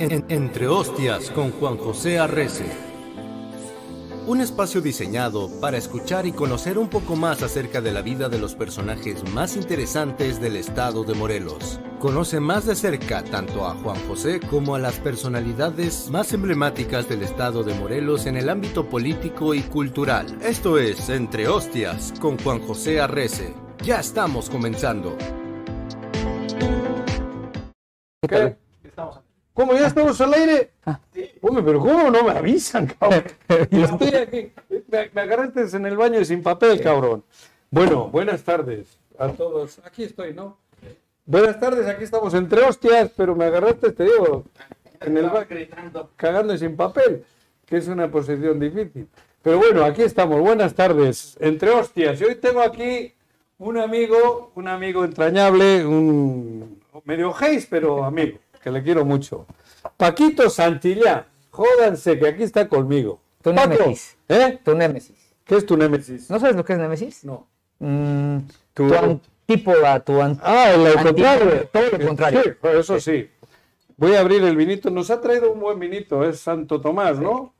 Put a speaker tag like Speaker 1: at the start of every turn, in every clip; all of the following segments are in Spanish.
Speaker 1: En- Entre Hostias con Juan José Arrece. Un espacio diseñado para escuchar y conocer un poco más acerca de la vida de los personajes más interesantes del estado de Morelos. Conoce más de cerca tanto a Juan José como a las personalidades más emblemáticas del estado de Morelos en el ámbito político y cultural. Esto es Entre Hostias con Juan José Arrece. Ya estamos comenzando.
Speaker 2: ¿Qué? ¿Cómo ya estamos al aire? Hombre, pero ¿cómo no me avisan, cabrón? Estoy aquí. Me, me agarraste en el baño y sin papel, cabrón. Bueno, buenas tardes a todos. Aquí estoy, ¿no? Buenas tardes, aquí estamos entre hostias, pero me agarraste, te digo, en el baño, cagando y sin papel, que es una posición difícil. Pero bueno, aquí estamos. Buenas tardes, entre hostias. Y hoy tengo aquí un amigo, un amigo entrañable, un medio geis, pero amigo, que le quiero mucho. Paquito Santillá, jódanse que aquí está conmigo.
Speaker 3: Tu
Speaker 2: Paco,
Speaker 3: némesis.
Speaker 2: ¿eh?
Speaker 3: Tu némesis.
Speaker 2: ¿Qué es tu némesis?
Speaker 3: ¿No sabes lo que es némesis?
Speaker 2: No.
Speaker 3: Mm, tu,
Speaker 2: Tu-
Speaker 3: antípoda, tu an-
Speaker 2: Ah, el
Speaker 3: Antiguo,
Speaker 2: autoclave.
Speaker 3: todo lo contrario.
Speaker 2: Sí, pues eso sí. Voy a abrir el vinito. Nos ha traído un buen vinito, es Santo Tomás, ¿no?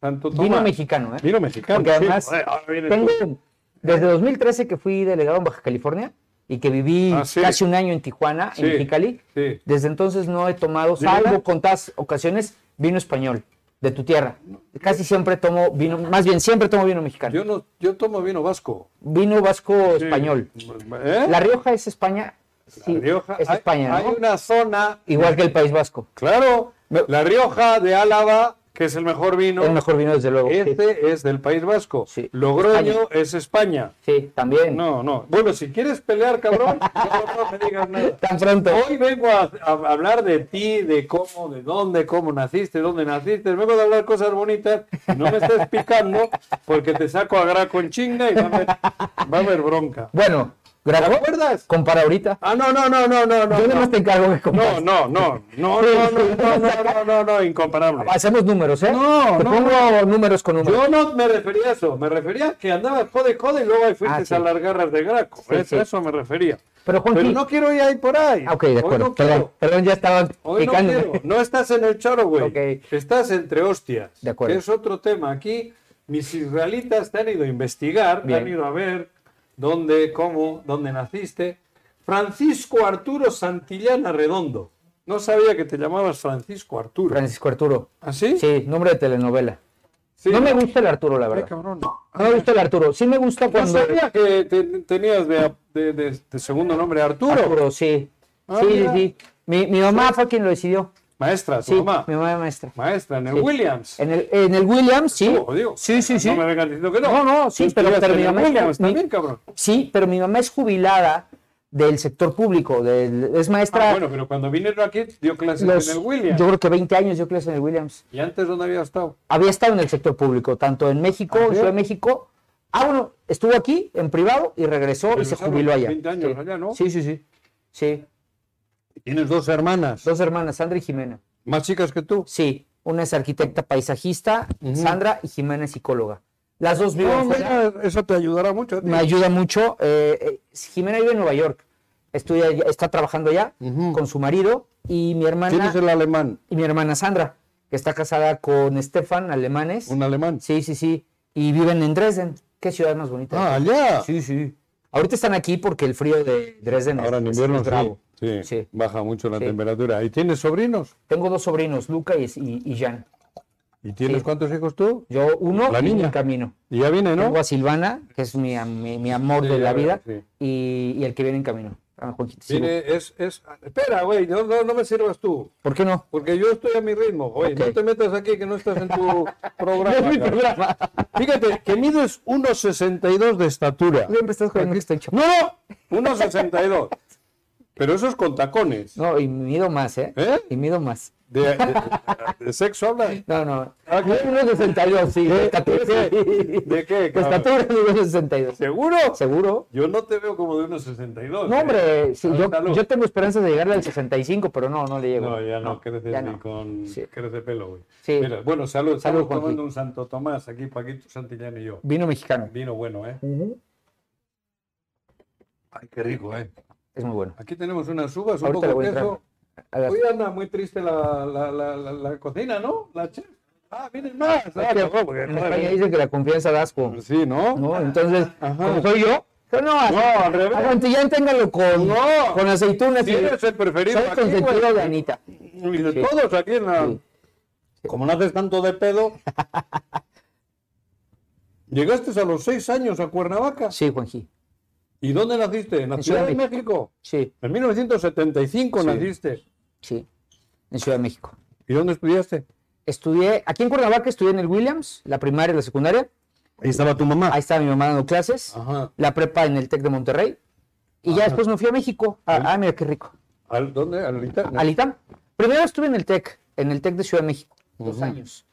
Speaker 2: Santo Tomás.
Speaker 3: vino mexicano, ¿eh?
Speaker 2: Vino mexicano.
Speaker 3: Porque
Speaker 2: sí.
Speaker 3: además,
Speaker 2: Joder, ahora viene tú.
Speaker 3: tengo, desde 2013 que fui delegado en Baja California y que viví
Speaker 2: Ah, sí.
Speaker 3: casi un año en Tijuana,
Speaker 2: Sí,
Speaker 3: en Mexicali,
Speaker 2: sí.
Speaker 3: desde entonces no he tomado,
Speaker 2: Divino.
Speaker 3: salvo contadas ocasiones, vino español de tu tierra. Casi siempre tomo vino, más bien siempre tomo vino mexicano.
Speaker 2: Yo, no, yo tomo vino vasco.
Speaker 3: Vino vasco
Speaker 2: Sí.
Speaker 3: español.
Speaker 2: ¿Eh?
Speaker 3: La Rioja es España. Sí,
Speaker 2: La Rioja.
Speaker 3: es
Speaker 2: Hay-
Speaker 3: España,
Speaker 2: hay,
Speaker 3: ¿no?
Speaker 2: una zona,
Speaker 3: Igual que el País Vasco.
Speaker 2: claro, La Rioja de Álava, que es el mejor vino.
Speaker 3: El mejor vino, desde luego. sí.
Speaker 2: Este es del País Vasco.
Speaker 3: Sí.
Speaker 2: Logroño es España.
Speaker 3: Sí, también.
Speaker 2: No, no. Bueno, si quieres pelear, cabrón, no, no me digas nada.
Speaker 3: Tan pronto.
Speaker 2: Hoy vengo a, a hablar de ti, de cómo, de dónde, cómo naciste, dónde naciste. Vengo a hablar cosas bonitas. No me estés picando porque te saco a Graco en chinga y va a haber, va a haber bronca.
Speaker 3: Bueno,
Speaker 2: ¿Te
Speaker 3: grabó.
Speaker 2: acuerdas?
Speaker 3: Compara ahorita.
Speaker 2: Ah, no, no, no, no, no. no,
Speaker 3: Yo
Speaker 2: no.
Speaker 3: nada más te encargo que
Speaker 2: No,
Speaker 3: compares.
Speaker 2: no, no, no, no, no, no, no, no, no, no, incomparable.
Speaker 3: Hacemos números, ¿eh?
Speaker 2: No,
Speaker 3: Te
Speaker 2: no,
Speaker 3: pongo números con números.
Speaker 2: Yo no me refería a eso, me refería a que andabas jode, jode y luego ahí fuiste
Speaker 3: Ah, sí.
Speaker 2: a las garras de Graco.
Speaker 3: Sí,
Speaker 2: Es-
Speaker 3: sí.
Speaker 2: Eso me refería.
Speaker 3: Pero, Juanqui-
Speaker 2: Pero no quiero ir ahí por ahí.
Speaker 3: Ah, ok, de acuerdo.
Speaker 2: Hoy no
Speaker 3: perdón,
Speaker 2: quiero.
Speaker 3: perdón, ya estaban
Speaker 2: Hoy no
Speaker 3: picando. ¿eh?
Speaker 2: quiero. No estás en el choro, güey.
Speaker 3: Ok.
Speaker 2: Estás entre hostias.
Speaker 3: De acuerdo.
Speaker 2: Que es otro tema. Aquí mis israelitas te han ido a investigar,
Speaker 3: Bien.
Speaker 2: te han ido a ver dónde, cómo, dónde naciste. Francisco Arturo Santillana Redondo. No sabía que te llamabas Francisco Arturo.
Speaker 3: Francisco Arturo.
Speaker 2: ¿Ah, sí?
Speaker 3: Sí, nombre de telenovela.
Speaker 2: Sí.
Speaker 3: No me gusta el Arturo, la
Speaker 2: Ay,
Speaker 3: verdad.
Speaker 2: cabrón.
Speaker 3: No me gusta el Arturo. Sí me gusta
Speaker 2: No
Speaker 3: cuando.
Speaker 2: sabía que te- tenías de, de- de- de segundo nombre Arturo.
Speaker 3: Arturo, sí.
Speaker 2: Ah,
Speaker 3: sí, sí,
Speaker 2: mira.
Speaker 3: sí. Mi, mi mamá fue quien lo decidió.
Speaker 2: Maestra, tu
Speaker 3: Sí,
Speaker 2: mamá.
Speaker 3: mi mamá es maestra.
Speaker 2: Maestra, en el
Speaker 3: Sí.
Speaker 2: Williams.
Speaker 3: En el, en el Williams, sí.
Speaker 2: Oh, digo,
Speaker 3: sí, sí, sí.
Speaker 2: No me vengan diciendo que no.
Speaker 3: No, no, sí,
Speaker 2: Tú
Speaker 3: pero-
Speaker 2: estudiaste
Speaker 3: pero
Speaker 2: en
Speaker 3: mi
Speaker 2: el
Speaker 3: mamá es-
Speaker 2: Williams
Speaker 3: mi-
Speaker 2: también, cabrón.
Speaker 3: Sí, pero mi mamá es jubilada del sector público, del- es maestra.
Speaker 2: Ah, bueno, pero cuando vinieron aquí dio clases
Speaker 3: los-
Speaker 2: en el Williams.
Speaker 3: Yo creo que 20 años yo clase en el Williams.
Speaker 2: ¿Y antes dónde había estado?
Speaker 3: Había estado en el sector público, tanto en México,
Speaker 2: Ah,
Speaker 3: en
Speaker 2: ¿sí?
Speaker 3: Ciudad de México. Ah, bueno, estuvo aquí en privado y regresó y se
Speaker 2: Regresaron
Speaker 3: jubiló allá.
Speaker 2: 20 años
Speaker 3: sí.
Speaker 2: allá, ¿no?
Speaker 3: Sí, sí, sí. Sí,
Speaker 2: Tienes dos hermanas,
Speaker 3: dos hermanas, Sandra y Jimena.
Speaker 2: más chicas que tú.
Speaker 3: Sí, una es arquitecta paisajista, Sandra, y Jimena es psicóloga. Las dos viven
Speaker 2: No,
Speaker 3: fuera.
Speaker 2: mira, eso te ayudará mucho. a ti.
Speaker 3: me ayuda mucho. eh, eh, Jimena vive en Nueva York, estudia, allá- está trabajando allá
Speaker 2: Ujú.
Speaker 3: con su marido y mi hermana
Speaker 2: Tienes el alemán,
Speaker 3: y mi hermana Sandra, que está casada con Stefan, alemanes.
Speaker 2: un alemán.
Speaker 3: Sí, sí, sí. Y viven en Dresden. Qué ciudad más bonita.
Speaker 2: Ah, allá.
Speaker 3: sí, sí. Ahorita están aquí porque el frío de Dresden es-
Speaker 2: Ahora en
Speaker 3: es-
Speaker 2: invierno
Speaker 3: es
Speaker 2: sí,
Speaker 3: bravo.
Speaker 2: sí,
Speaker 3: Sí.
Speaker 2: baja mucho la
Speaker 3: Sí.
Speaker 2: temperatura. ¿Y tienes sobrinos?
Speaker 3: Tengo dos sobrinos, Luca y, y, y Jan.
Speaker 2: ¿Y tienes
Speaker 3: Sí.
Speaker 2: cuántos hijos tú?
Speaker 3: Yo uno
Speaker 2: La
Speaker 3: y
Speaker 2: niña.
Speaker 3: un camino.
Speaker 2: Y ya viene, ¿no?
Speaker 3: Tengo a Silvana, que es mi, am- mi, mi amor
Speaker 2: Sí,
Speaker 3: de
Speaker 2: ya
Speaker 3: la
Speaker 2: veo,
Speaker 3: vida,
Speaker 2: sí.
Speaker 3: y, y el que viene en camino. Ah, Juanquito, sí.
Speaker 2: Viene, es, es... Espera, güey, no, no, no me sirvas tú.
Speaker 3: ¿Por qué no?
Speaker 2: Porque yo estoy a mi ritmo. Oye,
Speaker 3: Ok.
Speaker 2: no te metas aquí que no estás en tu programa.
Speaker 3: No es mi
Speaker 2: cabrón.
Speaker 3: programa.
Speaker 2: Fíjate, que mides 1,62 de estatura.
Speaker 3: Siempre estás jugando que estoy chavo.
Speaker 2: ¡No! no, 1,62. Pero eso es con tacones.
Speaker 3: No, y mido más, ¿eh?
Speaker 2: ¿Eh?
Speaker 3: Y mido más.
Speaker 2: De, de- de sexo hablas.
Speaker 3: No, no.
Speaker 2: Ah, ¿qué?
Speaker 3: Mido unos 62, sí. De estatura, sí.
Speaker 2: ¿De qué,
Speaker 3: De
Speaker 2: cabrón?
Speaker 3: estatura mido unos 62.
Speaker 2: ¿Seguro?
Speaker 3: ¿Seguro?
Speaker 2: Yo no te veo como de 1,62.
Speaker 3: No,
Speaker 2: ¿eh?
Speaker 3: hombre, sí, yo,
Speaker 2: Salud.
Speaker 3: yo tengo esperanzas de llegarle al 65, pero no, no le llego.
Speaker 2: No, ya no, creces
Speaker 3: ya
Speaker 2: ni
Speaker 3: no.
Speaker 2: con
Speaker 3: Sí.
Speaker 2: crece pelo, güey.
Speaker 3: Sí.
Speaker 2: Mira, bueno, salud.
Speaker 3: Salud,
Speaker 2: Estamos
Speaker 3: Juanji.
Speaker 2: tomando un Santo Tomás aquí, Paquito Santillán y yo.
Speaker 3: Vino mexicano.
Speaker 2: Vino bueno, ¿eh? Ay, qué rico, ¿eh?
Speaker 3: Es muy bueno.
Speaker 2: Aquí tenemos unas uvas, un
Speaker 3: eh. Ahorita le
Speaker 2: poco
Speaker 3: voy a
Speaker 2: de
Speaker 3: entrar.
Speaker 2: queso
Speaker 3: A las-
Speaker 2: Hoy anda muy triste la, la, la, la, la cocina, ¿no? La chef. Ah, vienen más. Ah, qué bueno, porque
Speaker 3: en
Speaker 2: todavía-
Speaker 3: España dicen que la confianza da asco.
Speaker 2: Sí, ¿no?
Speaker 3: ¿no? Entonces,
Speaker 2: Ajá.
Speaker 3: como soy yo, yo no,
Speaker 2: No, al revés.
Speaker 3: Aguantillán téngalo con,
Speaker 2: No.
Speaker 3: con aceitunas.
Speaker 2: Sí,
Speaker 3: y-
Speaker 2: eres el preferido
Speaker 3: Soy
Speaker 2: aquí,
Speaker 3: consentido
Speaker 2: güey. Ah.
Speaker 3: de Anita.
Speaker 2: Y de todos aquí en la.
Speaker 3: Sí.
Speaker 2: Como no haces tanto de pedo. Llegaste a los seis años a Cuernavaca.
Speaker 3: Sí, Juanji.
Speaker 2: ¿Y dónde naciste? En la
Speaker 3: En
Speaker 2: Ciudad
Speaker 3: Ciudad
Speaker 2: de
Speaker 3: de
Speaker 2: México.
Speaker 3: Sí,
Speaker 2: En 1975
Speaker 3: Sí.
Speaker 2: naciste.
Speaker 3: sí. En Ciudad de México.
Speaker 2: ¿Y dónde estudiaste?
Speaker 3: Estudié, aquí en Cuernavaca estudié en el Williams, la primaria y la secundaria.
Speaker 2: Ahí estaba tu mamá.
Speaker 3: Ahí estaba mi mamá dando clases.
Speaker 2: Ajá.
Speaker 3: La prepa en el TEC de Monterrey. Y ya después me fui a México. Ah, ah, mira qué rico.
Speaker 2: ¿Al, ¿Dónde? ¿Al Ita-
Speaker 3: Al ITAM. Primero estuve en el TEC, en el TEC de Ciudad de México, dos
Speaker 2: Ujú.
Speaker 3: años.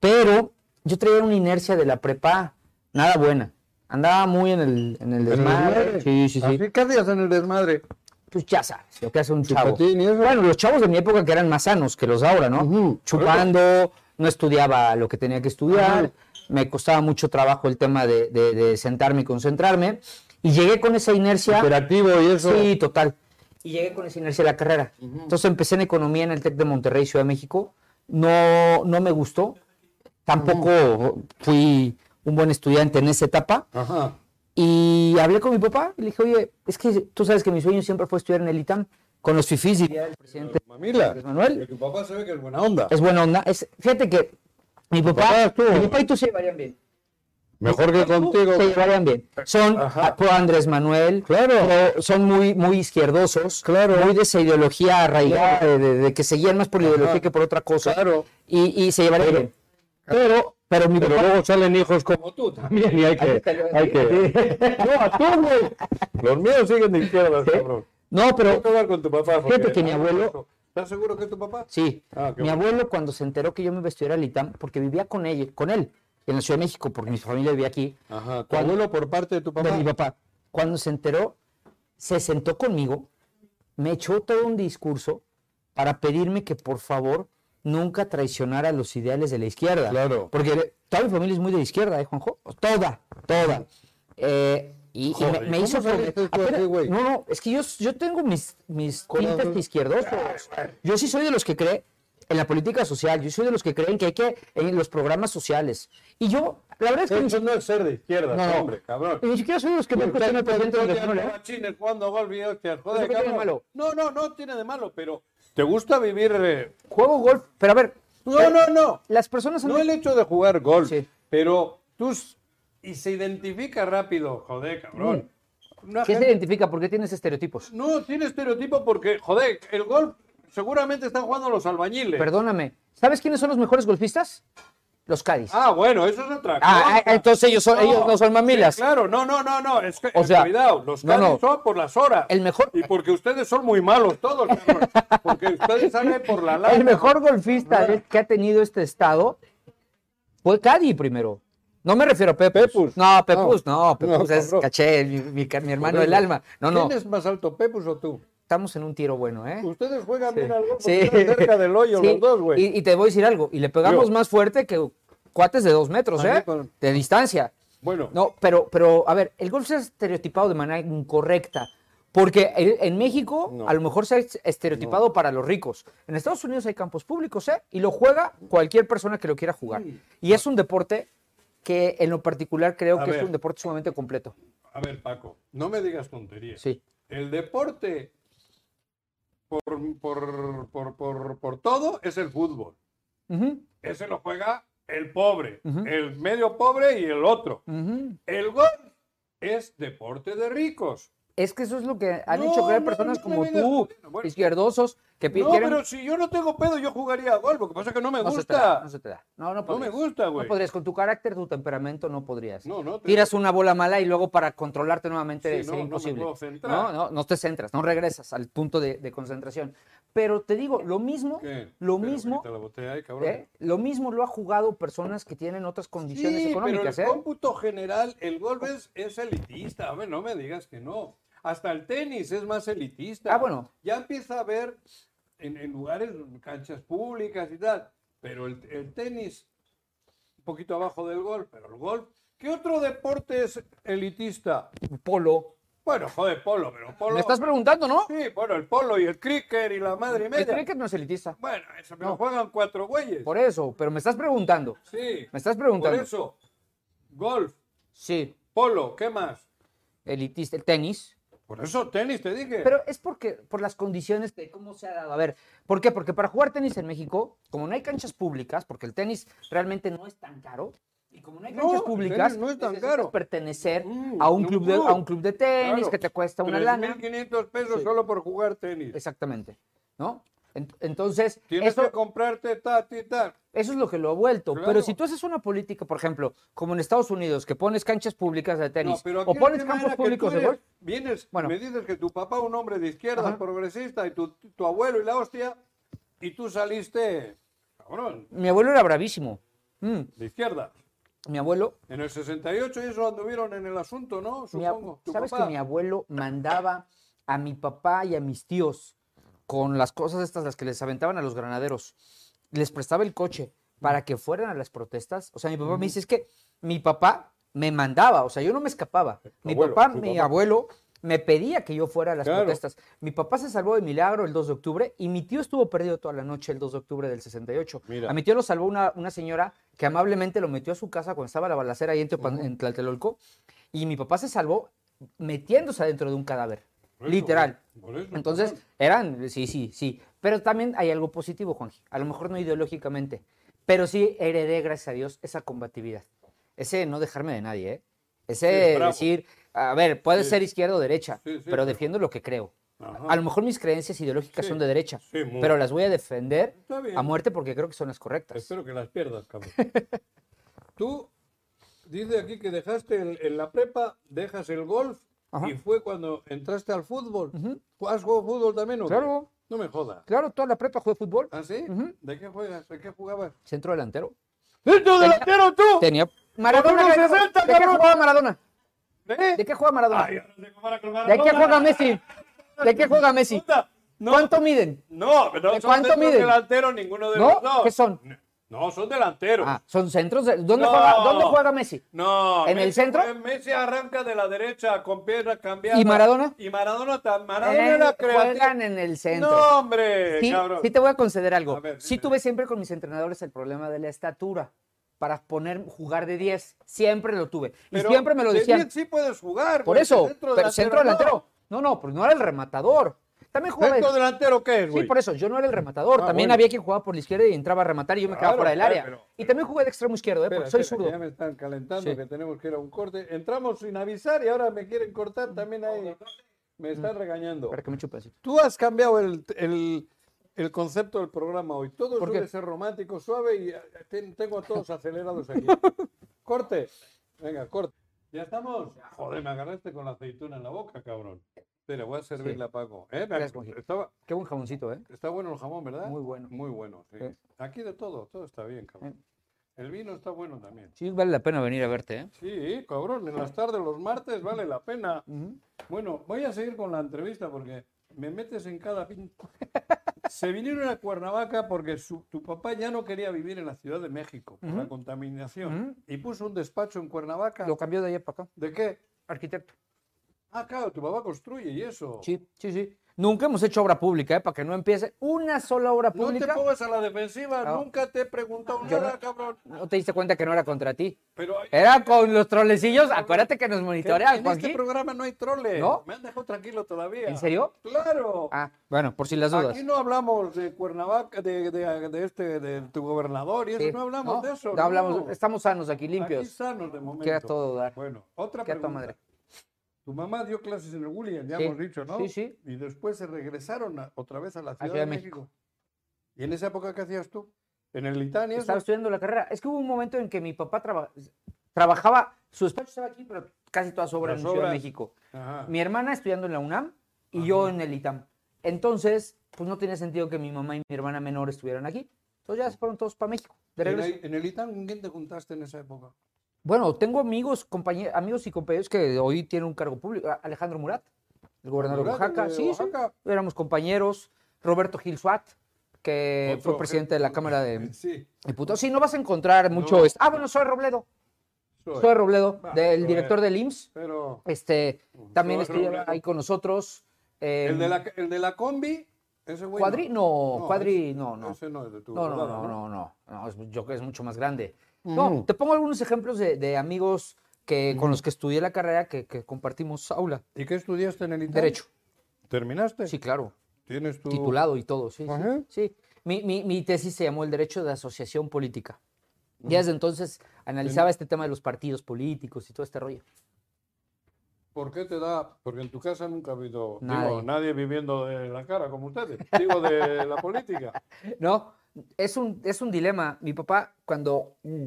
Speaker 3: Pero yo traía una inercia de la prepa nada buena. Andaba muy en el, en
Speaker 2: ¿En
Speaker 3: el
Speaker 2: el
Speaker 3: desmadre.
Speaker 2: desmadre? Ah,
Speaker 3: Sí, sí, sí.
Speaker 2: Así, ¿Qué hacías en el desmadre?
Speaker 3: Pues ya sabes lo que hace un chavo.
Speaker 2: Chupatín y eso.
Speaker 3: Bueno, los chavos de mi época que eran más sanos que los de ahora, ¿no?
Speaker 2: Ujú.
Speaker 3: Chupando, no estudiaba lo que tenía que estudiar. Me costaba mucho trabajo el tema de, de- de sentarme y concentrarme. Y llegué con esa inercia.
Speaker 2: Operativo y eso.
Speaker 3: Sí, total. Y llegué con esa inercia a la carrera. Entonces empecé en economía en el TEC de Monterrey, Ciudad de México. No, no me gustó. Tampoco fui un buen estudiante en esa etapa.
Speaker 2: Ajá.
Speaker 3: Y hablé con mi papá y le dije, oye, es que tú sabes que mi sueño siempre fue estudiar en el ITAM con los fifís y el presidente
Speaker 2: Mamila.
Speaker 3: Andrés Manuel.
Speaker 2: Tu papá se ve que es buena onda.
Speaker 3: Es buena onda. Es, fíjate que mi
Speaker 2: papá
Speaker 3: papá,
Speaker 2: estuvo-
Speaker 3: mi papá y tú se llevarían bien.
Speaker 2: Mejor que contigo.
Speaker 3: Se llevarían bien. Son
Speaker 2: Ajá.
Speaker 3: pro Andrés Manuel. pro- son muy, muy izquierdosos. Claro. Muy de esa ideología arraigada, de, de- de que se guían más por ideología
Speaker 2: Ajá.
Speaker 3: que por otra cosa.
Speaker 2: Claro.
Speaker 3: Y, y se llevarían bien. Pero, pero mi
Speaker 2: Pero
Speaker 3: papá.
Speaker 2: luego salen hijos como tú también y hay que... Hay que... No, a tú, güey. Los míos siguen de izquierda, cabrón.
Speaker 3: No,
Speaker 2: Tengo
Speaker 3: pero
Speaker 2: que hablar con tu papá. porque-
Speaker 3: Fíjate que mi abuelo-
Speaker 2: ¿Estás seguro que es tu papá?
Speaker 3: Sí.
Speaker 2: Ah, qué
Speaker 3: mi
Speaker 2: bueno.
Speaker 3: abuelo cuando se enteró que yo me vestiera al ITAM, porque vivía con ella, con él, en la Ciudad de México, porque mi familia vivía aquí,
Speaker 2: Ajá. ¿Tu
Speaker 3: Cuando-
Speaker 2: abuelo por parte de tu papá?
Speaker 3: de mi papá. Cuando se enteró, se sentó conmigo, me echó todo un discurso para pedirme que por favor nunca traicionara los ideales de la izquierda.
Speaker 2: Claro.
Speaker 3: Porque toda mi familia es muy de izquierda, ¿eh, Juanjo? Toda, toda. Eh, y, y
Speaker 2: Joder,
Speaker 3: me, me
Speaker 2: ¿cómo
Speaker 3: hizo...
Speaker 2: sales
Speaker 3: progre-
Speaker 2: tú así,
Speaker 3: Apenas-
Speaker 2: güey?
Speaker 3: no, no, es que yo, yo tengo mis, mis
Speaker 2: Corazón.
Speaker 3: tintes izquierdosos.
Speaker 2: Ah,
Speaker 3: Yo sí soy de los que cree en la política social, yo soy de los que creen que hay que en los programas sociales. Y yo, la verdad es que ni,
Speaker 2: Eso no es ser de izquierda,
Speaker 3: No, no.
Speaker 2: hombre, cabrón.
Speaker 3: ni siquiera soy de los que me cuestiona el presidente de la República, ¿eh?
Speaker 2: Chines jugando golf y hostias, joder,
Speaker 3: ¿Eso qué tiene de
Speaker 2: cabrón.
Speaker 3: malo?
Speaker 2: No, no, no tiene de malo, pero ¿te gusta vivir? eh?
Speaker 3: Juego golf, pero a ver, eh,
Speaker 2: No, no, no.
Speaker 3: las personas...
Speaker 2: No el hecho de jugar golf,
Speaker 3: Sí.
Speaker 2: pero tú s- y se identifica rápido, joder, cabrón. Una
Speaker 3: ¿Qué se
Speaker 2: gente-
Speaker 3: identifica? ¿Por qué tienes estereotipos?
Speaker 2: No tiene estereotipo porque, joder, el golf seguramente están jugando los albañiles.
Speaker 3: Perdóname, ¿sabes quiénes son los mejores golfistas? Los Cádiz.
Speaker 2: Ah, bueno, eso es otra
Speaker 3: Ah,
Speaker 2: cosa.
Speaker 3: ah, entonces ellos son- ellos no son mamilas.
Speaker 2: sí, claro, no, no, no, no. Es que, eh,
Speaker 3: O sea,
Speaker 2: cuidado, los
Speaker 3: no,
Speaker 2: Cádiz
Speaker 3: no.
Speaker 2: son por las horas.
Speaker 3: El mejor-
Speaker 2: Y porque ustedes son muy malos todos, cabrón. Porque ustedes salen por la lana.
Speaker 3: El mejor golfista de- que ha tenido este estado fue Cadi primero. No me refiero a Pepus.
Speaker 2: Pepus.
Speaker 3: No, Pepus, no,
Speaker 2: No,
Speaker 3: Pepus es
Speaker 2: cabrón.
Speaker 3: caché, mi, mi ca- mi hermano
Speaker 2: Horrible.
Speaker 3: del alma. No, no,
Speaker 2: ¿Quién es más alto, Pepus o tú?
Speaker 3: estamos en un tiro bueno, ¿eh?
Speaker 2: Ustedes juegan bien al golf,
Speaker 3: Sí.
Speaker 2: están cerca del hoyo
Speaker 3: Sí,
Speaker 2: los dos, güey.
Speaker 3: Y, y te voy a decir algo, y le pegamos
Speaker 2: Yo.
Speaker 3: más fuerte que cuates de dos metros,
Speaker 2: A mí
Speaker 3: ¿eh?
Speaker 2: con-
Speaker 3: De distancia.
Speaker 2: Bueno,
Speaker 3: No, pero, pero, a ver, el golf se ha estereotipado de manera incorrecta. Porque en en México
Speaker 2: No.
Speaker 3: a lo mejor se ha est- estereotipado para los ricos. En Estados Unidos hay campos públicos, ¿eh? Y lo juega cualquier persona que lo quiera jugar. Y es un deporte que en lo particular creo
Speaker 2: A
Speaker 3: que
Speaker 2: ver.
Speaker 3: es un deporte sumamente completo.
Speaker 2: a ver, Paco, no me digas tonterías.
Speaker 3: Sí.
Speaker 2: El deporte, por, por, por, por, por todo, es el fútbol.
Speaker 3: Ujú,
Speaker 2: Ese lo juega el pobre,
Speaker 3: Ujú.
Speaker 2: el medio pobre y el otro.
Speaker 3: ujú.
Speaker 2: El golf es deporte de ricos.
Speaker 3: Es que eso es lo que han
Speaker 2: No,
Speaker 3: hecho creer
Speaker 2: no,
Speaker 3: personas
Speaker 2: no me
Speaker 3: como
Speaker 2: vengas
Speaker 3: tú,
Speaker 2: jodiendo. Bueno.
Speaker 3: izquierdosos, que pi-
Speaker 2: No,
Speaker 3: quieren...
Speaker 2: pero si yo no tengo pedo, yo jugaría a golf. Lo que pasa es que no me
Speaker 3: No se te da,
Speaker 2: gusta.
Speaker 3: no se te da. No, no
Speaker 2: No me
Speaker 3: podrías.
Speaker 2: gusta, güey.
Speaker 3: No podrías, con tu carácter, tu temperamento, no podrías.
Speaker 2: No, no, te-
Speaker 3: Tiras una bola mala y luego para controlarte nuevamente
Speaker 2: Sí, no,
Speaker 3: sería
Speaker 2: no me
Speaker 3: imposible.
Speaker 2: puedo centrar.
Speaker 3: no, no, no te centras, no regresas al punto de, de concentración. Pero te digo, lo mismo,
Speaker 2: ¿Qué?
Speaker 3: lo
Speaker 2: Pero
Speaker 3: mismo,
Speaker 2: quita la botella ahí, cabrón.
Speaker 3: ¿eh? lo mismo lo ha jugado personas que tienen otras condiciones
Speaker 2: Sí,
Speaker 3: económicas,
Speaker 2: pero el
Speaker 3: ¿eh?
Speaker 2: cómputo general, el golf es, es elitista. A ver, no me digas que no. Hasta el tenis es más elitista.
Speaker 3: Ah, bueno.
Speaker 2: Ya empieza a ver en, en lugares, canchas públicas y tal. Pero el, el tenis, un poquito abajo del golf, pero el golf. ¿Qué otro deporte es elitista?
Speaker 3: Polo,
Speaker 2: Bueno, joder, polo, pero polo.
Speaker 3: Me estás preguntando, ¿no?
Speaker 2: Sí, bueno, el polo y el cricket y la madre y
Speaker 3: El
Speaker 2: media.
Speaker 3: cricket no es elitista.
Speaker 2: Bueno, eso me lo juegan cuatro güeyes.
Speaker 3: Por eso, pero me estás preguntando.
Speaker 2: Sí.
Speaker 3: Me estás
Speaker 2: Por
Speaker 3: preguntando.
Speaker 2: eso. Golf,
Speaker 3: Sí,
Speaker 2: polo, ¿qué más?
Speaker 3: elitista, el tenis.
Speaker 2: Por eso tenis te dije.
Speaker 3: Pero es porque, por las condiciones de cómo se ha dado. A ver, ¿por qué? Porque para jugar tenis en México, como no hay canchas públicas, porque el tenis realmente no es tan caro, y como no hay
Speaker 2: No,
Speaker 3: canchas
Speaker 2: el
Speaker 3: públicas,
Speaker 2: tenis no es tan
Speaker 3: necesitas
Speaker 2: caro.
Speaker 3: pertenecer
Speaker 2: Mm,
Speaker 3: a, un
Speaker 2: un
Speaker 3: club de,
Speaker 2: club.
Speaker 3: a un club de tenis
Speaker 2: Claro.
Speaker 3: que te cuesta una lana.
Speaker 2: 3.500 pesos
Speaker 3: Sí.
Speaker 2: solo por jugar tenis.
Speaker 3: Exactamente, ¿no? En- Entonces,
Speaker 2: Tienes
Speaker 3: eso-
Speaker 2: que comprarte ta, ti, ta.
Speaker 3: Eso es lo que lo ha vuelto.
Speaker 2: Claro.
Speaker 3: Pero si tú haces una política, por ejemplo, como en Estados Unidos, que pones canchas públicas de tenis
Speaker 2: No, pero aquí
Speaker 3: o
Speaker 2: el
Speaker 3: pones
Speaker 2: tema
Speaker 3: campos
Speaker 2: era que
Speaker 3: públicos
Speaker 2: tú
Speaker 3: de
Speaker 2: eres-
Speaker 3: golf,
Speaker 2: Vienes,
Speaker 3: Bueno.
Speaker 2: me dices que tu papá, un hombre de izquierda,
Speaker 3: Ajá.
Speaker 2: progresista, y tu, tu abuelo y la hostia, y tú saliste, cabrón,
Speaker 3: mi abuelo era bravísimo. Mm,
Speaker 2: de izquierda.
Speaker 3: Mi abuelo,
Speaker 2: En el 68 y eso anduvieron en el asunto, ¿no?
Speaker 3: mi ab-
Speaker 2: Supongo. tu
Speaker 3: sabes
Speaker 2: papá.
Speaker 3: que mi abuelo mandaba a mi papá y a mis tíos con las cosas estas, las que les aventaban a los granaderos. Les prestaba el coche para que fueran a las protestas. O sea, mi papá me dice, es que mi papá me mandaba, o sea, yo no me escapaba. Mi
Speaker 2: abuelo,
Speaker 3: papá,
Speaker 2: tu
Speaker 3: mi
Speaker 2: papá.
Speaker 3: abuelo, me pedía que yo fuera a las
Speaker 2: Claro.
Speaker 3: protestas. Mi papá se salvó de milagro el 2 de octubre y mi tío estuvo perdido toda la noche el 2 de octubre del 68.
Speaker 2: Mira.
Speaker 3: A mi tío lo salvó una, una señora que amablemente lo metió a su casa cuando estaba la balacera ahí en, Teopan- en Tlatelolco y mi papá se salvó metiéndose adentro de un cadáver.
Speaker 2: Por eso,
Speaker 3: literal.
Speaker 2: por eso,
Speaker 3: Entonces, eran, sí, sí, sí. Pero también hay algo positivo, Juanji. A lo mejor no ideológicamente, pero sí heredé, gracias a Dios, esa combatividad. Ese no dejarme de nadie, ¿eh?
Speaker 2: Sí,
Speaker 3: Ese
Speaker 2: es bravo.
Speaker 3: decir, a ver, puede
Speaker 2: Sí.
Speaker 3: ser izquierda o derecha,
Speaker 2: Sí, sí,
Speaker 3: pero
Speaker 2: pero-
Speaker 3: defiendo lo que creo.
Speaker 2: Ajá.
Speaker 3: A lo mejor mis creencias ideológicas
Speaker 2: Sí,
Speaker 3: son de derecha,
Speaker 2: sí, muy.
Speaker 3: pero las voy a defender
Speaker 2: Está bien.
Speaker 3: a muerte porque creo que son las correctas.
Speaker 2: Espero que las pierdas, cabrón. Tú dice aquí que dejaste el- en la prepa, dejas el golf
Speaker 3: Ajá.
Speaker 2: y fue cuando entraste al fútbol. ¿Has jugado fútbol también o qué?
Speaker 3: Claro.
Speaker 2: No me jodas.
Speaker 3: Claro, toda la prepa jugué fútbol,
Speaker 2: ¿Ah, sí?
Speaker 3: Ujú.
Speaker 2: ¿De qué juegas? ¿De qué jugabas?
Speaker 3: centro delantero.
Speaker 2: ¡Centro
Speaker 3: delantero,
Speaker 2: tú!
Speaker 3: Tenía Maradona.
Speaker 2: unos
Speaker 3: ¿de-
Speaker 2: 60,
Speaker 3: ¿De qué
Speaker 2: cabrón.
Speaker 3: jugaba Maradona? ¿De qué juega Maradona? ¿De qué juega Messi? ¿De qué juega Messi? ¿Cuánto miden?
Speaker 2: No, pero
Speaker 3: ¿De
Speaker 2: no
Speaker 3: cuánto
Speaker 2: son
Speaker 3: miden?
Speaker 2: delanteros ninguno de
Speaker 3: ¿No?
Speaker 2: los dos.
Speaker 3: ¿Qué son?
Speaker 2: No, son delanteros.
Speaker 3: Ah, son centros. de- ¿Dónde,
Speaker 2: No.
Speaker 3: juega, ¿Dónde juega Messi?
Speaker 2: No.
Speaker 3: ¿En el centro?
Speaker 2: fue- Messi arranca de la derecha con pierna cambiada.
Speaker 3: ¿Y Maradona?
Speaker 2: Y Maradona, tam- Maradona era
Speaker 3: Eh, juegan
Speaker 2: creativo.
Speaker 3: en el
Speaker 2: No,
Speaker 3: centro.
Speaker 2: hombre,
Speaker 3: sí,
Speaker 2: cabrón.
Speaker 3: sí te voy a conceder algo.
Speaker 2: A ver,
Speaker 3: sí
Speaker 2: dime.
Speaker 3: tuve siempre con mis entrenadores el problema de la estatura para poner jugar de 10. Siempre lo tuve. Y
Speaker 2: Pero
Speaker 3: siempre me lo
Speaker 2: de
Speaker 3: decían.
Speaker 2: 10 sí puedes jugar.
Speaker 3: Por
Speaker 2: güey,
Speaker 3: eso,
Speaker 2: centro
Speaker 3: pero centro delantero.
Speaker 2: no.
Speaker 3: No, no, porque no era el rematador. También jugaba
Speaker 2: ¿Centro delantero qué es,
Speaker 3: Sí,
Speaker 2: güey?
Speaker 3: por eso, yo no era el rematador.
Speaker 2: Ah,
Speaker 3: también
Speaker 2: bueno.
Speaker 3: había quien jugaba por la izquierda y entraba a rematar y yo me
Speaker 2: Claro,
Speaker 3: quedaba fuera del
Speaker 2: claro,
Speaker 3: área.
Speaker 2: pero-
Speaker 3: y también jugué de extremo izquierdo, ¿eh?
Speaker 2: Espera,
Speaker 3: porque soy
Speaker 2: espera, que Ya
Speaker 3: zurdo.
Speaker 2: me están calentando
Speaker 3: Sí.
Speaker 2: que tenemos que ir a un corte. Entramos sin avisar y ahora me quieren cortar también ahí. Me están regañando.
Speaker 3: Para que me chupe así.
Speaker 2: Tú has cambiado el, el- el concepto del programa hoy. Todo
Speaker 3: ¿Por
Speaker 2: suele
Speaker 3: qué?
Speaker 2: ser romántico, suave y eh, ten- tengo a todos acelerados aquí. corte. Venga, corte. ¿Ya estamos? Joder, me agarraste con la aceituna en la boca, cabrón. Espera, voy a servirle a Paco. Eh, me-
Speaker 3: Gracias, Juanji.
Speaker 2: estaba-
Speaker 3: Qué buen jamoncito, ¿eh?
Speaker 2: Está bueno el jamón, ¿verdad?
Speaker 3: Muy bueno.
Speaker 2: Muy bueno, sí.
Speaker 3: Sí.
Speaker 2: Aquí de todo, todo está bien, cabrón. El vino está bueno también.
Speaker 3: Sí, vale la pena venir a verte, ¿eh?
Speaker 2: Sí, cabrón, en las tardes, los martes, vale la pena. Bueno, voy a seguir con la entrevista porque me metes en cada pin. Se vinieron a Cuernavaca porque su- tu papá ya no quería vivir en la Ciudad de México por la contaminación
Speaker 3: Ujú.
Speaker 2: y puso un despacho en Cuernavaca.
Speaker 3: Lo cambió de allá para acá.
Speaker 2: ¿De qué?
Speaker 3: Arquitecto.
Speaker 2: Ah, claro, tu papá construye y eso.
Speaker 3: Sí, sí, sí. Nunca hemos hecho obra pública, ¿eh? Para que no empiece una sola obra
Speaker 2: No te
Speaker 3: pública. Ah,
Speaker 2: pongas a la defensiva,
Speaker 3: No.
Speaker 2: nunca te he preguntado
Speaker 3: Yo no- Eh,
Speaker 2: nada, cabrón.
Speaker 3: No te diste cuenta que no era contra ti.
Speaker 2: Pero
Speaker 3: Era con los trolecillos. Acuérdate que nos
Speaker 2: Que
Speaker 3: monitorean,
Speaker 2: En este
Speaker 3: Juanji.
Speaker 2: programa no hay troles.
Speaker 3: ¿No?
Speaker 2: Me han dejado tranquilo todavía.
Speaker 3: ¿En serio?
Speaker 2: Claro.
Speaker 3: Ah, bueno, por si las dudas.
Speaker 2: Aquí no hablamos de Cuernavaca, de, de- de este, de tu gobernador y eso.
Speaker 3: Sí.
Speaker 2: No hablamos de eso.
Speaker 3: No hablamos.
Speaker 2: no.
Speaker 3: Estamos sanos aquí,
Speaker 2: Aquí
Speaker 3: limpios.
Speaker 2: sanos de momento.
Speaker 3: Queda todo dar.
Speaker 2: Bueno, otra
Speaker 3: Queda
Speaker 2: pregunta.
Speaker 3: toda madre.
Speaker 2: Tu mamá dio clases en el William, ya
Speaker 3: Sí.
Speaker 2: hemos dicho, ¿no?
Speaker 3: Sí, sí.
Speaker 2: Y después se regresaron a- otra vez a la Ciudad,
Speaker 3: Ciudad
Speaker 2: de
Speaker 3: de
Speaker 2: México. ¿Y en esa época qué hacías tú? ¿En el Litania?
Speaker 3: Estaba estudiando la carrera. Es que hubo un momento en que mi papá traba- trabajaba, su despacho estaba aquí, pero casi toda su obra
Speaker 2: Las
Speaker 3: en Ciudad
Speaker 2: obras.
Speaker 3: de México.
Speaker 2: Ajá.
Speaker 3: Mi hermana estudiando en la UNAM y yo en el ITAM. Entonces, pues no tenía sentido que mi mamá y mi hermana menor estuvieran aquí. Entonces ya se fueron todos para México. de
Speaker 2: ¿En,
Speaker 3: regreso.
Speaker 2: el- en el ITAM con quién te juntaste en esa época?
Speaker 3: Bueno, tengo amigos, compañe- amigos y compañeros que hoy tienen un cargo público. A- Alejandro Murat, el gobernador de
Speaker 2: Murat, el
Speaker 3: Oaxaca.
Speaker 2: de
Speaker 3: Sí, sí,
Speaker 2: Oaxaca. éramos
Speaker 3: éramos compañeros. Roberto Gil Suat, que fue Eh, presidente de la Cámara de
Speaker 2: Sí.
Speaker 3: Diputados. Sí, no vas a encontrar mucho...
Speaker 2: No.
Speaker 3: es- Ah, bueno, soy Robledo. Soy Robledo,
Speaker 2: Ah,
Speaker 3: del
Speaker 2: Zoe.
Speaker 3: director del IMSS.
Speaker 2: Pero
Speaker 3: Este, también
Speaker 2: Zoe
Speaker 3: estuvo
Speaker 2: Robledo.
Speaker 3: ahí con nosotros. eh,
Speaker 2: el de, la, el de la combi, ese güey.
Speaker 3: Cuadri, no, Cuadri,
Speaker 2: ese-
Speaker 3: no, no.
Speaker 2: Ese no es de tu.
Speaker 3: No, no,
Speaker 2: lado,
Speaker 3: no, no, no, no, es- yo creo que es mucho más grande. No, te pongo algunos ejemplos de, de amigos que, con los que estudié la carrera que, que compartimos aula.
Speaker 2: ¿Y qué estudiaste en el ITAM?
Speaker 3: Derecho.
Speaker 2: ¿Terminaste?
Speaker 3: Sí, claro.
Speaker 2: Tienes tu.
Speaker 3: Titulado y todo, sí. sí,
Speaker 2: Ajá.
Speaker 3: sí. Mi, mi- mi tesis se llamó El Derecho de Asociación Política. Y desde entonces analizaba este tema de los partidos políticos y todo este rollo.
Speaker 2: ¿Por qué te da? Porque en tu casa nunca ha habido digo, nadie.
Speaker 3: Nadie.
Speaker 2: viviendo de la cara como ustedes. Digo, de la política.
Speaker 3: No, es un, es un dilema. Mi papá, cuando mm,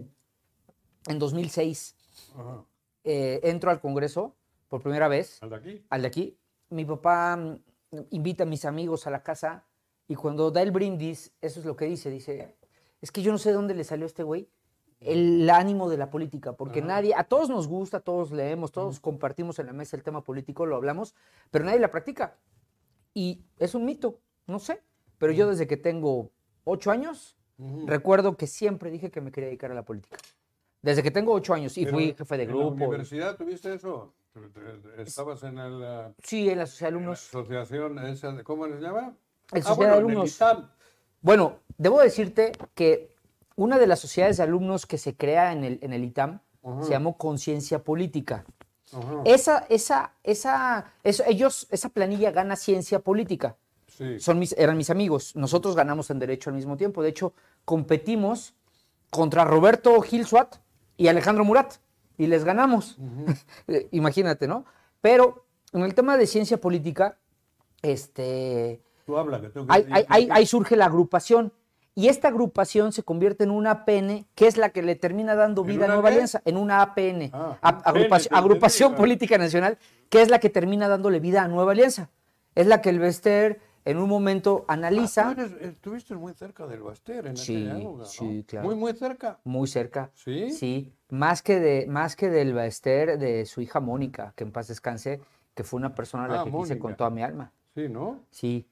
Speaker 3: en 2006
Speaker 2: Ajá.
Speaker 3: eh, entro al Congreso por primera vez,
Speaker 2: ¿Al de aquí?
Speaker 3: al de aquí, mi papá mm, invita a mis amigos a la casa y cuando da el brindis, eso es lo que dice, dice, es que yo no sé de dónde le salió a este güey el ánimo de la política, porque
Speaker 2: Ajá.
Speaker 3: nadie, a todos nos gusta, todos leemos, todos compartimos en la mesa el tema político, lo hablamos, pero nadie la practica. Y es un mito, no sé, pero yo desde que tengo ocho años,
Speaker 2: Ujú.
Speaker 3: recuerdo que siempre dije que me quería dedicar a la política. Desde que tengo ocho años y
Speaker 2: Pero
Speaker 3: fui jefe de
Speaker 2: ¿En
Speaker 3: grupo.
Speaker 2: la
Speaker 3: y-
Speaker 2: universidad tuviste eso? Te- te- te- Estabas en el, eh,
Speaker 3: Sí, en la sociedad de
Speaker 2: la
Speaker 3: alumnos.
Speaker 2: asociación, esa de- ¿cómo les llama? ah,
Speaker 3: En Sociedad
Speaker 2: bueno, en
Speaker 3: de
Speaker 2: el
Speaker 3: Alumnos.
Speaker 2: ITAM.
Speaker 3: Bueno, debo decirte que una de las sociedades de alumnos que se crea en el, en el ITAM
Speaker 2: Ujú.
Speaker 3: se llamó Conciencia Política.
Speaker 2: Ajá,
Speaker 3: Esa, esa, esa, eso- ellos, esa planilla gana ciencia política.
Speaker 2: sí.
Speaker 3: Son mis, eran mis amigos. Nosotros ganamos en derecho al mismo tiempo. De hecho, competimos contra Roberto Gil Suat y Alejandro Murat. Y les ganamos. Eh, Imagínate, ¿no? Pero en el tema de ciencia política, este,
Speaker 2: Tú habla, que tengo que
Speaker 3: ahí, ahí- ahí-
Speaker 2: decir-
Speaker 3: ahí surge la agrupación. Y esta agrupación se convierte en una APN, que es la que le termina dando
Speaker 2: ¿En
Speaker 3: vida a
Speaker 2: una
Speaker 3: Nueva
Speaker 2: qué?
Speaker 3: Alianza, en una APN,
Speaker 2: Ah,
Speaker 3: a-
Speaker 2: un PN,
Speaker 3: agrupación,
Speaker 2: te entendí,
Speaker 3: Agrupación
Speaker 2: claro.
Speaker 3: Política Nacional, que es la que termina dándole vida a Nueva Alianza. Es la que el Bester en un momento analiza,
Speaker 2: Ah, tú eres- estuviste muy cerca del Baster en
Speaker 3: Sí,
Speaker 2: aquella época, ¿no?
Speaker 3: sí, claro.
Speaker 2: Muy, muy cerca.
Speaker 3: muy cerca,
Speaker 2: ¿Sí?
Speaker 3: más que, de, más que del Bester de su hija Mónica, que en paz descanse, que fue una persona a la
Speaker 2: Ah,
Speaker 3: que quise con
Speaker 2: Mónica.
Speaker 3: toda mi alma.
Speaker 2: Sí, ¿no?
Speaker 3: Sí,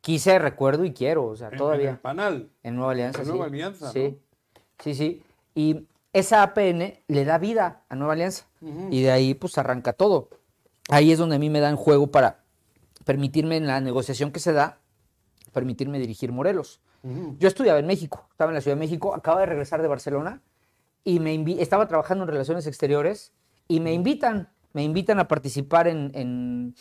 Speaker 3: quise, recuerdo y quiero, o sea,
Speaker 2: En- en
Speaker 3: todavía.
Speaker 2: el panal.
Speaker 3: En Nueva Alianza,
Speaker 2: En
Speaker 3: sí.
Speaker 2: Nueva Alianza, ¿no?
Speaker 3: Sí, sí, sí. Y esa APN le da vida a Nueva Alianza. Y de ahí, pues, arranca todo. Ahí es donde a mí me dan juego para permitirme, en la negociación que se da, permitirme dirigir Morelos.
Speaker 2: Ujú.
Speaker 3: Yo estudiaba en México, estaba en la Ciudad de México, acaba de regresar de Barcelona y me invi- estaba trabajando en relaciones exteriores y me invitan, me invitan a participar en, en,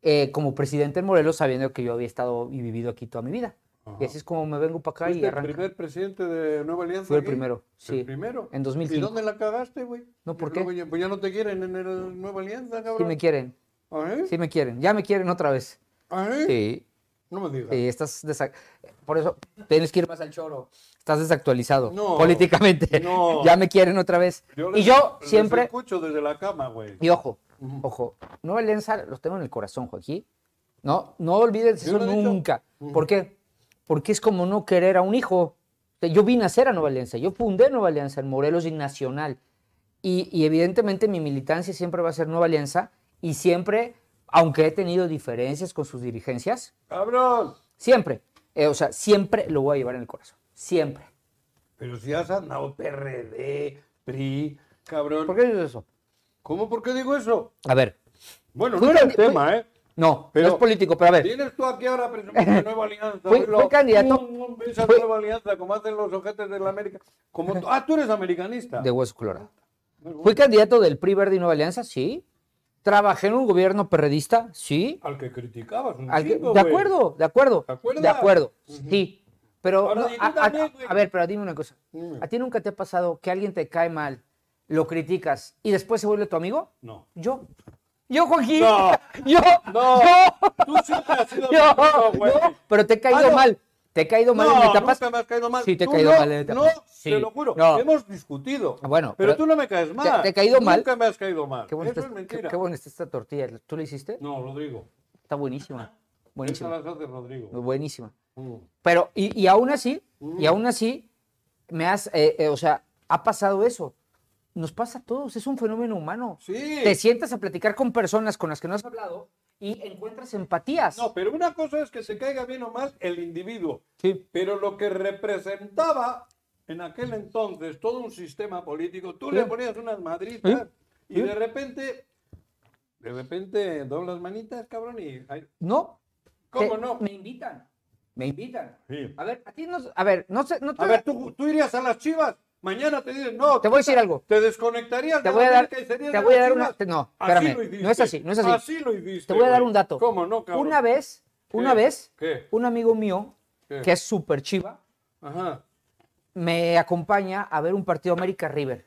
Speaker 3: eh, como presidente en Morelos, sabiendo que yo había estado y vivido aquí toda mi vida. Y así es como me vengo para acá y
Speaker 2: ¿Fuiste el
Speaker 3: arranco.
Speaker 2: primer presidente de Nueva Alianza?
Speaker 3: Fui el
Speaker 2: aquí?
Speaker 3: primero, sí.
Speaker 2: ¿El primero?
Speaker 3: En 2005.
Speaker 2: ¿Y dónde la cagaste, güey?
Speaker 3: No, ¿por
Speaker 2: Y
Speaker 3: qué?
Speaker 2: luego ya- Pues ya no te quieren en el Nueva Alianza, cabrón.
Speaker 3: Sí me quieren,
Speaker 2: ¿Ah, eh?
Speaker 3: sí me quieren, ya me quieren otra vez.
Speaker 2: ¿Ah, eh?
Speaker 3: Sí,
Speaker 2: No me digas.
Speaker 3: sí, estás desa- por eso tienes que ir más al choro. Estás desactualizado
Speaker 2: No,
Speaker 3: políticamente.
Speaker 2: no.
Speaker 3: Ya me quieren otra vez. y
Speaker 2: les-
Speaker 3: yo
Speaker 2: les
Speaker 3: siempre
Speaker 2: escucho desde la cama, güey.
Speaker 3: y ojo, ojo, Nueva Alianza los tengo en el corazón, Joaquín. No, no olvides
Speaker 2: Yo
Speaker 3: eso
Speaker 2: lo he dicho.
Speaker 3: nunca. ¿Por qué? Porque es como no querer a un hijo. O sea, Yo vine a ser a Nueva Alianza, yo fundé Nueva Alianza en Morelos y Nacional. Y, y evidentemente mi militancia siempre va a ser Nueva Alianza y siempre, aunque he tenido diferencias con sus dirigencias,
Speaker 2: ¡Cabrón!
Speaker 3: siempre, eh, o sea, siempre lo voy a llevar en el corazón. Siempre.
Speaker 2: Pero si has andado PRD, PRI, cabrón.
Speaker 3: ¿Por qué dices eso?
Speaker 2: ¿Cómo por qué digo eso?
Speaker 3: A ver,
Speaker 2: Bueno,
Speaker 3: Fui
Speaker 2: no era el
Speaker 3: candi- fui-
Speaker 2: tema, ¿eh?
Speaker 3: no,
Speaker 2: Pero-
Speaker 3: no es político, pero a ver.
Speaker 2: Tienes tú aquí ahora presumiendo de Nueva Alianza.
Speaker 3: Fui-
Speaker 2: oírlo.
Speaker 3: fui candidato.
Speaker 2: Mm, mm, Esa
Speaker 3: Fui-
Speaker 2: Nueva Alianza, como hacen los ojetes de la América. Como tú- Ah, tú eres americanista.
Speaker 3: de Hueso Colorado. ¿Fui candidato del PRI Verde y Nueva Alianza? Sí. ¿Trabajé en un gobierno perredista? Sí.
Speaker 2: Al que criticabas un
Speaker 3: Al que-
Speaker 2: chingo,
Speaker 3: de
Speaker 2: güey.
Speaker 3: acuerdo, de acuerdo.
Speaker 2: ¿Te acuerdas?
Speaker 3: De acuerdo, sí. Pero,
Speaker 2: Ahora,
Speaker 3: no,
Speaker 2: y tú
Speaker 3: a, a-
Speaker 2: también, güey.
Speaker 3: a ver, pero dime una cosa.
Speaker 2: Dime.
Speaker 3: ¿A ti nunca te ha pasado que alguien te cae mal, lo criticas y después se vuelve tu amigo?
Speaker 2: No.
Speaker 3: Yo. Yo, Joaquín.
Speaker 2: No.
Speaker 3: Yo.
Speaker 2: No.
Speaker 3: Yo.
Speaker 2: Tú siempre has sido
Speaker 3: Yo.
Speaker 2: amigo, güey.
Speaker 3: No, Pero te he caído
Speaker 2: Ah, no.
Speaker 3: mal. Te he caído mal
Speaker 2: no,
Speaker 3: en etapas.
Speaker 2: nunca me has caído mal.
Speaker 3: Sí, te he
Speaker 2: Tú
Speaker 3: caído
Speaker 2: no,
Speaker 3: mal en
Speaker 2: No,
Speaker 3: etapas. Sí.
Speaker 2: te lo juro.
Speaker 3: No.
Speaker 2: Hemos discutido.
Speaker 3: Bueno,
Speaker 2: pero,
Speaker 3: pero-
Speaker 2: tú no me caes mal.
Speaker 3: te he caído mal.
Speaker 2: Nunca me has caído mal.
Speaker 3: Qué buena
Speaker 2: Eso es
Speaker 3: está- qué-
Speaker 2: mentira.
Speaker 3: qué buena está esta tortilla. ¿Tú la hiciste?
Speaker 2: No, Rodrigo.
Speaker 3: Está buenísima.
Speaker 2: Esa
Speaker 3: Buenísima.
Speaker 2: las hace Rodrigo.
Speaker 3: Buenísima.
Speaker 2: Mm.
Speaker 3: Pero, y, y aún así, y aún así, me has, eh, eh, o sea, ha pasado eso. Nos pasa a todos, es un fenómeno humano.
Speaker 2: Sí.
Speaker 3: Te sientas a platicar con personas con las que no has hablado y encuentras empatías.
Speaker 2: No, pero una cosa es que se caiga bien o mal el individuo.
Speaker 3: Sí.
Speaker 2: Pero lo que representaba en aquel entonces todo un sistema político, tú le ponías unas madritas y de repente, de repente doblas manitas, cabrón, y... ay,
Speaker 3: No.
Speaker 2: ¿Cómo
Speaker 3: te-
Speaker 2: no?
Speaker 3: Me invitan. Me invitan.
Speaker 2: Sí.
Speaker 3: A ver, a ti no. A ver, no sé. No te,
Speaker 2: A ver, tú, tú irías a las chivas, mañana te dicen, no,
Speaker 3: te voy a decir algo.
Speaker 2: te desconectarías.
Speaker 3: Te
Speaker 2: de
Speaker 3: voy a dar,
Speaker 2: América y serías
Speaker 3: te
Speaker 2: de
Speaker 3: voy a
Speaker 2: las
Speaker 3: dar una.
Speaker 2: Chivas.
Speaker 3: te- no,
Speaker 2: Así
Speaker 3: espérame.
Speaker 2: lo hiciste.
Speaker 3: No es así, no es así.
Speaker 2: Así lo hiciste.
Speaker 3: Te voy a dar
Speaker 2: güey.
Speaker 3: un dato.
Speaker 2: ¿Cómo no, cabrón?
Speaker 3: Una vez, una
Speaker 2: ¿Qué?
Speaker 3: vez,
Speaker 2: ¿Qué?
Speaker 3: un amigo mío,
Speaker 2: ¿Qué?
Speaker 3: que es súper chiva,
Speaker 2: Ajá.
Speaker 3: me acompaña a ver un partido América River,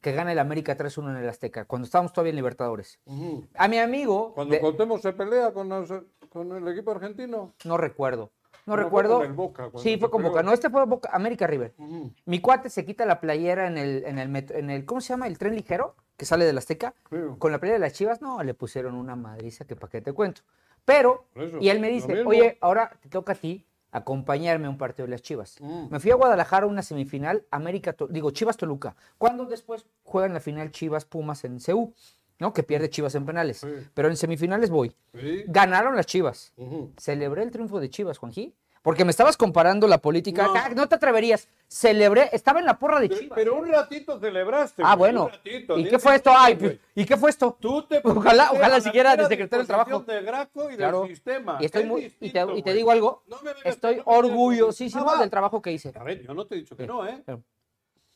Speaker 3: que gana el América 3-1 en el Azteca, cuando estábamos todavía en Libertadores.
Speaker 2: Ujú.
Speaker 3: A mi amigo,
Speaker 2: Cuando
Speaker 3: de-
Speaker 2: Contemos se pelea con, los- con el equipo argentino.
Speaker 3: no recuerdo, no
Speaker 2: fue
Speaker 3: recuerdo.
Speaker 2: con el Boca, cuando
Speaker 3: sí, fue
Speaker 2: se
Speaker 3: con
Speaker 2: peleó.
Speaker 3: Boca. No, este fue Boca, América River.
Speaker 2: Ujú.
Speaker 3: Mi cuate se quita la playera en el, en el, metro- en el ¿cómo se llama? El tren ligero que sale del Azteca.
Speaker 2: Sí.
Speaker 3: Con la playera de las chivas, no, le pusieron una madriza que para qué te cuento. Pero,
Speaker 2: Por eso,
Speaker 3: y él me
Speaker 2: lo
Speaker 3: dice,
Speaker 2: mismo.
Speaker 3: oye, ahora te toca a ti acompañarme a un partido de las chivas.
Speaker 2: Mm.
Speaker 3: Me fui a Guadalajara a una semifinal, América, To- digo, Chivas-Toluca. Cuando después juegan la final Chivas-Pumas en CU, ¿no? Que pierde Chivas en penales.
Speaker 2: Sí.
Speaker 3: Pero en semifinales voy.
Speaker 2: Sí.
Speaker 3: Ganaron las chivas.
Speaker 2: Ujú.
Speaker 3: Celebré el triunfo de Chivas, Juanji. Porque me estabas comparando la política.
Speaker 2: No.
Speaker 3: Ah, No, te atreverías. Celebré, estaba en la porra de Chivas.
Speaker 2: Pero un ratito celebraste.
Speaker 3: ah,
Speaker 2: güey, un
Speaker 3: bueno.
Speaker 2: ratito,
Speaker 3: ¿Y
Speaker 2: ni
Speaker 3: qué
Speaker 2: siquiera,
Speaker 3: fue esto? Ay,
Speaker 2: güey.
Speaker 3: ¿Y qué fue esto?
Speaker 2: Tú te
Speaker 3: Ojalá-
Speaker 2: pusiste
Speaker 3: ojalá
Speaker 2: a la
Speaker 3: siguiera de
Speaker 2: mera
Speaker 3: secretario del trabajo.
Speaker 2: disposición de Graco y
Speaker 3: Claro.
Speaker 2: del sistema.
Speaker 3: Y, estoy
Speaker 2: Es
Speaker 3: muy, y, te,
Speaker 2: distinto,
Speaker 3: y te
Speaker 2: güey.
Speaker 3: digo algo,
Speaker 2: No me vengas-
Speaker 3: estoy
Speaker 2: no me vengas-
Speaker 3: orgullosísimo
Speaker 2: Ah, va.
Speaker 3: del trabajo que hice.
Speaker 2: A ver, yo no te he dicho que no, ¿eh?
Speaker 3: Claro.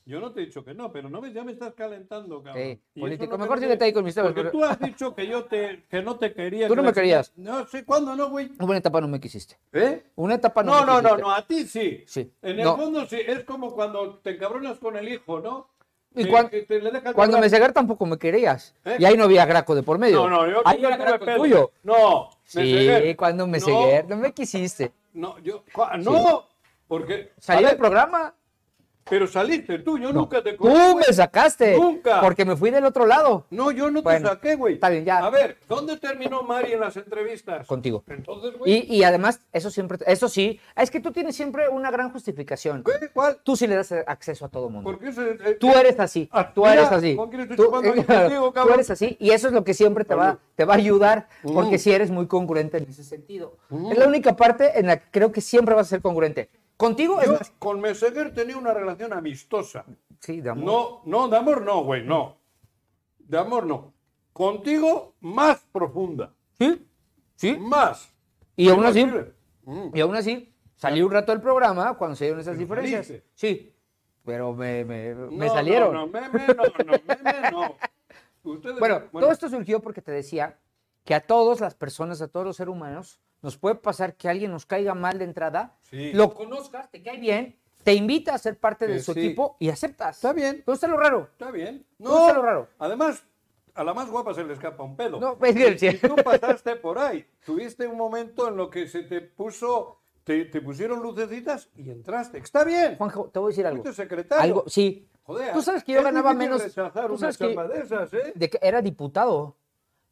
Speaker 2: Yo no te he dicho que no, pero no ves, ya me estás calentando, cabrón.
Speaker 3: Sí,
Speaker 2: Y
Speaker 3: político.
Speaker 2: eso no
Speaker 3: Mejor
Speaker 2: me
Speaker 3: síguete ahí con mis temas,
Speaker 2: Porque
Speaker 3: pero-
Speaker 2: tú has dicho que yo te, que no te quería.
Speaker 3: Tú no
Speaker 2: que
Speaker 3: me
Speaker 2: la-
Speaker 3: querías.
Speaker 2: No sé, ¿cuándo no, güey?
Speaker 3: Una etapa no me quisiste.
Speaker 2: ¿Eh?
Speaker 3: Una etapa no
Speaker 2: No,
Speaker 3: me
Speaker 2: no, no,
Speaker 3: quisiste.
Speaker 2: no, a ti sí.
Speaker 3: Sí.
Speaker 2: En el
Speaker 3: No.
Speaker 2: fondo sí, es como cuando te encabronas con el hijo, ¿no?
Speaker 3: Y
Speaker 2: Que-
Speaker 3: cuan-
Speaker 2: que te le dejas
Speaker 3: Cuando me
Speaker 2: llorar.
Speaker 3: cegar tampoco me querías.
Speaker 2: ¿Eh?
Speaker 3: Y ahí no había graco de por medio.
Speaker 2: No, no, yo
Speaker 3: ahí
Speaker 2: yo
Speaker 3: era
Speaker 2: tuve
Speaker 3: graco
Speaker 2: pedo.
Speaker 3: tuyo.
Speaker 2: No, me
Speaker 3: Sí,
Speaker 2: cegué.
Speaker 3: cuando me
Speaker 2: No,
Speaker 3: cegué, no me quisiste.
Speaker 2: No, yo, cua- no, porque. a
Speaker 3: Salí
Speaker 2: ver,
Speaker 3: del programa.
Speaker 2: Pero saliste tú, yo nunca te
Speaker 3: Tú
Speaker 2: conocí.
Speaker 3: me sacaste.
Speaker 2: Nunca.
Speaker 3: Porque me fui del otro lado.
Speaker 2: No, yo no
Speaker 3: Bueno,
Speaker 2: te saqué, güey.
Speaker 3: está bien, ya.
Speaker 2: A ver, ¿dónde terminó Mari en las entrevistas?
Speaker 3: Contigo.
Speaker 2: Entonces, güey.
Speaker 3: Y, y además, eso siempre, eso sí, es que tú tienes siempre una gran justificación.
Speaker 2: ¿qué? ¿Cuál?
Speaker 3: Tú sí le das acceso a todo mundo.
Speaker 2: Porque ese, eh,
Speaker 3: Tú eres así,
Speaker 2: Ah,
Speaker 3: tú
Speaker 2: mira,
Speaker 3: eres así.
Speaker 2: ¿con quién estoy
Speaker 3: Tú,
Speaker 2: chupando ahí contigo,
Speaker 3: tú
Speaker 2: cabrón?
Speaker 3: eres así y eso es lo que siempre te va,
Speaker 2: Salud.
Speaker 3: te va a ayudar porque
Speaker 2: Mm.
Speaker 3: si eres muy congruente en ese sentido. Es la única parte en la que creo que siempre vas a ser congruente. Contigo es
Speaker 2: yo
Speaker 3: más-
Speaker 2: con Meseguer tenía una relación amistosa.
Speaker 3: Sí, de amor.
Speaker 2: No, no, de amor no, güey, no. De amor no. Contigo, más profunda.
Speaker 3: Sí,
Speaker 2: Mm.
Speaker 3: sí.
Speaker 2: Más.
Speaker 3: Y aún así,
Speaker 2: Imposible. Mm.
Speaker 3: y aún así, salí un rato del programa cuando se dieron esas
Speaker 2: Pero
Speaker 3: diferencias.
Speaker 2: saliste.
Speaker 3: Sí, pero me, me- me
Speaker 2: No,
Speaker 3: salieron.
Speaker 2: No, no, meme, no, no, meme, no. Ustedes-
Speaker 3: Bueno, todo esto surgió porque te decía que a todas las personas, a todos los seres humanos, nos puede pasar que alguien nos caiga mal de entrada,
Speaker 2: Sí.
Speaker 3: lo conozcas, te cae bien, te invita a ser parte de
Speaker 2: Que
Speaker 3: su
Speaker 2: sí.
Speaker 3: equipo y aceptas.
Speaker 2: Está bien.
Speaker 3: No está lo raro.
Speaker 2: Está bien.
Speaker 3: No, está lo raro.
Speaker 2: Además, a la más guapa se le escapa un pedo.
Speaker 3: No, pues, es que-
Speaker 2: Y- y tú pasaste por ahí. Tuviste un momento en lo que se te puso, te, te pusieron lucecitas y entraste. Está bien.
Speaker 3: Juanjo, te voy a decir algo.
Speaker 2: Fuiste secretario.
Speaker 3: Algo, sí.
Speaker 2: Joder,
Speaker 3: tú sabes que yo
Speaker 2: es
Speaker 3: ganaba
Speaker 2: difícil
Speaker 3: menos.
Speaker 2: rechazar
Speaker 3: Tú
Speaker 2: una
Speaker 3: sabes que,
Speaker 2: chamba de esas, ¿eh?
Speaker 3: de que era diputado.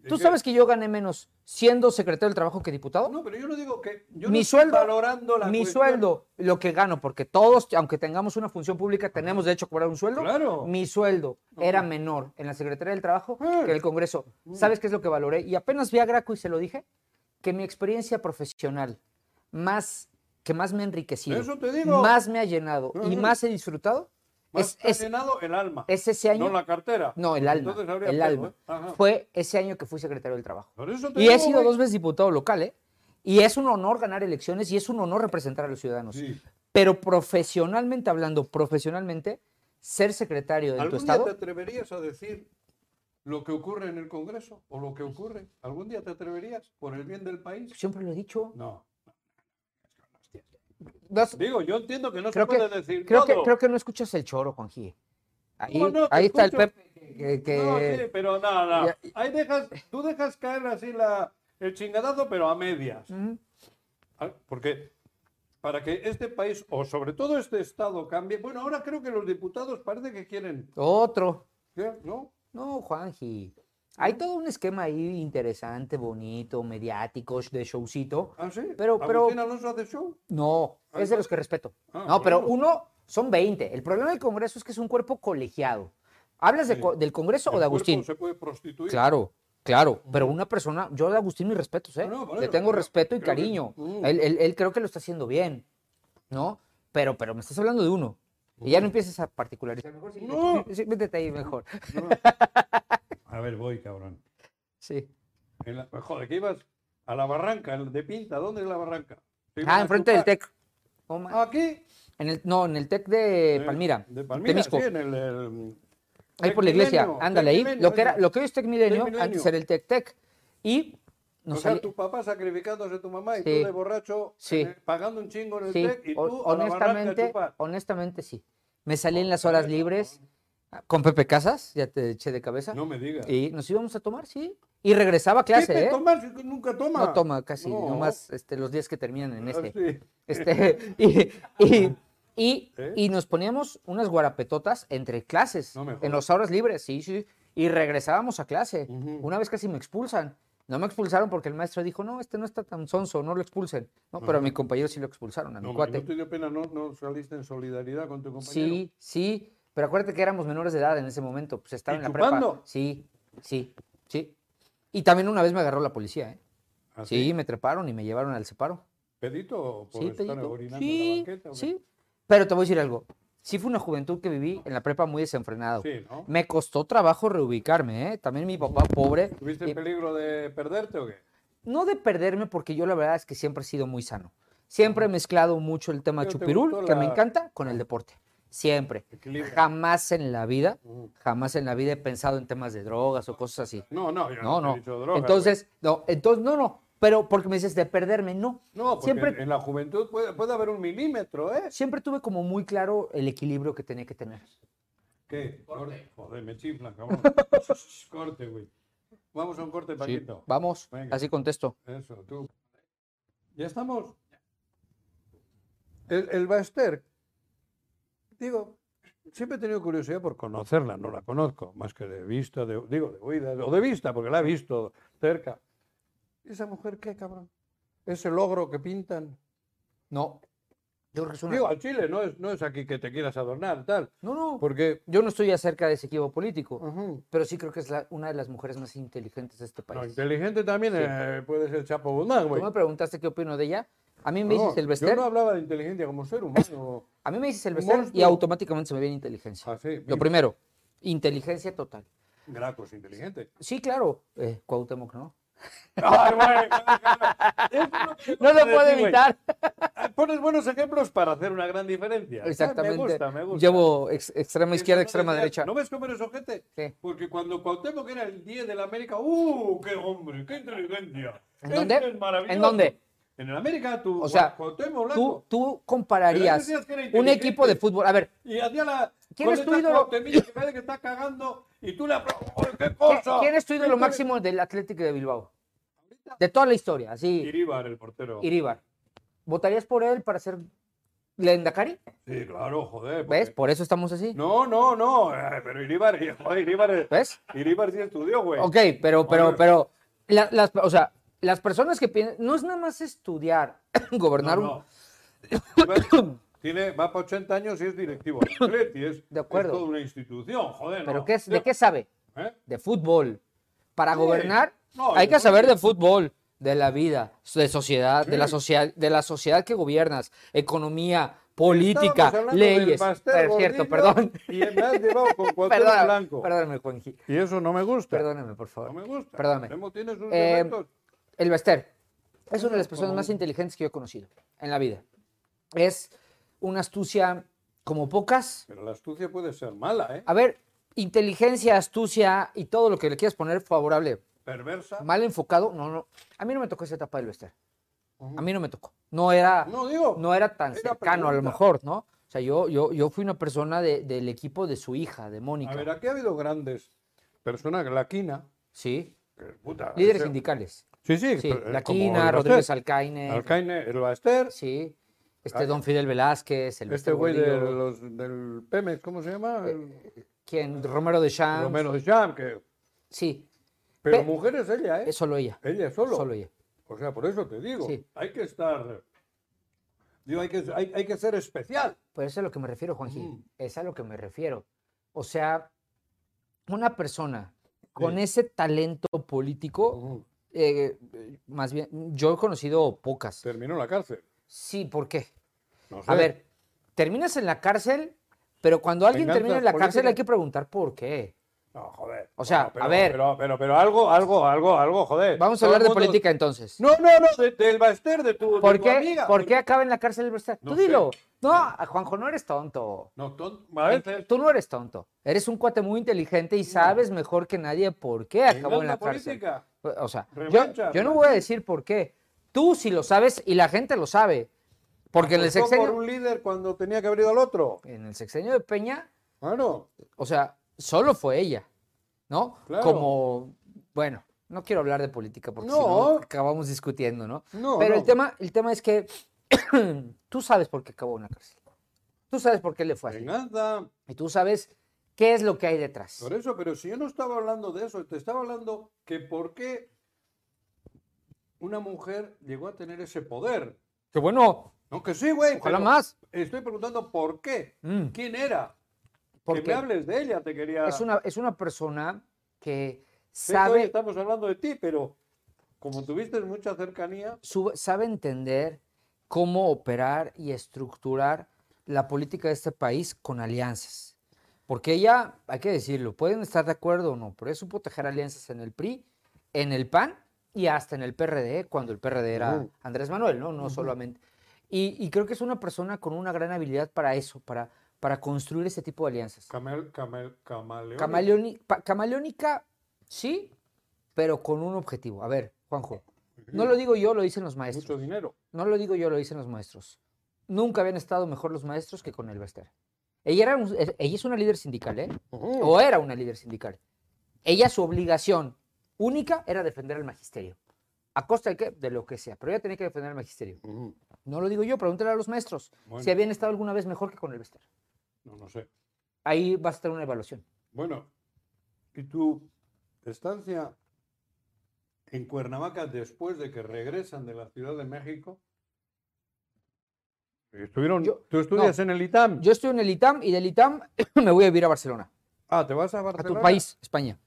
Speaker 3: ¿Tú
Speaker 2: qué?
Speaker 3: sabes que yo gané menos siendo secretario del trabajo que diputado?
Speaker 2: No, pero yo no digo que. Yo no
Speaker 3: mi
Speaker 2: estoy
Speaker 3: sueldo,
Speaker 2: Valorando la
Speaker 3: mi
Speaker 2: cuestión.
Speaker 3: sueldo, lo que gano, porque todos, aunque tengamos una función pública, tenemos derecho a cobrar un sueldo.
Speaker 2: Claro.
Speaker 3: Mi sueldo era menor en la Secretaría del Trabajo
Speaker 2: Ah.
Speaker 3: que en el Congreso. ¿Sabes qué es lo que valoré? Y apenas vi a Graco y se lo dije, que mi experiencia profesional más que más me ha enriquecido,
Speaker 2: Eso te digo.
Speaker 3: más me ha llenado y
Speaker 2: Ujú.
Speaker 3: más he disfrutado,
Speaker 2: Más
Speaker 3: es,
Speaker 2: te ha
Speaker 3: es-
Speaker 2: llenado el alma.
Speaker 3: es ese año,
Speaker 2: No la cartera.
Speaker 3: no, el alma,
Speaker 2: Entonces habría
Speaker 3: el
Speaker 2: pedo,
Speaker 3: alma,
Speaker 2: ¿eh? Ajá.
Speaker 3: fue ese año que fui secretario del Trabajo.
Speaker 2: Por eso te
Speaker 3: Y he
Speaker 2: digo,
Speaker 3: sido
Speaker 2: güey.
Speaker 3: dos veces diputado local, ¿eh? Y es un honor ganar elecciones y es un honor representar a los ciudadanos.
Speaker 2: Sí.
Speaker 3: Pero profesionalmente hablando, profesionalmente, ser secretario de tu
Speaker 2: ¿Algún día
Speaker 3: estado,
Speaker 2: te atreverías a decir lo que ocurre en el Congreso o lo que ocurre? ¿Algún día te atreverías por el bien del país?
Speaker 3: siempre lo he dicho.
Speaker 2: No.
Speaker 3: No has-
Speaker 2: Digo, yo entiendo que no
Speaker 3: creo,
Speaker 2: se puede
Speaker 3: que,
Speaker 2: decir
Speaker 3: creo, que,
Speaker 2: todo.
Speaker 3: creo que no escuchas el choro, Juan Ahí,
Speaker 2: No, no, te
Speaker 3: ahí está el
Speaker 2: escucho.
Speaker 3: Pepe. que- que-
Speaker 2: No, sí, pero no, no.
Speaker 3: Ya-
Speaker 2: Ahí dejas, tú dejas caer así la, el chingadazo, pero a medias.
Speaker 3: Ujú.
Speaker 2: Ah, Porque para que este país, o sobre todo este Estado, cambie. Bueno, ahora creo que los diputados parece que quieren.
Speaker 3: Otro.
Speaker 2: ¿qué? ¿No?
Speaker 3: No, Juanji. Hay
Speaker 2: ¿Eh?
Speaker 3: todo un esquema ahí interesante, bonito, mediático, de showcito.
Speaker 2: ¿Ah, sí?
Speaker 3: Pero- pero-
Speaker 2: ¿Agustín Alonso hace show?
Speaker 3: No,
Speaker 2: Ahí
Speaker 3: es de
Speaker 2: está.
Speaker 3: los que respeto.
Speaker 2: Ah,
Speaker 3: no, pero
Speaker 2: bueno.
Speaker 3: uno son 20. El problema del Congreso es que es un cuerpo colegiado. ¿Hablas de
Speaker 2: Sí.
Speaker 3: co- del Congreso o
Speaker 2: El
Speaker 3: de Agustín?
Speaker 2: cuerpo Se puede prostituir.
Speaker 3: Claro, claro. Pero una persona, yo de Agustín mis respetos, ¿eh?
Speaker 2: No, no, por
Speaker 3: Le
Speaker 2: eso,
Speaker 3: tengo
Speaker 2: creo-
Speaker 3: respeto y
Speaker 2: creo que-
Speaker 3: cariño.
Speaker 2: Mm.
Speaker 3: Él, él- él creo que lo está haciendo bien, ¿no? Pero, pero me estás hablando de uno. Y ya no empieces a particularizar. Mejor sí,
Speaker 2: No.
Speaker 3: sí, métete ahí mejor.
Speaker 2: A ver, voy, cabrón.
Speaker 3: Sí.
Speaker 2: En la- Joder, que ibas a la barranca, en- de Pinta. ¿Dónde es la barranca? Te iban
Speaker 3: Ah,
Speaker 2: a
Speaker 3: enfrente del
Speaker 2: chupar.
Speaker 3: TEC. No, ma-
Speaker 2: Ah, ¿Aquí?
Speaker 3: en el- no, en el TEC de
Speaker 2: Eh,
Speaker 3: Palmira.
Speaker 2: De Palmira,
Speaker 3: Temisco.
Speaker 2: sí, en el, el-
Speaker 3: Ahí por la iglesia,
Speaker 2: Milenio,
Speaker 3: ándale ahí.
Speaker 2: Tecmilenio,
Speaker 3: Lo que, era,
Speaker 2: ándale.
Speaker 3: lo que hoy es Tec Milenio,
Speaker 2: Tecmilenio.
Speaker 3: antes era el Tec Tec. Y nos
Speaker 2: o sea,
Speaker 3: sali-
Speaker 2: tu papá sacrificándose a tu mamá y
Speaker 3: Sí.
Speaker 2: tú de borracho
Speaker 3: Sí.
Speaker 2: eh, pagando un chingo en el
Speaker 3: sí,
Speaker 2: TEC y tú
Speaker 3: ho-
Speaker 2: a la barranca a
Speaker 3: honestamente,
Speaker 2: chupar.
Speaker 3: honestamente sí. Me salí en las horas libres con Pepe Casas, ya te eché de cabeza.
Speaker 2: No me digas.
Speaker 3: Y nos íbamos a tomar, sí. Y regresaba a clase,
Speaker 2: Pepe
Speaker 3: ¿eh?
Speaker 2: tomar? Si nunca toma.
Speaker 3: No toma casi,
Speaker 2: No.
Speaker 3: nomás este, los días que terminan en
Speaker 2: Ah,
Speaker 3: este.
Speaker 2: sí.
Speaker 3: Este, y, y, y,
Speaker 2: ¿Eh?
Speaker 3: y nos poníamos unas guarapetotas entre clases,
Speaker 2: No me
Speaker 3: en
Speaker 2: jodas.
Speaker 3: las horas libres, sí, sí. Y regresábamos a clase.
Speaker 2: Ujú.
Speaker 3: Una vez casi me expulsan. No me expulsaron porque el maestro dijo, no, este no está tan sonso, no lo expulsen. No, pero a mi compañero sí lo expulsaron, a mi
Speaker 2: No,
Speaker 3: cuate.
Speaker 2: no te dio pena, no, no saliste en solidaridad con tu compañero.
Speaker 3: Sí, sí, pero acuérdate que éramos menores de edad en ese momento, pues estaba
Speaker 2: ¿Y
Speaker 3: en la
Speaker 2: chupando?
Speaker 3: prepa. Sí, sí, sí. Y también una vez me agarró la policía, ¿eh?
Speaker 2: ¿Así?
Speaker 3: Sí, me treparon y me llevaron al separo.
Speaker 2: ¿Pedito o por
Speaker 3: Sí,
Speaker 2: estar
Speaker 3: pedito.
Speaker 2: orinando
Speaker 3: Sí,
Speaker 2: en la banqueta? o qué?
Speaker 3: sí. Pero te voy a decir algo. Sí fue una juventud que viví en la prepa muy desenfrenado.
Speaker 2: Sí, ¿no?
Speaker 3: Me costó trabajo reubicarme, ¿eh? También mi papá pobre.
Speaker 2: ¿Tuviste
Speaker 3: eh,
Speaker 2: peligro de perderte o qué?
Speaker 3: no de perderme porque yo la verdad es que siempre he sido muy sano. Siempre he mezclado mucho el tema
Speaker 2: Pero te
Speaker 3: chupirul,
Speaker 2: gustó
Speaker 3: que me
Speaker 2: la-
Speaker 3: encanta, con el deporte. Siempre.
Speaker 2: Equilibrio.
Speaker 3: Jamás en la vida,
Speaker 2: Ujú.
Speaker 3: jamás en la vida he pensado en temas de drogas o cosas así.
Speaker 2: No, no, yo
Speaker 3: No,
Speaker 2: te he
Speaker 3: no.
Speaker 2: dicho droga, güey.
Speaker 3: entonces, no, entonces, no, no. Pero porque me dices de perderme, no.
Speaker 2: No, porque
Speaker 3: siempre
Speaker 2: en la juventud puede, puede haber un milímetro, ¿eh?
Speaker 3: siempre tuve como muy claro el equilibrio que tenía que tener.
Speaker 2: ¿Qué? Corte. Joder, me chiflan, cabrón. corte, güey. Vamos a un corte, Paquito.
Speaker 3: Vamos,
Speaker 2: Venga.
Speaker 3: así contesto.
Speaker 2: Eso, tú. ¿Ya estamos? El, el Baester, digo, siempre he tenido curiosidad por conocerla, no la conozco, más que de vista, de, digo, de oída, o de vista, porque la he visto cerca. ¿Esa mujer qué, cabrón? Ese logro que pintan.
Speaker 3: No, yo creo que es una-
Speaker 2: Digo, al Chile, no es, no es aquí que te quieras adornar, tal.
Speaker 3: no, no,
Speaker 2: Porque.
Speaker 3: yo no estoy acerca de ese equipo político,
Speaker 2: ujú,
Speaker 3: pero sí creo que es la- una de las mujeres más inteligentes de este
Speaker 2: no,
Speaker 3: país.
Speaker 2: inteligente también
Speaker 3: Sí.
Speaker 2: eh, puede ser Chapo Guzmán,
Speaker 3: Tú
Speaker 2: güey.
Speaker 3: me preguntaste qué opino de ella. A mí me
Speaker 2: No,
Speaker 3: dices el
Speaker 2: yo
Speaker 3: Bester,
Speaker 2: no hablaba de inteligencia como ser humano.
Speaker 3: a mí me dices el
Speaker 2: un
Speaker 3: Bester y
Speaker 2: monstruo.
Speaker 3: automáticamente se me viene inteligencia.
Speaker 2: Así.
Speaker 3: Lo primero, inteligencia total.
Speaker 2: Graco es inteligente.
Speaker 3: Sí, claro, eh, Cuauhtémoc, ¿no?
Speaker 2: Ay, eh, güey, güey, güey. Eso es
Speaker 3: No lo
Speaker 2: que
Speaker 3: puedo
Speaker 2: decir, güey.
Speaker 3: evitar.
Speaker 2: Ah, Pones buenos ejemplos para hacer una gran diferencia. Ah,
Speaker 3: Exactamente.
Speaker 2: Me gusta, me gusta.
Speaker 3: Llevo ex- extrema
Speaker 2: Eso
Speaker 3: izquierda,
Speaker 2: no
Speaker 3: extrema
Speaker 2: decías,
Speaker 3: derecha.
Speaker 2: ¿No ves cómo eres ojete?
Speaker 3: Sí.
Speaker 2: Porque cuando Cuauhtémoc era el 10 de la América, ¡uh! ¡Qué hombre! ¡Qué inteligencia!
Speaker 3: ¿En
Speaker 2: Este
Speaker 3: dónde?
Speaker 2: es maravilloso.
Speaker 3: ¿En dónde?
Speaker 2: En el América, tu
Speaker 3: O sea,
Speaker 2: Cuauhtémoc
Speaker 3: Tú,
Speaker 2: Blanco.
Speaker 3: tú compararías
Speaker 2: decías que era
Speaker 3: un equipo de
Speaker 2: inteligente.
Speaker 3: fútbol. A ver,
Speaker 2: Y hacía la.
Speaker 3: ¿Quién
Speaker 2: con
Speaker 3: es tu
Speaker 2: esta
Speaker 3: ídolo?
Speaker 2: Cuauhtemilla que parece que está cagando y tú le apro- ¡Oh, ¡Qué cosa!
Speaker 3: ¿Quién es tu ídolo
Speaker 2: Qué
Speaker 3: máximo del Atlético de Bilbao?
Speaker 2: Ahorita.
Speaker 3: De toda la historia, así,
Speaker 2: Iríbar, el portero.
Speaker 3: Iríbar. ¿Votarías por él para ser Lendakari?
Speaker 2: Sí, claro, joder.
Speaker 3: ¿Ves?
Speaker 2: porque-
Speaker 3: Por eso estamos así.
Speaker 2: No, no, no. eh, Pero Iríbar, joder, Iríbar,
Speaker 3: ¿Ves?
Speaker 2: Iríbar sí estudió, güey.
Speaker 3: Ok, pero, pero,
Speaker 2: Hombre.
Speaker 3: pero, la- las, o sea, las personas que piensan, no es nada más estudiar, gobernar
Speaker 2: No,
Speaker 3: un...
Speaker 2: no. Iríbar Tiene, va para 80 años y es directivo. del Atleti, Es,
Speaker 3: De acuerdo.
Speaker 2: es toda una institución, joder.
Speaker 3: ¿Pero
Speaker 2: no.
Speaker 3: qué, es- de qué sabe?
Speaker 2: ¿Eh?
Speaker 3: De fútbol. Para
Speaker 2: Sí.
Speaker 3: gobernar
Speaker 2: No,
Speaker 3: hay
Speaker 2: yo
Speaker 3: que
Speaker 2: creo
Speaker 3: saber
Speaker 2: que-
Speaker 3: de fútbol, de la vida, de sociedad, de la
Speaker 2: Sí.
Speaker 3: sociedad, de la sociedad que gobiernas, economía, política,
Speaker 2: Estábamos hablando del
Speaker 3: leyes.
Speaker 2: pastel
Speaker 3: Pero, cierto,
Speaker 2: gordillo
Speaker 3: perdón.
Speaker 2: Y me has llevado con cualquier
Speaker 3: Perdóname,
Speaker 2: blanco.
Speaker 3: perdóname, Juanji.
Speaker 2: Y eso no me gusta.
Speaker 3: Perdóname, por
Speaker 2: No me
Speaker 3: favor.
Speaker 2: gusta.
Speaker 3: Perdóname.
Speaker 2: Hemos- Tienes sus
Speaker 3: Eh,
Speaker 2: elementos.
Speaker 3: El Bester es una de las personas
Speaker 2: Como-
Speaker 3: más inteligentes que yo he conocido en la vida. Es una astucia como pocas.
Speaker 2: Pero la astucia puede ser mala, ¿eh?
Speaker 3: A ver, inteligencia, astucia y todo lo que le quieras poner favorable.
Speaker 2: Perversa.
Speaker 3: Mal enfocado, no, no. A mí no me tocó esa etapa del Bester.
Speaker 2: Ujú.
Speaker 3: A mí no me tocó. No era,
Speaker 2: No digo.
Speaker 3: no era tan
Speaker 2: Era
Speaker 3: cercano a lo
Speaker 2: pregunta.
Speaker 3: mejor, ¿no? O sea, yo, yo, yo fui una persona de- del equipo de su hija, de
Speaker 2: A ver,
Speaker 3: Mónica.
Speaker 2: aquí ha habido grandes personas. La Quina.
Speaker 3: Sí.
Speaker 2: que, puta,
Speaker 3: Líderes
Speaker 2: ese-
Speaker 3: sindicales.
Speaker 2: Ah, Sí, sí.
Speaker 3: Sí,
Speaker 2: pero, eh,
Speaker 3: La
Speaker 2: como
Speaker 3: Quina,
Speaker 2: el
Speaker 3: Rodríguez
Speaker 2: Baster.
Speaker 3: Alcaine.
Speaker 2: Alcaine, el Baster.
Speaker 3: Sí. Este
Speaker 2: Ah,
Speaker 3: Don Fidel Velázquez,
Speaker 2: Este
Speaker 3: el Bester
Speaker 2: güey de
Speaker 3: Gordillo,
Speaker 2: los- del Pemex, ¿cómo se llama? El,
Speaker 3: ¿Quién? Romero de Champs.
Speaker 2: Romero de Jam, que.
Speaker 3: Sí,
Speaker 2: Pero
Speaker 3: Ah, Pe-
Speaker 2: mujer es ella, ¿eh?
Speaker 3: es solo ella.
Speaker 2: Ella solo.
Speaker 3: Solo ella.
Speaker 2: O sea, por eso te digo,
Speaker 3: Sí.
Speaker 2: hay que estar. Digo, hay que, hay, hay que ser especial.
Speaker 3: Pues eso es a lo que me refiero, Juanji.
Speaker 2: Ujú.
Speaker 3: Es a lo que me refiero. O sea, una persona con ese talento político,
Speaker 2: Ujú.
Speaker 3: eh, eh, más bien, yo he conocido pocas.
Speaker 2: Terminó la cárcel.
Speaker 3: Sí, ¿por qué?
Speaker 2: No sé.
Speaker 3: A ver, terminas en la cárcel Pero cuando alguien
Speaker 2: Venganza
Speaker 3: termina en la cárcel
Speaker 2: política.
Speaker 3: hay que preguntar por qué.
Speaker 2: No, joder.
Speaker 3: O sea,
Speaker 2: No, pero-
Speaker 3: a ver.
Speaker 2: Pero, pero, pero algo, algo, algo, algo, joder.
Speaker 3: Vamos
Speaker 2: Todo
Speaker 3: a hablar de
Speaker 2: el mundo-
Speaker 3: política entonces.
Speaker 2: No, no, no, de- del Baster, de tu, de
Speaker 3: ¿Por
Speaker 2: tu
Speaker 3: qué,
Speaker 2: amiga.
Speaker 3: ¿Por qué acaba en la cárcel el Verstappen?
Speaker 2: No
Speaker 3: Tú
Speaker 2: sé.
Speaker 3: dilo. No, a Juanjo, no eres tonto.
Speaker 2: No, ton- a ver, te-
Speaker 3: Tú no eres tonto. Eres un cuate muy inteligente y sabes mejor que nadie por qué acabó en la
Speaker 2: venganza
Speaker 3: cárcel.
Speaker 2: política.
Speaker 3: O sea, yo,
Speaker 2: Revancha,
Speaker 3: yo no voy a decir por qué. Tú sí lo sabes y la gente lo sabe. Porque en el
Speaker 2: Apostó por
Speaker 3: sexenio,
Speaker 2: un líder cuando tenía que haber ido al otro. Ah,
Speaker 3: en el sexenio de Peña,
Speaker 2: Claro.
Speaker 3: o sea, solo fue ella, ¿no?
Speaker 2: Claro.
Speaker 3: Como, bueno, no quiero hablar de política porque si
Speaker 2: No.
Speaker 3: no, acabamos discutiendo, ¿no?
Speaker 2: No,
Speaker 3: Pero
Speaker 2: no.
Speaker 3: el tema, el tema es que tú sabes por qué acabó en la cárcel. Tú sabes por qué le fue así.
Speaker 2: Venganza.
Speaker 3: Y tú sabes qué es lo que hay detrás.
Speaker 2: Por eso, pero si yo no estaba hablando de eso, te estaba hablando que por qué una mujer llegó a tener ese poder.
Speaker 3: Que bueno,
Speaker 2: No, que sí, güey.
Speaker 3: ojalá
Speaker 2: pero
Speaker 3: más.
Speaker 2: Estoy preguntando por qué.
Speaker 3: Mm,
Speaker 2: ¿Quién era? que
Speaker 3: porque
Speaker 2: me hables de ella, te quería.
Speaker 3: es una, es una persona que
Speaker 2: Sé que hoy
Speaker 3: sabe,
Speaker 2: estamos hablando de ti, pero como tuviste mucha cercanía,
Speaker 3: su- sabe entender cómo operar y estructurar la política de este país con alianzas. Porque ella, hay que decirlo, pueden estar de acuerdo o no, pero ella supo tejer alianzas en el PRI, en el PAN y hasta en el PRD, cuando el PRD era
Speaker 2: Ujú.
Speaker 3: Andrés Manuel, ¿no? No solamente. Y, y creo que es una persona con una gran habilidad para eso, para, para construir ese tipo de alianzas.
Speaker 2: camel, camel, camaleón.
Speaker 3: Camaleoni- pa- camaleónica, sí, pero con un objetivo. A ver, Juanjo, no lo digo yo, lo dicen los
Speaker 2: Mucho
Speaker 3: maestros.
Speaker 2: dinero.
Speaker 3: No lo digo yo, lo dicen los maestros. Nunca habían estado mejor los maestros que con el Bester. Ella, era un- e- ella es una líder sindical, ¿eh? O era una líder sindical. Ella, su obligación única era defender al magisterio. ¿A costa de qué? De lo que sea. Pero ella tenía que defender al magisterio.
Speaker 2: Ujú.
Speaker 3: No lo digo yo, pregúntale a los maestros
Speaker 2: Bueno.
Speaker 3: si habían estado alguna vez mejor que con el Bester.
Speaker 2: No, no sé.
Speaker 3: Ahí va a estar una evaluación.
Speaker 2: Bueno, ¿y tu estancia en Cuernavaca después de que regresan de la Ciudad de México? Estuvieron,
Speaker 3: Yo-
Speaker 2: ¿Tú estudias en el ITAM?
Speaker 3: Yo estoy en el ITAM y del ITAM me voy a vivir a Barcelona,
Speaker 2: ah, ¿te vas a
Speaker 3: a
Speaker 2: Barcelona?
Speaker 3: tu país, España.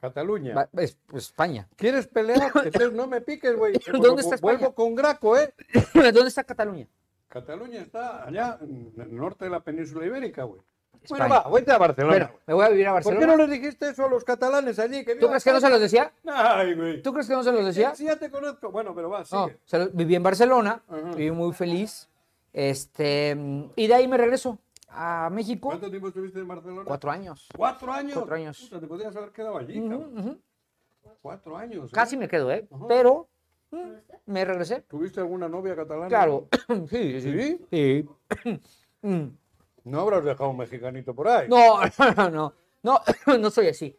Speaker 2: Cataluña.
Speaker 3: Ba- es- pues, España.
Speaker 2: ¿Quieres pelear? Entonces no me piques, güey.
Speaker 3: ¿Dónde está España?
Speaker 2: Vuelvo con Graco, ¿eh?
Speaker 3: ¿Dónde está Cataluña?
Speaker 2: Cataluña está allá en el norte de la península ibérica, güey.
Speaker 3: España.
Speaker 2: Bueno, va, vete a Barcelona.
Speaker 3: Bueno, me voy a vivir a
Speaker 2: ¿Por qué no
Speaker 3: Barcelona.
Speaker 2: les dijiste eso a los catalanes allí? Que
Speaker 3: ¿Tú
Speaker 2: vivan
Speaker 3: crees que no se los decía?
Speaker 2: Ay, güey.
Speaker 3: ¿Tú crees que no se los
Speaker 2: Sí,
Speaker 3: decía?
Speaker 2: sí, ya te conozco. Bueno, pero va,
Speaker 3: No,
Speaker 2: sigue.
Speaker 3: se los- viví en Barcelona,
Speaker 2: Ajá.
Speaker 3: viví muy feliz. Este, mm, y de ahí me regreso a México.
Speaker 2: ¿Cuánto tiempo estuviste en Barcelona?
Speaker 3: Cuatro años.
Speaker 2: ¿Cuatro años?
Speaker 3: Cuatro años.
Speaker 2: Puta, te podrías haber quedado allí,
Speaker 3: Ujú,
Speaker 2: cabrón.
Speaker 3: ujú.
Speaker 2: Cuatro años. ¿eh?
Speaker 3: Casi me quedo, ¿eh?
Speaker 2: Ajá.
Speaker 3: Pero mm, me regresé.
Speaker 2: ¿Tuviste alguna novia catalana?
Speaker 3: Claro. Sí, sí.
Speaker 2: ¿Sí?
Speaker 3: sí. Mm.
Speaker 2: No habrás dejado un mexicanito por ahí.
Speaker 3: No, no, no. No, no soy así.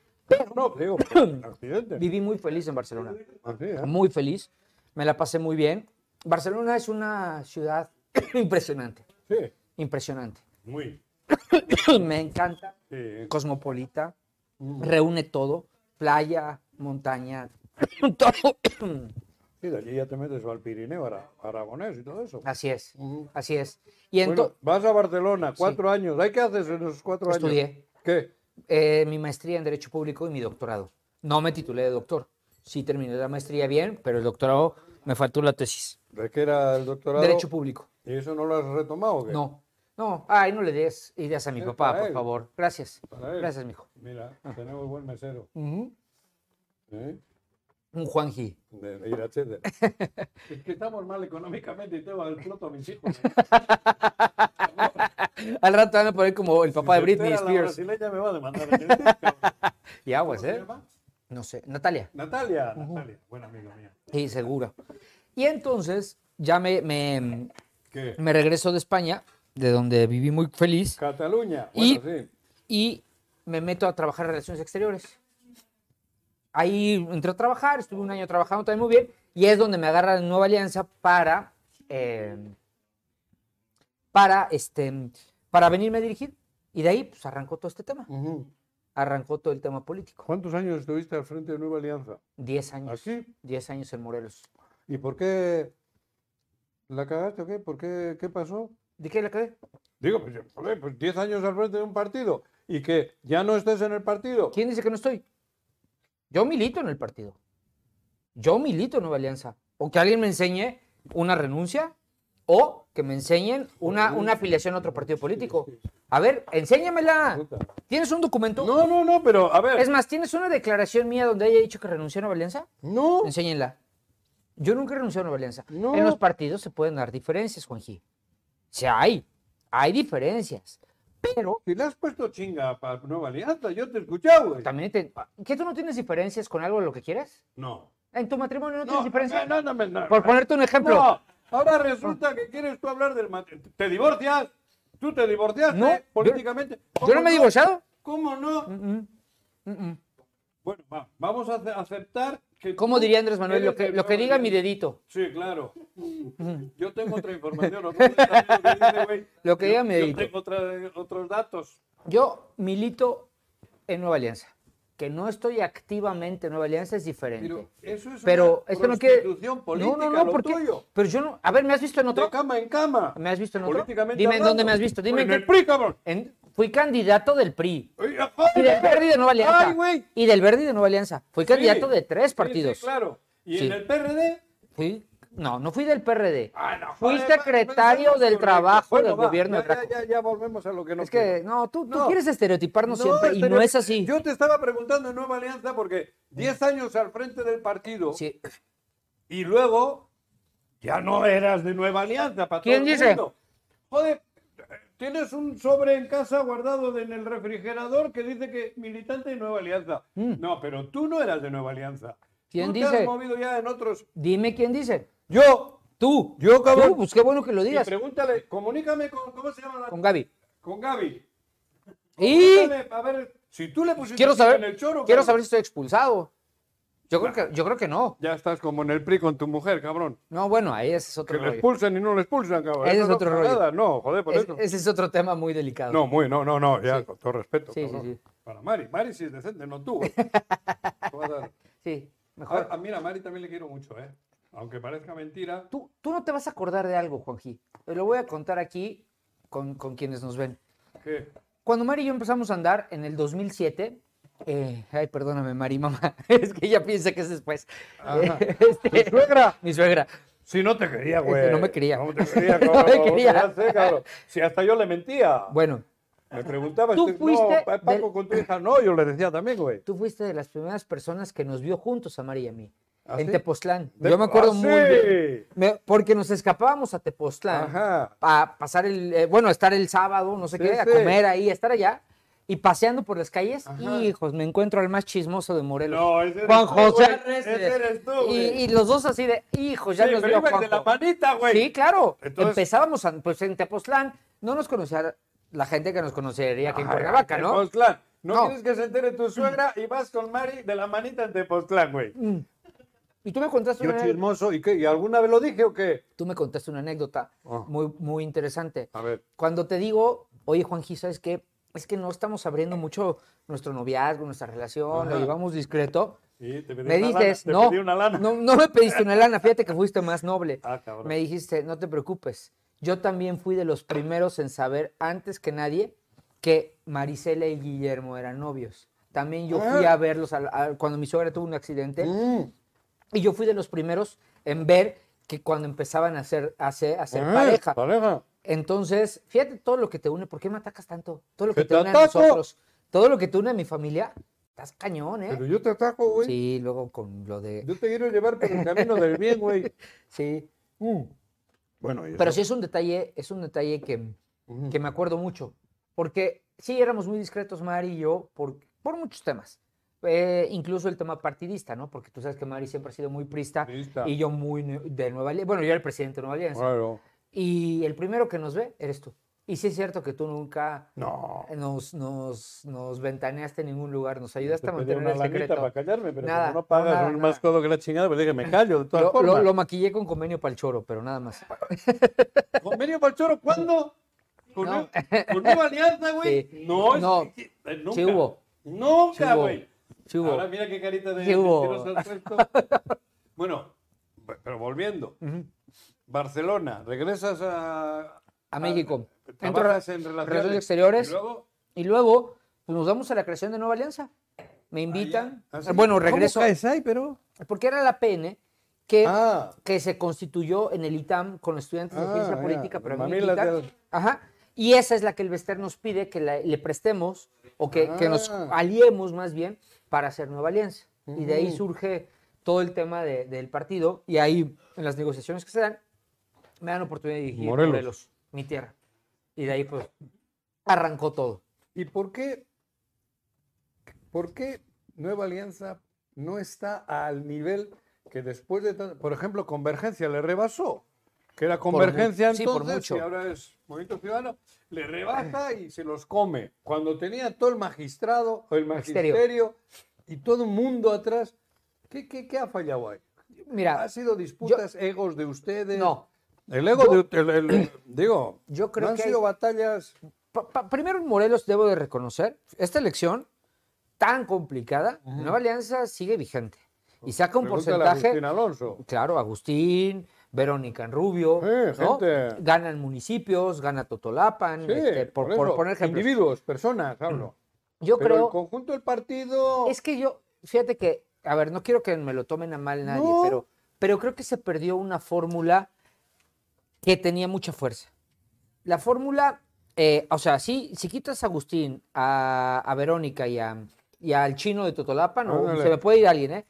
Speaker 2: no, digo, por un accidente.
Speaker 3: Viví muy feliz en Barcelona.
Speaker 2: Así, ¿eh?
Speaker 3: muy feliz, me la pasé muy bien. Barcelona es una ciudad impresionante,
Speaker 2: Sí,
Speaker 3: impresionante.
Speaker 2: muy.
Speaker 3: me encanta,
Speaker 2: Sí.
Speaker 3: cosmopolita,
Speaker 2: Mm.
Speaker 3: reúne todo, playa, montaña, todo.
Speaker 2: Sí, de allí ya te metes al Pirineo, ara- Aragonés y todo eso.
Speaker 3: así es,
Speaker 2: Ujú.
Speaker 3: así es. Y
Speaker 2: Bueno,
Speaker 3: entonces
Speaker 2: vas a Barcelona, cuatro años. ¿Ay, qué haces en esos cuatro años?
Speaker 3: estudié
Speaker 2: ¿Qué?
Speaker 3: eh, mi maestría en Derecho Público y mi doctorado. No me titulé de doctor. Sí terminé la maestría bien, pero el doctorado me faltó la tesis.
Speaker 2: ¿De qué era el doctorado?
Speaker 3: Derecho Público.
Speaker 2: ¿Y eso no lo has retomado o qué?
Speaker 3: No, no, ay, no le des ideas a mi
Speaker 2: Es
Speaker 3: papá,
Speaker 2: para
Speaker 3: por
Speaker 2: él.
Speaker 3: favor. Gracias.
Speaker 2: Para él.
Speaker 3: Gracias, mijo.
Speaker 2: Mira, tenemos buen mesero.
Speaker 3: Ujú.
Speaker 2: ¿eh?
Speaker 3: Un Juanji.
Speaker 2: De, de ir a Cheddar. es que estamos mal económicamente y te va el plato a mis hijos.
Speaker 3: Al rato van a poner como el papá de
Speaker 2: Si se
Speaker 3: Britney
Speaker 2: entera
Speaker 3: Spears.
Speaker 2: La brasileña me va a demandar. en el YouTube, cabrón.
Speaker 3: Y aguas,
Speaker 2: ¿Cómo se
Speaker 3: ¿eh?
Speaker 2: llama?
Speaker 3: No sé. Natalia.
Speaker 2: Natalia, Natalia, buena amiga mía.
Speaker 3: Sí, seguro. Y entonces ya me, me,
Speaker 2: ¿Qué?
Speaker 3: me regreso de España, de donde viví muy feliz,
Speaker 2: Cataluña.
Speaker 3: Y-
Speaker 2: Bueno, sí.
Speaker 3: y me meto a trabajar en Relaciones Exteriores. Ahí entré a trabajar, estuve un año trabajando también muy bien, y es donde me agarra la nueva alianza para, eh, para, este, para venirme a dirigir. Y de ahí pues, arrancó todo este tema,
Speaker 2: Ujú.
Speaker 3: arrancó todo el tema político.
Speaker 2: ¿Cuántos años estuviste al frente de Nueva Alianza?
Speaker 3: Diez años.
Speaker 2: ¿Aquí?
Speaker 3: 10 años en Morelos.
Speaker 2: ¿Y por qué la cagaste o qué? ¿Por qué? ¿Qué pasó?
Speaker 3: ¿De qué le quedé?
Speaker 2: Digo, pues joder, pues 10 años al frente de un partido y que ya no estés en el partido.
Speaker 3: ¿Quién dice que no estoy? Yo milito en el partido. Yo milito en Nueva Alianza. O que alguien me enseñe una renuncia o que me enseñen una, una afiliación a otro partido político. A ver, enséñamela. ¿Tienes un documento?
Speaker 2: No, no, no, pero a ver.
Speaker 3: Es más, ¿tienes una declaración mía donde haya dicho que renunció a Nueva Alianza?
Speaker 2: No.
Speaker 3: Enséñenla. Yo nunca renuncié a Nueva Alianza.
Speaker 2: No.
Speaker 3: En los partidos se pueden dar diferencias, Juanji. Sí, hay. Hay diferencias. Pero
Speaker 2: Si le has puesto chinga para Nueva Alianza, yo te he escuchado, güey.
Speaker 3: también te... ¿Qué tú no tienes diferencias con algo de lo que quieres?
Speaker 2: No.
Speaker 3: ¿En tu matrimonio
Speaker 2: No,
Speaker 3: no, tienes diferencias?
Speaker 2: no, no, no, no.
Speaker 3: Por ponerte un ejemplo.
Speaker 2: No, ahora resulta que quieres tú hablar del matrimonio. ¿Te divorcias? ¿Tú te divorciaste
Speaker 3: No, yo-
Speaker 2: políticamente?
Speaker 3: Yo
Speaker 2: ¿Cómo
Speaker 3: no me he divorciado.
Speaker 2: ¿Cómo no?
Speaker 3: Mm, mm, mm.
Speaker 2: Bueno, va, vamos a ace- aceptar que...
Speaker 3: ¿Cómo
Speaker 2: tú
Speaker 3: diría Andrés Manuel? Lo
Speaker 2: eres
Speaker 3: que,
Speaker 2: de
Speaker 3: lo que
Speaker 2: Nueva
Speaker 3: diga mi
Speaker 2: Alianza?
Speaker 3: dedito.
Speaker 2: Sí, claro. Yo tengo otra información. ¿no? Tú también lo que dice, güey.
Speaker 3: Lo que
Speaker 2: Yo-
Speaker 3: diga mi
Speaker 2: Yo
Speaker 3: dedito.
Speaker 2: tengo otra- otros datos.
Speaker 3: Yo milito en Nueva Alianza. Que no estoy activamente en Nueva Alianza es diferente.
Speaker 2: Pero
Speaker 3: Pero,
Speaker 2: eso es una
Speaker 3: esto no quiere.
Speaker 2: prostitución política,
Speaker 3: no, no, no,
Speaker 2: lo
Speaker 3: ¿por qué?
Speaker 2: tuyo.
Speaker 3: Pero yo no. A ver, ¿me has visto en
Speaker 2: De
Speaker 3: otro?
Speaker 2: cama en cama.
Speaker 3: ¿Me has visto en otro? Dime
Speaker 2: Políticamente
Speaker 3: en
Speaker 2: hablando.
Speaker 3: dónde me has visto. Dime
Speaker 2: en
Speaker 3: en
Speaker 2: el
Speaker 3: qué-
Speaker 2: PRI, cabrón.
Speaker 3: en- Fui candidato del PRI.
Speaker 2: Ay,
Speaker 3: Y del Verde y de Nueva Alianza.
Speaker 2: Ay, güey.
Speaker 3: y del Verde y de Nueva Alianza. Fui
Speaker 2: Sí.
Speaker 3: candidato de tres
Speaker 2: Sí,
Speaker 3: partidos.
Speaker 2: sí, claro. Y
Speaker 3: Sí.
Speaker 2: en el PRD.
Speaker 3: Fui. No, no fui del PRD.
Speaker 2: Ah, no,
Speaker 3: fui
Speaker 2: joder,
Speaker 3: secretario
Speaker 2: pensamos
Speaker 3: del
Speaker 2: correcto.
Speaker 3: trabajo
Speaker 2: Bueno,
Speaker 3: del
Speaker 2: va,
Speaker 3: gobierno
Speaker 2: ya,
Speaker 3: de Draco.
Speaker 2: Ya, ya, ya volvemos a lo que no
Speaker 3: Es que, no, tú, tú quieres estereotiparnos siempre y no
Speaker 2: estereotipo.
Speaker 3: es así.
Speaker 2: Yo te estaba preguntando en Nueva Alianza porque 10 años al frente del partido
Speaker 3: Sí.
Speaker 2: y luego ya no eras de Nueva Alianza. Para
Speaker 3: ¿Quién
Speaker 2: todo el
Speaker 3: dice?
Speaker 2: mundo. Joder, tienes un sobre en casa guardado en el refrigerador que dice que militante de Nueva Alianza.
Speaker 3: Mm.
Speaker 2: No, pero tú no eras de Nueva Alianza.
Speaker 3: ¿Quién
Speaker 2: Tú Te
Speaker 3: dice?
Speaker 2: has movido ya en otros.
Speaker 3: Dime quién dice.
Speaker 2: Yo,
Speaker 3: Tú.
Speaker 2: Yo, cabrón.
Speaker 3: Tú, pues qué bueno que lo
Speaker 2: Y
Speaker 3: digas.
Speaker 2: pregúntale, comunícame con. ¿Cómo se llama la.?
Speaker 3: Con Gaby.
Speaker 2: Con Gaby.
Speaker 3: Y
Speaker 2: Comunícame, A ver, si tú le pusiste.
Speaker 3: quiero
Speaker 2: clic
Speaker 3: saber,
Speaker 2: En el choro,
Speaker 3: quiero
Speaker 2: cabrón.
Speaker 3: saber si estoy expulsado. Yo creo que, yo creo que no.
Speaker 2: Ya estás como en el PRI con tu mujer, cabrón.
Speaker 3: No, bueno, ahí ese es
Speaker 2: Que
Speaker 3: otro
Speaker 2: le
Speaker 3: rollo.
Speaker 2: expulsan y no le expulsan, cabrón.
Speaker 3: Ese
Speaker 2: Eso
Speaker 3: es
Speaker 2: no
Speaker 3: otro
Speaker 2: pasa
Speaker 3: rollo.
Speaker 2: nada. No, joder, por
Speaker 3: Es-
Speaker 2: eso.
Speaker 3: ese es otro tema muy delicado.
Speaker 2: No, muy, no, no, no, ya, con todo respeto.
Speaker 3: Sí, sí,
Speaker 2: cabrón.
Speaker 3: sí.
Speaker 2: Para Mari, Mari sí es decente, no tú. güey. Tú vas a-
Speaker 3: Sí, mejor.
Speaker 2: Ah, ah, mira, a Mari también le quiero mucho, ¿eh? Aunque parezca mentira.
Speaker 3: Tú, tú no te vas a acordar de algo, Juanji. Te Lo voy a contar aquí con, con quienes nos ven.
Speaker 2: que-
Speaker 3: Cuando Mari y yo empezamos a andar en el 2007, eh, ay, perdóname, Mari, mamá, es que ella piensa que es después.
Speaker 2: Ajá.
Speaker 3: Este,
Speaker 2: ¡Tu suegra!
Speaker 3: mi suegra.
Speaker 2: Si no te quería,
Speaker 3: Este,
Speaker 2: güey.
Speaker 3: no me quería.
Speaker 2: No te quería,
Speaker 3: No
Speaker 2: cabrón.
Speaker 3: me quería.
Speaker 2: Ya sé, cabrón. Si hasta yo le mentía.
Speaker 3: Bueno,
Speaker 2: Me preguntaba,
Speaker 3: Tú
Speaker 2: este,
Speaker 3: fuiste
Speaker 2: no, Pa-
Speaker 3: del-
Speaker 2: Paco con tu hija, no, yo le decía también, güey.
Speaker 3: tú fuiste de las primeras personas que nos vio juntos, a Mari y a mí,
Speaker 2: ¿Ah,
Speaker 3: en
Speaker 2: sí?
Speaker 3: Tepoztlán.
Speaker 2: De-
Speaker 3: Yo me acuerdo
Speaker 2: ¡Ah,
Speaker 3: muy
Speaker 2: sí!
Speaker 3: bien. Me- porque nos escapábamos a Tepoztlán
Speaker 2: Ajá.
Speaker 3: a pasar el, eh, bueno, estar el sábado, no sé
Speaker 2: Sí,
Speaker 3: qué, a
Speaker 2: sí.
Speaker 3: comer ahí, a estar allá. Y paseando por las calles,
Speaker 2: Ajá.
Speaker 3: hijos, me encuentro al más chismoso de Morelos.
Speaker 2: No, ese eres
Speaker 3: Juan
Speaker 2: tú,
Speaker 3: José
Speaker 2: güey.
Speaker 3: Arrese.
Speaker 2: Ese eres tú,
Speaker 3: y,
Speaker 2: güey.
Speaker 3: y los dos así de, hijos, ya
Speaker 2: Sí,
Speaker 3: nos
Speaker 2: pero
Speaker 3: vio
Speaker 2: ibas de
Speaker 3: Juanjo".
Speaker 2: la manita, güey.
Speaker 3: Sí, claro.
Speaker 2: Entonces-
Speaker 3: Empezábamos a- pues, en Tepoztlán. No nos conocía la gente que nos conocería aquí en
Speaker 2: Ay,
Speaker 3: Cuernavaca,
Speaker 2: en
Speaker 3: ¿no?
Speaker 2: Tepoztlán. No,
Speaker 3: No.
Speaker 2: quieres que se entere tu suegra y vas con Mari de la manita en Tepoztlán, güey.
Speaker 3: Y tú me contaste
Speaker 2: Yo
Speaker 3: una,
Speaker 2: chismoso, ¿y qué? ¿Y alguna vez lo dije o qué?
Speaker 3: tú me contaste una anécdota
Speaker 2: Ah.
Speaker 3: muy, muy interesante.
Speaker 2: A ver.
Speaker 3: Cuando te digo, oye, Juanji, ¿sabes qué? Es que no estamos abriendo mucho nuestro noviazgo, nuestra relación,
Speaker 2: Ajá.
Speaker 3: lo llevamos discreto.
Speaker 2: Sí, te pedí
Speaker 3: Me
Speaker 2: una
Speaker 3: dices,
Speaker 2: lana, te
Speaker 3: no,
Speaker 2: pedí una lana.
Speaker 3: no, no me pediste una lana, fíjate que fuiste más noble.
Speaker 2: Ah, cabrón.
Speaker 3: Me dijiste, no te preocupes, yo también fui de los primeros en saber, antes que nadie, que Marisela y Guillermo eran novios. También yo fui
Speaker 2: Ah.
Speaker 3: a verlos al- al- cuando mi suegra tuvo un accidente
Speaker 2: Mm.
Speaker 3: y yo fui de los primeros en ver que cuando empezaban a ser, a ser, a ser
Speaker 2: Ah,
Speaker 3: pareja.
Speaker 2: Pareja.
Speaker 3: Entonces, fíjate todo lo que te une. ¿Por qué me atacas tanto? Todo lo
Speaker 2: ¡Que
Speaker 3: que te,
Speaker 2: te
Speaker 3: une a
Speaker 2: ataco!
Speaker 3: nosotros. Todo lo que te une a mi familia. Estás cañón, ¿eh?
Speaker 2: Pero yo te ataco, güey.
Speaker 3: Sí, luego con lo de...
Speaker 2: Yo te quiero llevar por el camino del bien, güey.
Speaker 3: Sí.
Speaker 2: Mm. Bueno, y
Speaker 3: Pero
Speaker 2: eso- Mm.
Speaker 3: sí es un detalle, es un detalle que,
Speaker 2: Ujú.
Speaker 3: que me acuerdo mucho. Porque sí éramos muy discretos, Mari y yo, por, por muchos temas. Eh, incluso el tema partidista, ¿no? Porque tú sabes que Mari siempre ha sido muy prista
Speaker 2: Prista.
Speaker 3: y yo muy ne- de Nueva Alianza. Bueno, yo era el presidente de Nueva Alianza.
Speaker 2: Claro.
Speaker 3: Y el primero que nos ve eres tú. Y sí es cierto que tú nunca
Speaker 2: No.
Speaker 3: nos, nos, nos ventaneaste en ningún lugar, nos ayudaste
Speaker 2: Te
Speaker 3: a
Speaker 2: pedí
Speaker 3: mantener
Speaker 2: una
Speaker 3: el
Speaker 2: lanita para
Speaker 3: secreto.
Speaker 2: callarme, pero
Speaker 3: Nada,
Speaker 2: como no
Speaker 3: no,
Speaker 2: pagas
Speaker 3: nada,
Speaker 2: un
Speaker 3: nada.
Speaker 2: más codo que la chingada, pues dije, me callo, de todas
Speaker 3: Lo,
Speaker 2: formas.
Speaker 3: lo- lo maquillé con convenio para el choro, pero nada más.
Speaker 2: ¿Convenio para el choro cuándo? ¿Con,
Speaker 3: No.
Speaker 2: un- con una alianza, güey?
Speaker 3: Sí.
Speaker 2: No,
Speaker 3: No.
Speaker 2: es que- eh, nunca.
Speaker 3: Sí hubo.
Speaker 2: Nunca,
Speaker 3: Sí hubo.
Speaker 2: güey.
Speaker 3: Sí hubo.
Speaker 2: Ahora mira qué carita de
Speaker 3: Sí hubo.
Speaker 2: mentiroso has puesto. Bueno, pe- pero volviendo.
Speaker 3: Ujú.
Speaker 2: Barcelona, regresas a...
Speaker 3: A México. Entro a
Speaker 2: Trabajas en relaciones,
Speaker 3: relaciones exteriores.
Speaker 2: Y luego,
Speaker 3: Y luego pues, nos vamos a la creación de Nueva Alianza. Me invitan.
Speaker 2: Ah, sí.
Speaker 3: Bueno, regreso. Eh,
Speaker 2: ¿Cómo caes ahí, pero?
Speaker 3: Porque era la PN que,
Speaker 2: Ah.
Speaker 3: que se constituyó en el ITAM con estudiantes de
Speaker 2: Ah,
Speaker 3: ciencia
Speaker 2: ya,
Speaker 3: política, pero a mí me
Speaker 2: mamilas
Speaker 3: quitan.
Speaker 2: del-
Speaker 3: Ajá. Y esa es la que el Bester nos pide que la- le prestemos o que, que nos
Speaker 4: Ah.
Speaker 3: aliemos más bien para hacer Nueva Alianza. Y de ahí
Speaker 4: Ujú.
Speaker 3: surge todo el tema de- del partido y ahí en las negociaciones que se dan me dan oportunidad de dirigir
Speaker 4: Morelos.
Speaker 3: Morelos, mi tierra. Y de ahí pues arrancó todo.
Speaker 2: ¿Y por qué, por qué Nueva Alianza no está al nivel que después de, tan- por ejemplo, Convergencia le rebasó? Que era
Speaker 3: mu-
Speaker 2: Convergencia
Speaker 3: sí, por
Speaker 2: entonces
Speaker 3: mucho.
Speaker 2: y ahora es Movimiento Ciudadano, le rebasa y se los come. Cuando tenía todo el magistrado, el
Speaker 3: Magisterio.
Speaker 2: magisterio y todo el mundo atrás, ¿qué, qué, qué ha fallado ahí?
Speaker 3: Mira,
Speaker 2: ¿Ha sido disputas, egos de ustedes?
Speaker 3: no,
Speaker 2: El ego,
Speaker 3: Yo-
Speaker 2: de, el- el- digo,
Speaker 3: Yo creo
Speaker 2: no han
Speaker 3: que hay-
Speaker 2: sido batallas
Speaker 3: Pa- pa- primero en Morelos debo de reconocer, esta elección tan complicada, Nueva Alianza sigue vigente y saca un
Speaker 2: Pregúntale Pues, a
Speaker 3: porcentaje,
Speaker 2: Agustín Alonso.
Speaker 3: claro, Agustín, Verónica en Rubio,
Speaker 2: Sí,
Speaker 3: ¿no?
Speaker 2: gente.
Speaker 3: ganan municipios, gana Totolapan,
Speaker 2: Sí,
Speaker 3: este, por,
Speaker 2: por
Speaker 3: por
Speaker 2: eso,
Speaker 3: poner ejemplos. Mm.
Speaker 2: individuos, personas, hablo.
Speaker 3: Yo
Speaker 2: Pero el
Speaker 3: creo,
Speaker 2: conjunto del partido.
Speaker 3: es que yo, fíjate que, a ver, no quiero que me lo tomen a mal nadie,
Speaker 2: No.
Speaker 3: pero, pero creo que se perdió una fórmula que tenía mucha fuerza. la fórmula, eh, o sea, sí, si quitas a Agustín, a, a Verónica y, a, y al chino de Totolapan, o
Speaker 2: Ándale.
Speaker 3: se me puede ir alguien, ¿eh?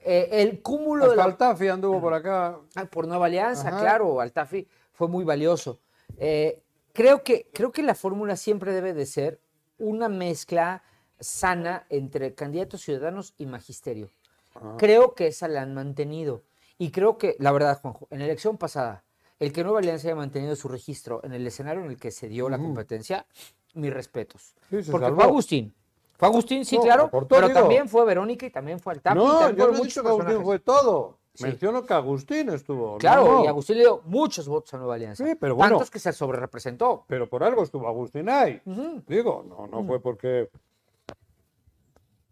Speaker 3: Eh, el cúmulo
Speaker 2: Hasta
Speaker 3: de la,
Speaker 2: Altafi anduvo por acá.
Speaker 3: Ah, por Nueva Alianza,
Speaker 2: Ajá.
Speaker 3: claro, Altafi fue muy valioso. Eh, creo, que, creo que la fórmula siempre debe de ser una mezcla sana entre candidatos ciudadanos y magisterio.
Speaker 2: Ah.
Speaker 3: Creo que esa la han mantenido. Y creo que, la verdad, Juanjo, en la elección pasada, el que Nueva Alianza haya mantenido su registro en el escenario en el que se dio la competencia, mis respetos.
Speaker 2: Sí, se
Speaker 3: Porque
Speaker 2: salvó.
Speaker 3: fue Agustín. Fue Agustín, sí,
Speaker 2: No,
Speaker 3: claro,
Speaker 2: aportó,
Speaker 3: pero
Speaker 2: digo.
Speaker 3: también fue Verónica y también fue Altafi. y
Speaker 2: no,
Speaker 3: también
Speaker 2: yo no
Speaker 3: fueron
Speaker 2: he
Speaker 3: muchos
Speaker 2: dicho que Agustín
Speaker 3: personajes.
Speaker 2: fue todo.
Speaker 3: Sí.
Speaker 2: Menciono que Agustín estuvo.
Speaker 3: Claro,
Speaker 2: no.
Speaker 3: y Agustín le dio muchos votos a Nueva Alianza.
Speaker 2: Sí, pero bueno.
Speaker 3: Tantos que se sobrerepresentó.
Speaker 2: Pero por algo estuvo Agustín ahí.
Speaker 3: Ujú.
Speaker 2: Digo, no, no fue porque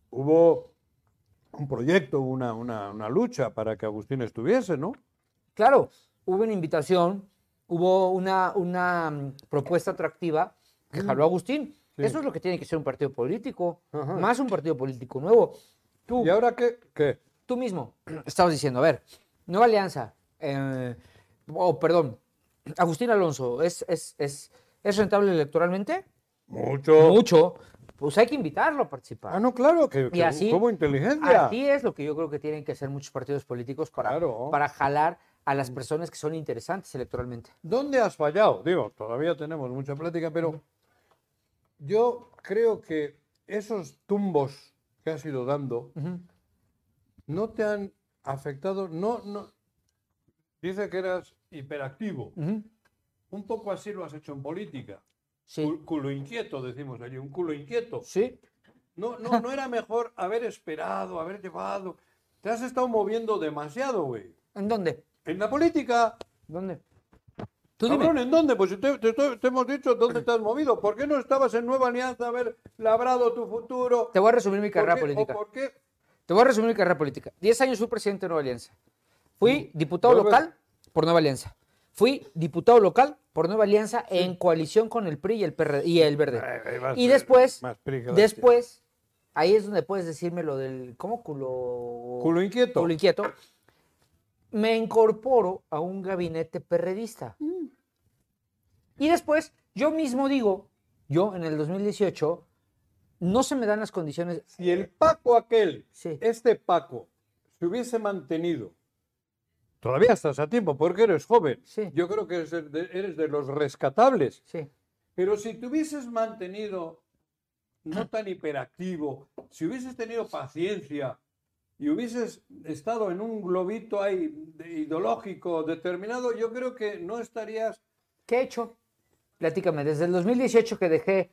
Speaker 2: hubo un proyecto, una, una, una lucha para que Agustín estuviese, ¿no?
Speaker 3: Claro, hubo una invitación, hubo una, una mm, propuesta atractiva que jaló a Agustín. Eso es lo que tiene que ser un partido político,
Speaker 2: Ajá.
Speaker 3: más un partido político nuevo. Tú,
Speaker 2: ¿Y ahora qué? qué?
Speaker 3: tú mismo estabas diciendo, a ver, Nueva Alianza, eh, oh, perdón, Agustín Alonso, ¿es, es, es, ¿es rentable electoralmente?
Speaker 2: Mucho.
Speaker 3: Mucho. Pues hay que invitarlo a participar.
Speaker 2: Ah, no, claro, que,
Speaker 3: Y
Speaker 2: que
Speaker 3: así-
Speaker 2: hubo inteligencia.
Speaker 3: Así es lo que yo creo que tienen que hacer muchos partidos políticos para,
Speaker 2: Claro. Mm.
Speaker 3: para jalar a las personas que son interesantes electoralmente.
Speaker 2: ¿Dónde has fallado? Digo, todavía tenemos mucha plática, pero yo creo que esos tumbos que has ido dando no te han afectado, no, no. Dice que eras hiperactivo. Un poco así lo has hecho en política.
Speaker 3: Sí.
Speaker 2: Cul- Culo inquieto, decimos allí, un culo inquieto.
Speaker 3: Sí.
Speaker 2: No, no, no era mejor haber esperado, haber llevado. Te has estado moviendo demasiado, güey.
Speaker 3: ¿En dónde?
Speaker 2: En la política,
Speaker 3: ¿Dónde? Tú dime.
Speaker 2: Cabrón, ¿en dónde? Pues si te, te- te- te hemos dicho dónde te has movido. ¿Por qué no estabas en Nueva Alianza a haber labrado tu futuro?
Speaker 3: Te voy a resumir mi carrera
Speaker 2: ¿Por qué-
Speaker 3: política.
Speaker 2: o por qué?
Speaker 3: Te voy a resumir mi carrera política. Diez años fui presidente de Nueva Alianza. Fui diputado
Speaker 2: Vuelve.
Speaker 3: local por Nueva Alianza. Fui diputado local por Nueva Alianza en coalición con el PRI y el, PRD y el Verde.
Speaker 2: ahí vas,
Speaker 3: y
Speaker 2: eh,
Speaker 3: después,
Speaker 2: más PRI que la
Speaker 3: después, ahí es donde puedes decirme lo del, ¿cómo? Culo...
Speaker 2: Culo inquieto.
Speaker 3: Culo inquieto. Me incorporo a un gabinete perredista.
Speaker 2: Mm.
Speaker 3: Y después, yo mismo digo, yo en el 2018, no se me dan las condiciones
Speaker 2: Si el Paco aquel,
Speaker 3: Sí.
Speaker 2: este Paco, se hubiese mantenido, todavía estás a tiempo porque eres joven.
Speaker 3: Sí.
Speaker 2: Yo creo que eres de, eres de los rescatables.
Speaker 3: Sí.
Speaker 2: Pero si te hubieses mantenido no tan hiperactivo, si hubieses tenido paciencia y hubieses estado en un globito ahí de- ideológico determinado, yo creo que no estarías.
Speaker 3: ¿Qué he hecho? Platícame, desde el 2018 que dejé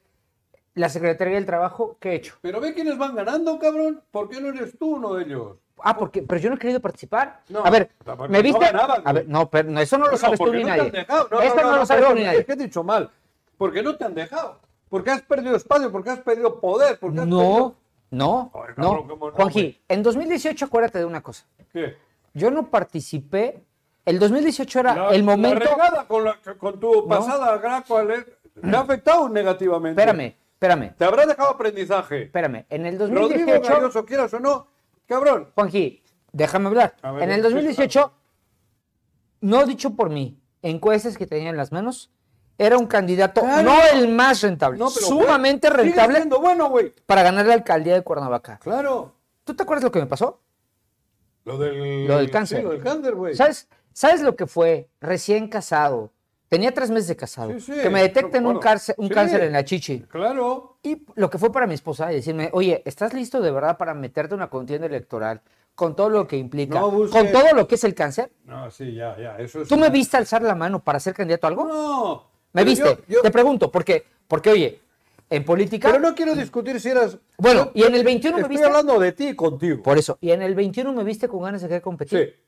Speaker 3: la Secretaría del Trabajo, ¿qué he hecho?
Speaker 2: Pero ve quiénes van ganando, cabrón. ¿Por qué no eres tú uno de ellos?
Speaker 3: Ah, porque, pero yo no he querido participar.
Speaker 2: No,
Speaker 3: a ver,
Speaker 2: porque
Speaker 3: ¿me
Speaker 2: no
Speaker 3: viste?
Speaker 2: ganaban,
Speaker 3: a
Speaker 2: güey.
Speaker 3: ver, no, pero no, eso no lo
Speaker 2: Bueno,
Speaker 3: sabes tú
Speaker 2: porque
Speaker 3: ni
Speaker 2: no te
Speaker 3: nadie.
Speaker 2: han dejado. No,
Speaker 3: Esto
Speaker 2: no,
Speaker 3: no,
Speaker 2: no,
Speaker 3: lo
Speaker 2: no,
Speaker 3: sabes tú
Speaker 2: perdón,
Speaker 3: ni
Speaker 2: Es
Speaker 3: nadie.
Speaker 2: que he dicho mal. Porque no te han dejado. Porque has perdido espacio, porque has perdido poder. Porque has
Speaker 3: No, no,
Speaker 2: Joder, cabrón,
Speaker 3: no.
Speaker 2: ¿cómo no,
Speaker 3: Juanji,
Speaker 2: güey?
Speaker 3: en 2018 acuérdate de una cosa.
Speaker 2: perdido- ¿Qué?
Speaker 3: Yo no participé. El 2018 era
Speaker 2: La-
Speaker 3: el momento.
Speaker 2: La regada con, la- con tu pasada, Graco, Ale, te ha afectado negativamente.
Speaker 3: Espérame, espérame,
Speaker 2: Te habrá dejado aprendizaje.
Speaker 3: espérame. En el
Speaker 2: Rodrigo
Speaker 3: 2018
Speaker 2: Galloso, quieras o no, cabrón.
Speaker 3: Juanji, déjame hablar.
Speaker 2: A ver,
Speaker 3: en el
Speaker 2: sí, claro.
Speaker 3: 2018, no dicho por mí, encuestas que tenía en las manos, era un candidato,
Speaker 5: Claro.
Speaker 3: no el más rentable,
Speaker 2: No, pero, güey,
Speaker 3: sumamente
Speaker 2: sigue
Speaker 3: rentable
Speaker 2: siendo bueno, güey.
Speaker 3: para ganar la alcaldía de Cuernavaca.
Speaker 2: Claro.
Speaker 3: ¿Tú te acuerdas lo que me pasó?
Speaker 2: Lo del,
Speaker 3: Lo del cáncer.
Speaker 2: Sí, lo del cáncer, güey.
Speaker 3: ¿Sabes, ¿Sabes lo que fue? Recién casado. Tenía tres meses de casado.
Speaker 2: Sí, sí,
Speaker 3: que me
Speaker 2: me
Speaker 3: detecten un,
Speaker 2: acuerdo.
Speaker 3: cárce- un
Speaker 2: Sí.
Speaker 3: cáncer en la chichi.
Speaker 2: Claro.
Speaker 3: Y lo que fue para mi esposa, y decirme, oye, ¿estás listo de verdad para meterte a una contienda electoral con todo lo que implica,
Speaker 2: No busques-
Speaker 3: con todo lo que es el cáncer?
Speaker 2: No, sí, ya, ya. Eso es.
Speaker 3: ¿Tú me viste alzar la mano para ser candidato a algo?
Speaker 2: No.
Speaker 3: ¿Me
Speaker 2: Pero
Speaker 3: viste?
Speaker 2: yo- yo-
Speaker 3: Te pregunto, porque, porque oye, en política...
Speaker 2: Pero no quiero discutir si eras.
Speaker 3: Bueno, y en el 21 me
Speaker 2: Estoy
Speaker 3: viste...
Speaker 2: hablando de ti y contigo.
Speaker 3: Por eso, y en el 21 me viste con ganas de querer
Speaker 2: Sí.
Speaker 3: competir.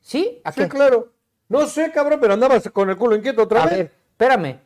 Speaker 3: ¿Sí? ¿A
Speaker 2: Sí,
Speaker 3: qué?
Speaker 2: claro. No sé, cabrón, pero andabas con el culo inquieto otra
Speaker 3: A
Speaker 2: vez.
Speaker 3: ver, espérame.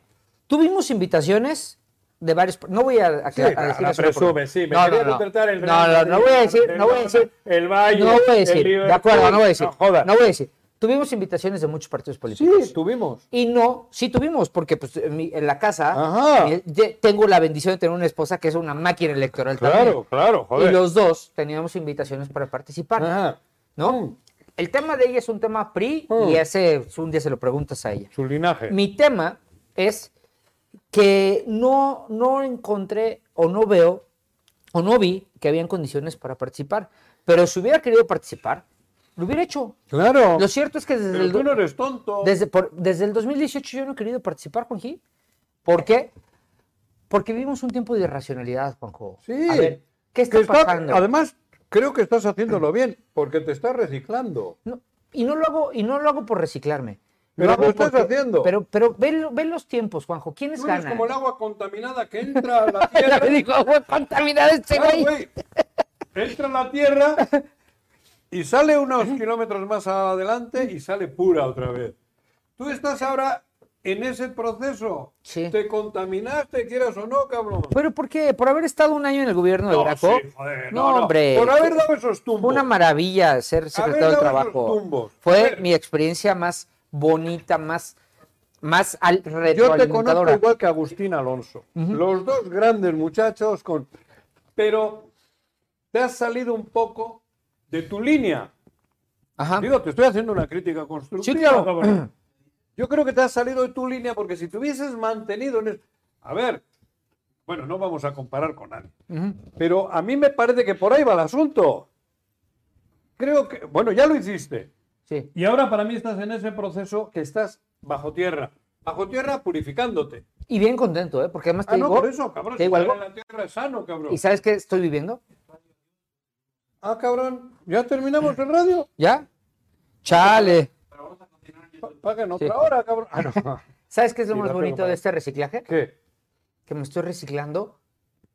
Speaker 3: Tuvimos invitaciones de varios. No voy a, a-
Speaker 2: Sí,
Speaker 3: a
Speaker 2: la-
Speaker 3: decir
Speaker 2: la
Speaker 3: eso, porque-
Speaker 2: presume, sí, me quería contratar el
Speaker 3: no,
Speaker 2: Real
Speaker 3: no, no voy a
Speaker 2: Madrid,
Speaker 3: decir,
Speaker 2: el
Speaker 3: no voy a decir.
Speaker 2: Barcelona, el Bayern,
Speaker 3: No voy a
Speaker 2: el
Speaker 3: decir, de
Speaker 2: Liverpool.
Speaker 3: acuerdo, no voy a decir.
Speaker 2: No jodas.
Speaker 3: voy a decir. Tuvimos invitaciones de muchos partidos políticos.
Speaker 2: Sí, tuvimos.
Speaker 3: Y no, sí tuvimos, porque pues, en, mi- en la casa
Speaker 2: Ajá.
Speaker 3: mi- de- tengo la bendición de tener una esposa que es una máquina electoral
Speaker 2: Claro,
Speaker 3: también.
Speaker 2: claro,
Speaker 3: Y
Speaker 2: joder.
Speaker 3: los dos teníamos invitaciones para participar.
Speaker 2: Ajá.
Speaker 3: ¿no?
Speaker 2: Mm.
Speaker 3: El tema de ella es un tema PRI
Speaker 2: Mm.
Speaker 3: y ese un día se lo preguntas a ella.
Speaker 2: Su linaje.
Speaker 3: Mi tema es que no, no encontré o no veo o no vi que habían condiciones para participar. Pero si hubiera querido participar, lo hubiera hecho.
Speaker 2: Claro.
Speaker 3: Lo cierto es que desde
Speaker 2: Pero
Speaker 3: el,
Speaker 2: tú
Speaker 3: do-
Speaker 2: no eres tonto.
Speaker 3: desde, por- desde el 2018 yo no he querido participar, Juanji. ¿Por qué? Porque vivimos un tiempo de irracionalidad, Juanjo.
Speaker 2: Sí.
Speaker 3: A ver, ¿qué está
Speaker 2: Que está-
Speaker 3: pasando?
Speaker 2: además, creo que estás haciéndolo bien, porque te estás reciclando.
Speaker 3: No, y no lo hago y no lo hago por reciclarme. Lo
Speaker 2: Pero
Speaker 3: hago
Speaker 2: lo estás haciendo.
Speaker 3: Pero, pero ve, lo- ve los tiempos, Juanjo. ¿Quiénes
Speaker 2: Tú eres
Speaker 3: ganan?
Speaker 2: como el agua contaminada que entra a la
Speaker 3: Ya
Speaker 2: tierra.
Speaker 3: me dijo, agua contaminada este
Speaker 2: Claro,
Speaker 3: güey.
Speaker 2: güey. Entra en la tierra y sale unos kilómetros más adelante y sale pura otra vez. Tú estás ahora en ese proceso.
Speaker 3: Sí.
Speaker 2: Te contaminaste, quieras o no, cabrón.
Speaker 3: ¿Pero por qué? ¿Por haber estado un año en el gobierno de
Speaker 2: No,
Speaker 3: Graco?
Speaker 2: sí, joder,
Speaker 3: no, hombre.
Speaker 2: Por haber dado esos tumbos.
Speaker 3: Fue una maravilla ser secretario de
Speaker 2: dado esos
Speaker 3: Trabajo.
Speaker 2: tumbos. A
Speaker 3: Fue
Speaker 2: ver.
Speaker 3: mi experiencia más bonita, más, más al
Speaker 2: Yo te conozco
Speaker 3: retroalimentadora.
Speaker 2: igual que Agustín Alonso. Los dos grandes muchachos con... Pero te has salido un poco de tu línea.
Speaker 3: Ajá.
Speaker 2: Digo, te estoy haciendo una crítica constructiva.
Speaker 3: Ah. Sí, claro.
Speaker 2: cabrón. Yo creo que te has salido de tu línea porque si te hubieses mantenido en es- A ver, bueno, no vamos a comparar con nadie.
Speaker 3: Ujú.
Speaker 2: Pero a mí me parece que por ahí va el asunto. Creo que... Bueno, ya lo hiciste.
Speaker 3: Sí.
Speaker 2: Y ahora para mí estás en ese proceso que estás bajo tierra. Bajo tierra purificándote.
Speaker 3: Y bien contento, ¿eh? Porque además te
Speaker 2: Ah,
Speaker 3: digo.
Speaker 2: no, por eso, cabrón.
Speaker 3: te digo
Speaker 2: si
Speaker 3: algo.
Speaker 2: sale la tierra es sano, cabrón.
Speaker 3: ¿Y sabes qué estoy viviendo?
Speaker 2: Ah, cabrón. ¿Ya terminamos el radio?
Speaker 3: ¿Ya? Chale.
Speaker 2: Pa- Pagan otra
Speaker 3: Sí.
Speaker 2: hora, cabrón. Ah, no.
Speaker 3: ¿Sabes qué es lo
Speaker 2: Sí,
Speaker 3: más
Speaker 2: la tengo
Speaker 3: bonito
Speaker 2: para-
Speaker 3: de este reciclaje?
Speaker 2: ¿Qué?
Speaker 3: que me estoy reciclando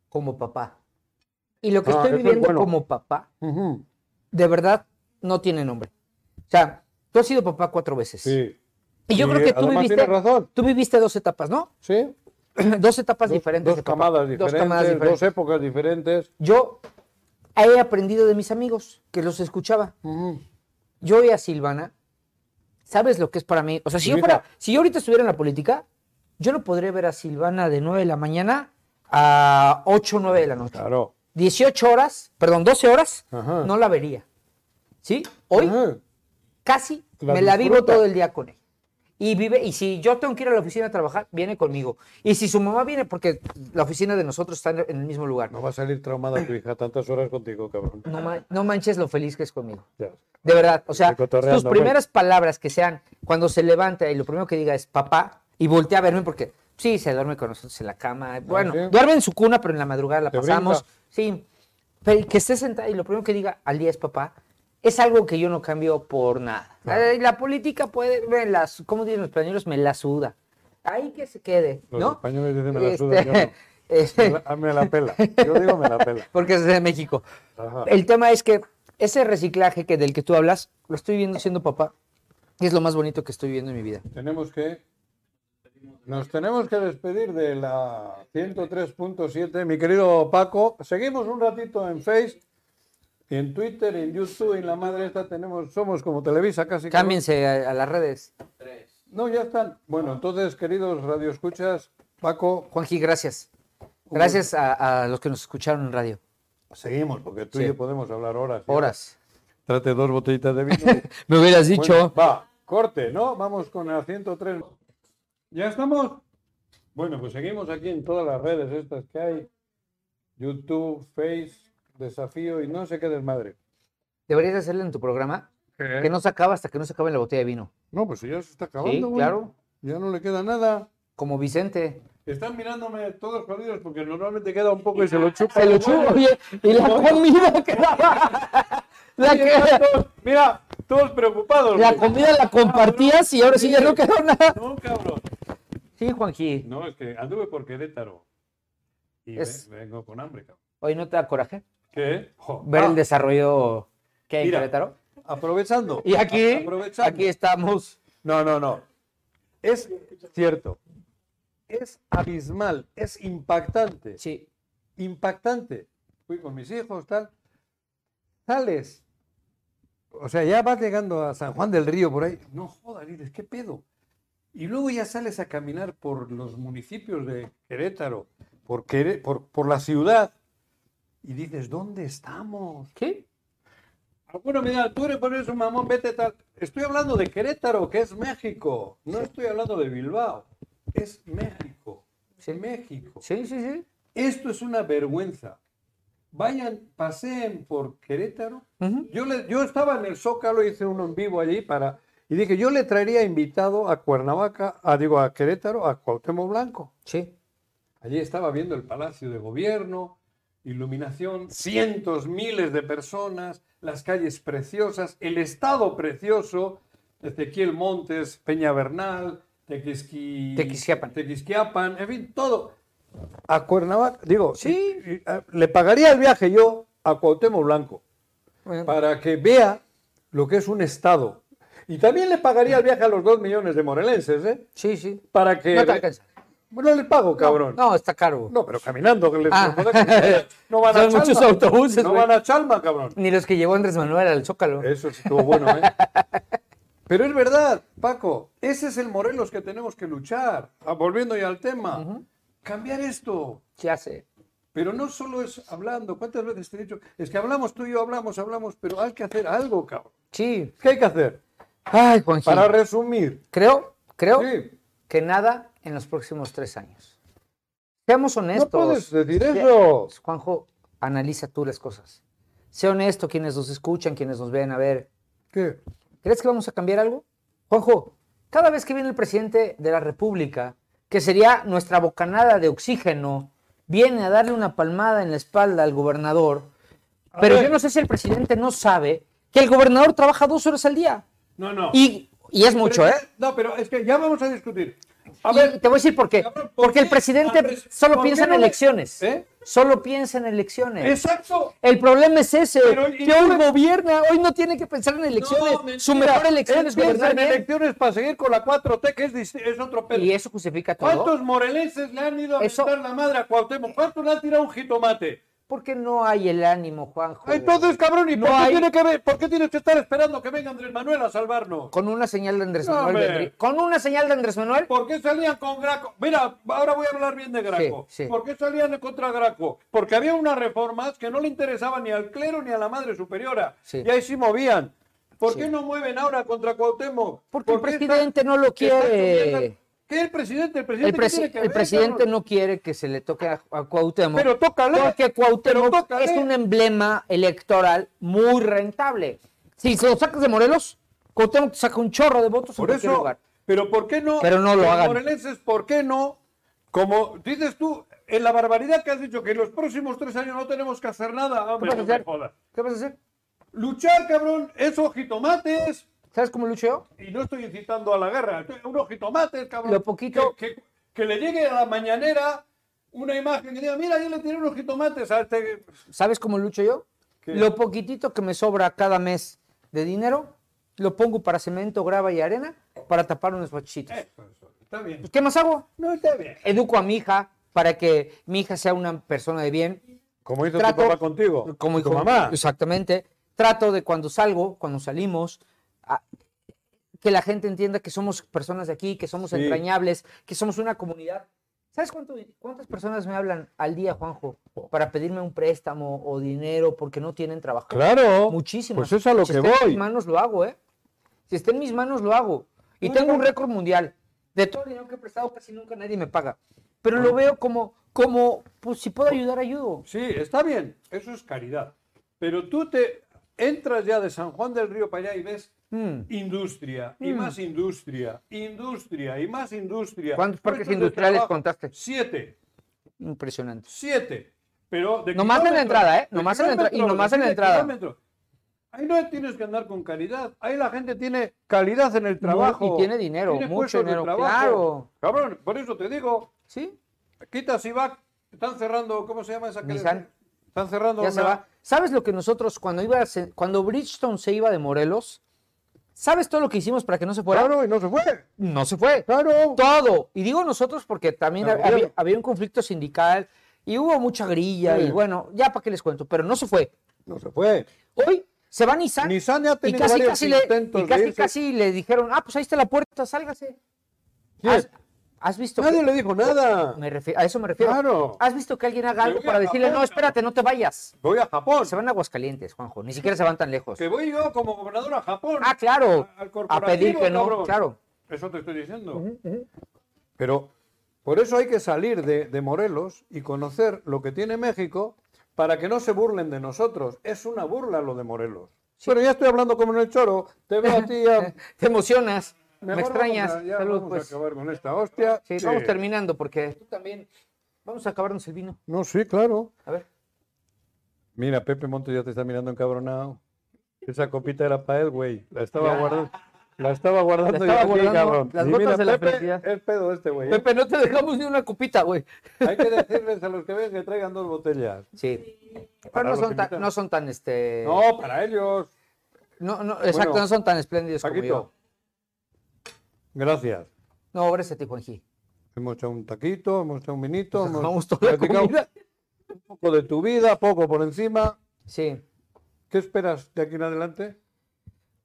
Speaker 3: como papá. Y lo que
Speaker 2: Ah,
Speaker 3: estoy
Speaker 2: eso es
Speaker 3: viviendo
Speaker 2: bueno.
Speaker 3: como papá,
Speaker 2: Ujú.
Speaker 3: de verdad, no tiene nombre. O sea, tú has sido papá cuatro veces.
Speaker 2: Sí.
Speaker 3: Y yo
Speaker 2: Y,
Speaker 3: creo que tú
Speaker 2: además,
Speaker 3: viviste,
Speaker 2: tienes razón.
Speaker 3: tú viviste dos etapas, ¿no?
Speaker 2: Sí.
Speaker 3: dos etapas
Speaker 2: Dos-
Speaker 3: diferentes.
Speaker 2: Dos,
Speaker 3: de papá.
Speaker 2: camadas diferentes,
Speaker 3: Dos camadas diferentes.
Speaker 2: dos épocas diferentes.
Speaker 3: Yo he aprendido de mis amigos que los escuchaba. Yo y a Silvana, ¿sabes lo que es para mí? O sea, si
Speaker 2: Mi
Speaker 3: yo,
Speaker 2: hija.
Speaker 3: fuera, si yo ahorita estuviera en la política, yo no podré ver a Silvana de 9 de la mañana a 8 o 9 de la noche.
Speaker 2: Claro.
Speaker 3: 18 horas, perdón, 12 horas,
Speaker 2: Ajá.
Speaker 3: no la vería. ¿Sí? Hoy
Speaker 2: Ajá.
Speaker 3: casi
Speaker 2: La
Speaker 3: me la vivo
Speaker 2: disfruta.
Speaker 3: todo el día con ella. Y vive, y si yo tengo que ir a la oficina a trabajar, viene conmigo. Y si su mamá viene, porque la oficina de nosotros está en en el mismo lugar.
Speaker 2: No
Speaker 3: No,
Speaker 2: va a salir traumada tu hija tantas horas contigo, cabrón.
Speaker 3: ma- no manches lo feliz que es conmigo.
Speaker 2: Ya.
Speaker 3: De verdad, o sea,
Speaker 2: Estoy cotorreando,
Speaker 3: tus primeras palabras que sean cuando se levanta y lo primero que diga es papá y voltea a verme porque sí, se duerme con nosotros en la cama. Bueno,
Speaker 2: sí.
Speaker 3: duerme en su cuna, pero en la madrugada la
Speaker 2: Te
Speaker 3: pasamos.
Speaker 2: brinca.
Speaker 3: Sí, pero el que esté sentada y lo primero que diga al día es papá es algo que yo no cambio por nada.
Speaker 2: Ah.
Speaker 3: Eh, La política puede, me la su- ¿cómo dicen los españoles? Me la suda. Ahí que se quede,
Speaker 2: Los
Speaker 3: ¿no?
Speaker 2: españoles dicen, "Me la suda", yo
Speaker 3: Este,
Speaker 2: no.
Speaker 3: este,
Speaker 2: Me la, me la pela. Yo digo me la pela.
Speaker 3: porque es de México.
Speaker 2: Ah, Ajá.
Speaker 3: El tema es que ese reciclaje que del que tú hablas, lo estoy viendo siendo papá. Y es lo más bonito que estoy viviendo en mi vida.
Speaker 2: Tenemos que. Nos tenemos que despedir de la 103.7. Mi querido Paco, seguimos un ratito en Face, en Twitter, en YouTube, en la madre esta tenemos, somos como Televisa casi. cabrón.
Speaker 3: Cámbiense a, a las redes.
Speaker 2: No, ya están. Bueno, entonces, queridos radioescuchas, Paco,
Speaker 3: Juanji, gracias. Gracias a, a los que nos escucharon en radio.
Speaker 2: seguimos, porque tú
Speaker 3: Sí.
Speaker 2: y yo podemos hablar horas. y
Speaker 3: Horas.
Speaker 2: Trate dos botellitas de vino.
Speaker 3: Me hubieras
Speaker 2: Bueno, va, corte, ¿no? Vamos con el 103. ¿Ya estamos? Bueno, pues seguimos aquí en todas las redes estas que hay. YouTube, Face, Desafío y no sé qué desmadre.
Speaker 3: Deberías hacerle en tu programa
Speaker 2: ¿Eh?
Speaker 3: que no se acaba hasta que no se acabe la botella de vino.
Speaker 2: No, pues ya se está acabando.
Speaker 3: Sí,
Speaker 2: güey.
Speaker 3: claro.
Speaker 2: Ya no le queda nada.
Speaker 3: Como Vicente.
Speaker 2: Están mirándome todos jodidos porque normalmente queda un poco y se lo chupa.
Speaker 3: Se lo chupa, oye, y la comida que daba. La, que-
Speaker 2: Mira, todos preocupados.
Speaker 3: la
Speaker 2: güey.
Speaker 3: comida la compartías y ahora sí ya no quedó nada.
Speaker 2: No, cabrón.
Speaker 3: Sí, Juanji.
Speaker 2: No, es que anduve por Querétaro. Y ve-
Speaker 3: Es-
Speaker 2: vengo con hambre, cabrón.
Speaker 3: Hoy no te da coraje
Speaker 2: ¿Qué? Jo.
Speaker 3: ver
Speaker 2: Ah,
Speaker 3: el desarrollo que hay en
Speaker 2: mira.
Speaker 3: Querétaro.
Speaker 2: aprovechando.
Speaker 3: Y aquí,
Speaker 2: Aprovechando.
Speaker 3: aquí estamos.
Speaker 2: No, no, no. Es cierto. Es abismal, es impactante.
Speaker 3: Sí,
Speaker 2: impactante. Fui con mis hijos, tal. Sales. O sea, ya vas llegando a San Juan del Río por ahí. No jodas, dices, ¿qué pedo? Y luego ya sales a caminar por los municipios de Querétaro, por, Queré- por, por la ciudad, y dices, ¿dónde estamos?
Speaker 3: ¿qué?
Speaker 2: Ah, Bueno, mira, tú eres por eso, mamón, vete tal. Estoy hablando de Querétaro, que es México. No estoy hablando de Bilbao. Es México.
Speaker 3: Sí.
Speaker 2: México.
Speaker 3: Sí, sí, sí.
Speaker 2: Esto es una vergüenza. Vayan, paseen por Querétaro.
Speaker 3: Ujú.
Speaker 2: Yo, le- yo estaba en el Zócalo, hice uno en vivo allí para. Y dije, yo le traería invitado a Cuernavaca, a, digo, a Querétaro, a Cuauhtémoc Blanco.
Speaker 3: Sí.
Speaker 2: Allí estaba viendo el Palacio de Gobierno, iluminación, cientos, miles de personas, las calles preciosas, el estado precioso, Ezequiel Montes, Peña Bernal, Tequisqui-
Speaker 3: Tequisquiapan.
Speaker 2: Tequisquiapan, en fin, todo. A Cuernavaca, digo,
Speaker 3: Sí.
Speaker 2: y- y, a- le pagaría el viaje yo a Cuauhtémoc Blanco
Speaker 3: Bueno,
Speaker 2: para que vea lo que es un estado. Y también le pagaría el viaje a los dos millones de morelenses, ¿eh?
Speaker 3: Sí, sí.
Speaker 2: Para que...
Speaker 3: No te alcanza.
Speaker 2: Bueno, le pago, cabrón.
Speaker 3: No, está caro.
Speaker 2: eh, No, pero caminando. que le-
Speaker 3: Ah.
Speaker 2: No van a
Speaker 3: Son
Speaker 2: Chalma.
Speaker 3: muchos autobuses,
Speaker 2: No
Speaker 3: güey.
Speaker 2: van a Chalma, cabrón.
Speaker 3: Ni los que llevó Andrés Manuel al Zócalo.
Speaker 2: Eso sí estuvo bueno, ¿eh? Pero es verdad, Paco. Ese es el Morelos que tenemos que luchar. Ah, Volviendo ya al tema. Cambiar esto.
Speaker 3: ¿Qué hace?
Speaker 2: Pero no solo es hablando. ¿Cuántas veces te he dicho? Es que hablamos tú y yo, hablamos, hablamos, pero hay que hacer algo, cabrón.
Speaker 3: Sí.
Speaker 2: ¿Qué hay que hacer?
Speaker 3: Ay, Juanji.
Speaker 2: Para resumir.
Speaker 3: Creo, creo
Speaker 2: Sí.
Speaker 3: que nada en los próximos tres años. Seamos
Speaker 2: No
Speaker 3: honestos.
Speaker 2: puedes decir eso.
Speaker 3: Pues, Juanjo, analiza tú las cosas. Sea honesto quienes nos escuchan, quienes nos ven. A ver,
Speaker 2: ¿Qué?
Speaker 3: ¿crees que vamos a cambiar algo? Juanjo, cada vez que viene el presidente de la República, que sería nuestra bocanada de oxígeno, viene a darle una palmada en la espalda al gobernador. Pero
Speaker 2: ver.
Speaker 3: yo no sé si el presidente no sabe que el gobernador trabaja dos horas al día.
Speaker 2: No, no.
Speaker 3: Y, y es
Speaker 2: Pero
Speaker 3: mucho, ¿eh?
Speaker 2: ya- No, pero es que ya vamos a discutir. A
Speaker 3: Y
Speaker 2: ver,
Speaker 3: te voy a decir por qué.
Speaker 2: Cabrón, ¿por
Speaker 3: Porque el
Speaker 2: qué?
Speaker 3: presidente
Speaker 2: Andrés,
Speaker 3: solo
Speaker 2: ¿por qué
Speaker 3: piensa en
Speaker 2: no le-
Speaker 3: elecciones.
Speaker 2: ¿Eh?
Speaker 3: Solo piensa en elecciones.
Speaker 2: exacto.
Speaker 3: El problema es ese,
Speaker 2: Pero, ¿y
Speaker 3: que
Speaker 2: no
Speaker 3: hoy
Speaker 2: me-
Speaker 3: gobierna, hoy no tiene que pensar en elecciones.
Speaker 2: No,
Speaker 3: Su
Speaker 2: mentira.
Speaker 3: mejor elección
Speaker 2: Él
Speaker 3: es
Speaker 2: piensa
Speaker 3: gobernar
Speaker 2: en
Speaker 3: bien.
Speaker 2: elecciones para seguir con la 4T, que es, dis- es otro pedo.
Speaker 3: Y eso justifica todo.
Speaker 2: ¿Cuántos morelenses le han ido a
Speaker 3: Eso-
Speaker 2: meter la madre a Cuauhtémoc? ¿Cuántos le han tirado un jitomate?
Speaker 3: Porque no hay el ánimo, Juanjo.
Speaker 2: Entonces, cabrón, ¿y
Speaker 3: No
Speaker 2: por, qué
Speaker 3: hay-
Speaker 2: tiene que ver- por qué tienes que estar esperando que venga Andrés Manuel a salvarnos?
Speaker 3: Con una señal de Andrés
Speaker 2: No,
Speaker 3: Manuel.
Speaker 2: hombre. Pues,
Speaker 3: vendría- Con una señal de Andrés Manuel.
Speaker 2: ¿Por qué salían con Graco? Mira, ahora voy a hablar bien de Graco.
Speaker 3: Sí, sí.
Speaker 2: ¿Por qué salían contra Graco? Porque había unas reformas que no le interesaban ni al clero ni a la madre superiora.
Speaker 3: Sí.
Speaker 2: Y ahí sí movían. ¿Por
Speaker 3: Sí.
Speaker 2: qué no mueven ahora contra Cuauhtémoc?
Speaker 3: Porque el
Speaker 2: ¿Por qué
Speaker 3: presidente no lo
Speaker 2: que está
Speaker 3: quiere.
Speaker 2: subiendo- ¿Qué el presidente? El presidente,
Speaker 3: El,
Speaker 2: ¿qué
Speaker 3: presi-
Speaker 2: tiene que
Speaker 3: el
Speaker 2: ver,
Speaker 3: presidente
Speaker 2: cabrón?
Speaker 3: no quiere que se le toque a, a Cuauhtémoc.
Speaker 2: Pero tócale.
Speaker 3: Porque Cuauhtémoc
Speaker 2: Pero tócale.
Speaker 3: es un emblema electoral muy rentable. Si se lo sacas de Morelos, Cuauhtémoc te saca un chorro de votos
Speaker 2: Por
Speaker 3: en cualquier
Speaker 2: eso,
Speaker 3: lugar.
Speaker 2: pero ¿por qué no?
Speaker 3: Pero no lo
Speaker 2: los
Speaker 3: hagan.
Speaker 2: morelenses, ¿por qué no? Como dices tú, en la barbaridad que has dicho que en los próximos tres años no tenemos que hacer nada.
Speaker 3: ¿Qué
Speaker 2: Hombre,
Speaker 3: vas a
Speaker 2: no me
Speaker 3: hacer?
Speaker 2: jodas.
Speaker 3: ¿Qué vas a hacer?
Speaker 2: Luchar, cabrón, esos jitomates.
Speaker 3: ¿Sabes cómo lucho yo?
Speaker 2: Y no estoy incitando a la guerra. estoy- Unos jitomates, cabrón.
Speaker 3: Lo poquito-
Speaker 2: Que, que- que le llegue a la mañanera una imagen que diga, mira, yo le tiré unos jitomates a este.
Speaker 3: ¿Sabes cómo lucho yo?
Speaker 2: ¿Qué?
Speaker 3: Lo poquitito que me sobra cada mes de dinero, lo pongo para cemento, grava y arena para tapar unos bachitos.
Speaker 2: Eso, eso, Eh, Está bien.
Speaker 3: Pues, ¿Qué más hago?
Speaker 2: No está bien.
Speaker 3: Educo a mi hija para que mi hija sea una persona de bien.
Speaker 2: Como hizo
Speaker 3: Trato-
Speaker 2: tu papá contigo.
Speaker 3: Como
Speaker 2: tu
Speaker 3: hijo-
Speaker 2: mamá.
Speaker 3: Exactamente. Trato de cuando salgo, cuando salimos, a- que la gente entienda que somos personas de aquí, que somos
Speaker 2: Sí.
Speaker 3: entrañables, que somos una comunidad. ¿Sabes cuánto- cuántas personas me hablan al día, Juanjo, para pedirme un préstamo o dinero porque no tienen trabajo?
Speaker 2: Claro.
Speaker 3: Muchísimas.
Speaker 2: Pues es a lo
Speaker 3: Si
Speaker 2: que
Speaker 3: está en
Speaker 2: voy.
Speaker 3: mis manos lo hago, ¿eh? Si está en mis manos lo hago. Y tengo un récord mundial. De todo el dinero que he prestado, casi nunca nadie me paga. pero
Speaker 2: Ah.
Speaker 3: lo veo como, como, pues si puedo ayudar, ayudo.
Speaker 2: Sí, está bien, eso es caridad. Pero tú te entras ya de San Juan del Río para allá y ves
Speaker 3: Mm.
Speaker 2: industria
Speaker 3: Hmm.
Speaker 2: y más industria, industria y más industria.
Speaker 3: ¿Cuántos parques
Speaker 2: Puestos de
Speaker 3: industriales
Speaker 2: trabajo,
Speaker 3: contaste?
Speaker 2: Siete,
Speaker 3: Impresionante.
Speaker 2: siete. Pero de
Speaker 3: Nomás en la
Speaker 2: kilómetro-
Speaker 3: entrada, ¿eh?
Speaker 2: de
Speaker 3: Nomás en la entrada- y
Speaker 2: kilómetro,
Speaker 3: nomás en la
Speaker 2: de
Speaker 3: entrada.
Speaker 2: kilómetro. Ahí no tienes que andar con calidad. Ahí la gente tiene calidad en el trabajo.
Speaker 3: y tiene dinero, mucho
Speaker 2: puestos de
Speaker 3: dinero,
Speaker 2: trabajo.
Speaker 3: claro.
Speaker 2: Cabrón, por eso te digo,
Speaker 3: ¿Sí?
Speaker 2: quitas y va. Están cerrando, ¿cómo se llama esa que-
Speaker 3: Nissan.
Speaker 2: Están cerrando
Speaker 3: Ya se
Speaker 2: una-
Speaker 3: va. ¿Sabes lo que nosotros, cuando, iba a se- cuando Bridgestone se iba de Morelos, ¿sabes todo lo que hicimos para que no se fuera?
Speaker 2: Claro, y no se fue.
Speaker 3: No se fue.
Speaker 2: Claro.
Speaker 3: Todo. Y digo nosotros porque también
Speaker 2: Claro,
Speaker 3: hab- había,
Speaker 2: claro.
Speaker 3: había un conflicto sindical y hubo mucha grilla
Speaker 2: Sí.
Speaker 3: y bueno, ya para qué les cuento, pero no se fue.
Speaker 2: No se fue.
Speaker 3: Hoy se va Nissan,
Speaker 2: Nissan ha
Speaker 3: y
Speaker 2: tenido
Speaker 3: casi,
Speaker 2: varios
Speaker 3: casi, le,
Speaker 2: intentos
Speaker 3: y
Speaker 2: de
Speaker 3: casi,
Speaker 2: irse.
Speaker 3: casi le dijeron, ah, pues ahí está la puerta, sálgase.
Speaker 2: ¿Quién?
Speaker 3: ¿Has, has visto?
Speaker 2: Nadie
Speaker 3: que-
Speaker 2: le dijo nada.
Speaker 3: Me refi- a eso me refiero.
Speaker 2: Claro.
Speaker 3: ¿Has visto que alguien
Speaker 2: Me
Speaker 3: haga algo
Speaker 2: voy a
Speaker 3: para decirle,
Speaker 2: Japón,
Speaker 3: no, espérate, no te vayas?
Speaker 2: Voy a Japón.
Speaker 3: Se van a Aguascalientes, Juanjo, ni siquiera se van tan lejos.
Speaker 2: Que voy yo como gobernador a Japón.
Speaker 3: Ah, claro,
Speaker 2: A- al
Speaker 3: a
Speaker 2: corporativo,
Speaker 3: pedir que no,
Speaker 2: cabrón.
Speaker 3: claro.
Speaker 2: Eso te estoy diciendo. Pero por eso hay que salir de, de Morelos y conocer lo que tiene México para que no se burlen de nosotros. Es una burla lo de Morelos. Pero ya estoy hablando como en el choro. Te veo a ti ya-
Speaker 3: Te emocionas, me
Speaker 2: Mejor
Speaker 3: extrañas.
Speaker 2: vamos a- ya
Speaker 3: Salud,
Speaker 2: vamos
Speaker 3: pues.
Speaker 2: a acabar con esta hostia.
Speaker 3: Sí,
Speaker 2: Sí.
Speaker 3: vamos terminando porque tú también. Vamos a acabarnos el vino.
Speaker 2: No, sí, claro.
Speaker 3: A ver.
Speaker 2: Mira, Pepe Montes ya te está mirando encabronado. Esa copita era para él, güey. La estaba guardando. La estaba guardando
Speaker 3: La estaba
Speaker 2: yo aquí,
Speaker 3: guardando.
Speaker 2: cabrón.
Speaker 3: Las
Speaker 2: Y
Speaker 3: gotas
Speaker 2: mira,
Speaker 3: de la
Speaker 2: Pepe,
Speaker 3: felicidad.
Speaker 2: El pedo este, güey. ¿eh?
Speaker 3: Pepe, no te dejamos ni una copita, güey.
Speaker 2: Hay que decirles a los que ven que traigan dos botellas.
Speaker 3: Sí. Pero
Speaker 2: Para
Speaker 3: no
Speaker 2: los
Speaker 3: son, tan,
Speaker 2: invitados.
Speaker 3: no son tan, este.
Speaker 2: No, para ellos.
Speaker 3: no, no, exacto,
Speaker 2: Bueno.
Speaker 3: no son tan espléndidos como
Speaker 2: Paquito.
Speaker 3: yo.
Speaker 2: Gracias.
Speaker 3: No, obres ti, Juanji.
Speaker 2: Hemos hecho un taquito, hemos hecho un vinito, hemos
Speaker 3: Vamos toda la
Speaker 2: platicado
Speaker 3: comida.
Speaker 2: un poco de tu vida, poco por encima.
Speaker 3: Sí.
Speaker 2: ¿Qué esperas de aquí en adelante?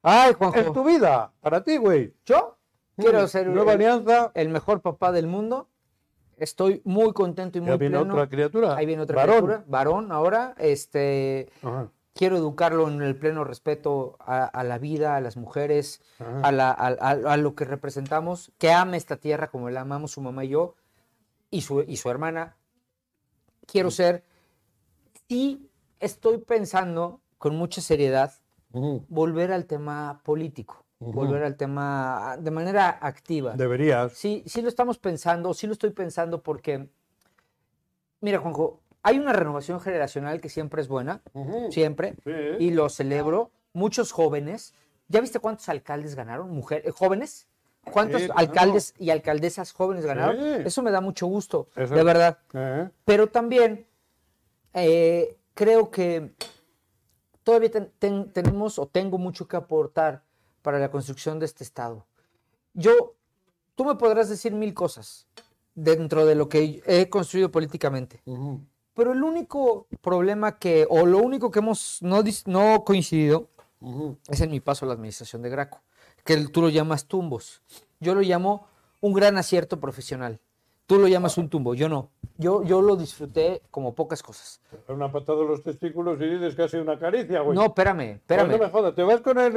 Speaker 3: Ay, Juanjo.
Speaker 2: Es tu vida, para ti, güey.
Speaker 3: Yo quiero ser
Speaker 2: Nueva
Speaker 3: el,
Speaker 2: alianza.
Speaker 3: el mejor papá del mundo. Estoy muy contento y muy
Speaker 2: Ya viene
Speaker 3: pleno.
Speaker 2: otra criatura.
Speaker 3: Ahí viene otra
Speaker 2: Ah, varón.
Speaker 3: criatura, varón ahora. Este,
Speaker 2: Ajá.
Speaker 3: quiero educarlo en el pleno respeto a, a la vida, a las mujeres,
Speaker 2: Ajá.
Speaker 3: a, la- a- a- a lo que representamos, que ame esta tierra como la amamos su mamá y yo, y su, y su hermana.
Speaker 2: Mm.
Speaker 3: Quiero ser, sí estoy pensando con mucha seriedad,
Speaker 2: Ujú.
Speaker 3: volver al tema político,
Speaker 2: Ujú.
Speaker 3: volver al tema ah, de manera activa.
Speaker 2: Deberías.
Speaker 3: Sí, sí lo estamos pensando, sí lo estoy pensando porque, mira Juanjo, hay una renovación generacional que siempre es buena,
Speaker 2: Ujú.
Speaker 3: siempre,
Speaker 2: Sí.
Speaker 3: y lo celebro. Muchos jóvenes, ¿ya viste cuántos alcaldes ganaron? Mujeres, jóvenes. ¿Cuántos
Speaker 2: Sí, claro.
Speaker 3: alcaldes y alcaldesas jóvenes ganaron?
Speaker 2: Sí.
Speaker 3: Eso me da mucho gusto,
Speaker 2: Eso-
Speaker 3: de verdad.
Speaker 2: Eh,
Speaker 3: Pero también eh, creo que todavía ten- ten- tenemos o tengo mucho que aportar para la construcción de este Estado. Yo, tú me podrás decir mil cosas dentro de lo que he construido políticamente,
Speaker 2: ujú.
Speaker 3: pero el único problema que, o lo único que hemos no, dis- no coincidido,
Speaker 2: Ujú.
Speaker 3: es en mi paso a la administración de Graco, que el- tú lo llamas tumbos. Yo lo llamo un gran acierto profesional. Tú lo llamas un tumbo, yo no. Yo, yo lo disfruté como pocas cosas.
Speaker 2: Una patada en los testículos y dices que ha sido una caricia, güey.
Speaker 3: No, espérame, espérame.
Speaker 2: Pues no me jodas, te vas con el.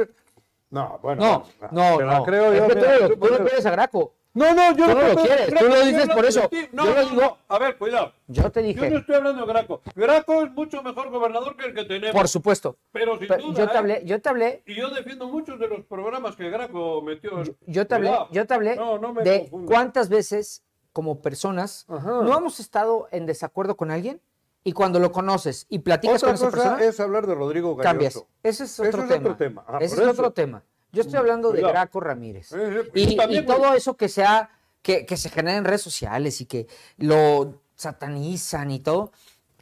Speaker 2: No,
Speaker 3: No,
Speaker 2: bueno.
Speaker 3: no,
Speaker 2: te la
Speaker 3: no.
Speaker 2: creo
Speaker 3: Es
Speaker 2: yo.
Speaker 3: que
Speaker 2: mira,
Speaker 3: tú,
Speaker 2: tú
Speaker 3: tú no
Speaker 2: puedes-
Speaker 3: quieres a Graco.
Speaker 2: No, no, yo
Speaker 3: tú no lo
Speaker 2: te-
Speaker 3: quieres,
Speaker 2: Graco,
Speaker 3: tú lo
Speaker 2: yo
Speaker 3: dices
Speaker 2: no
Speaker 3: por
Speaker 2: te-
Speaker 3: eso.
Speaker 2: sí,
Speaker 3: Yo lo digo-
Speaker 2: A ver, cuidado.
Speaker 3: Yo
Speaker 2: Yo
Speaker 3: te
Speaker 2: no
Speaker 3: dije,
Speaker 2: estoy hablando de Graco. Graco es mucho mejor gobernador que el que tenemos.
Speaker 3: por supuesto.
Speaker 2: Pero sin
Speaker 3: Pero
Speaker 2: duda.
Speaker 3: yo te
Speaker 2: ¿eh?
Speaker 3: hablé, yo te hablé,
Speaker 2: Y yo defiendo muchos de los programas que Graco metió. en-
Speaker 3: yo te hablé,
Speaker 2: Cuidado.
Speaker 3: yo te hablé
Speaker 2: No, no me
Speaker 3: de
Speaker 2: confundas.
Speaker 3: cuántas veces como personas
Speaker 2: Ajá.
Speaker 3: no hemos estado en desacuerdo con alguien y cuando lo conoces y platicas
Speaker 2: Otra
Speaker 3: con esa
Speaker 2: cosa
Speaker 3: persona
Speaker 2: es hablar de Rodrigo Galloso.
Speaker 3: cambias. Ese es
Speaker 2: Eso
Speaker 3: otro
Speaker 2: es
Speaker 3: tema.
Speaker 2: otro tema. Ah,
Speaker 3: Ese
Speaker 2: por
Speaker 3: es
Speaker 2: eso.
Speaker 3: otro tema. Yo estoy hablando de
Speaker 2: cuidado.
Speaker 3: Graco Ramírez.
Speaker 2: Sí, sí,
Speaker 3: y
Speaker 2: pues yo también,
Speaker 3: y
Speaker 2: güey.
Speaker 3: todo eso que sea, que, que se genera en redes sociales y que lo satanizan y todo.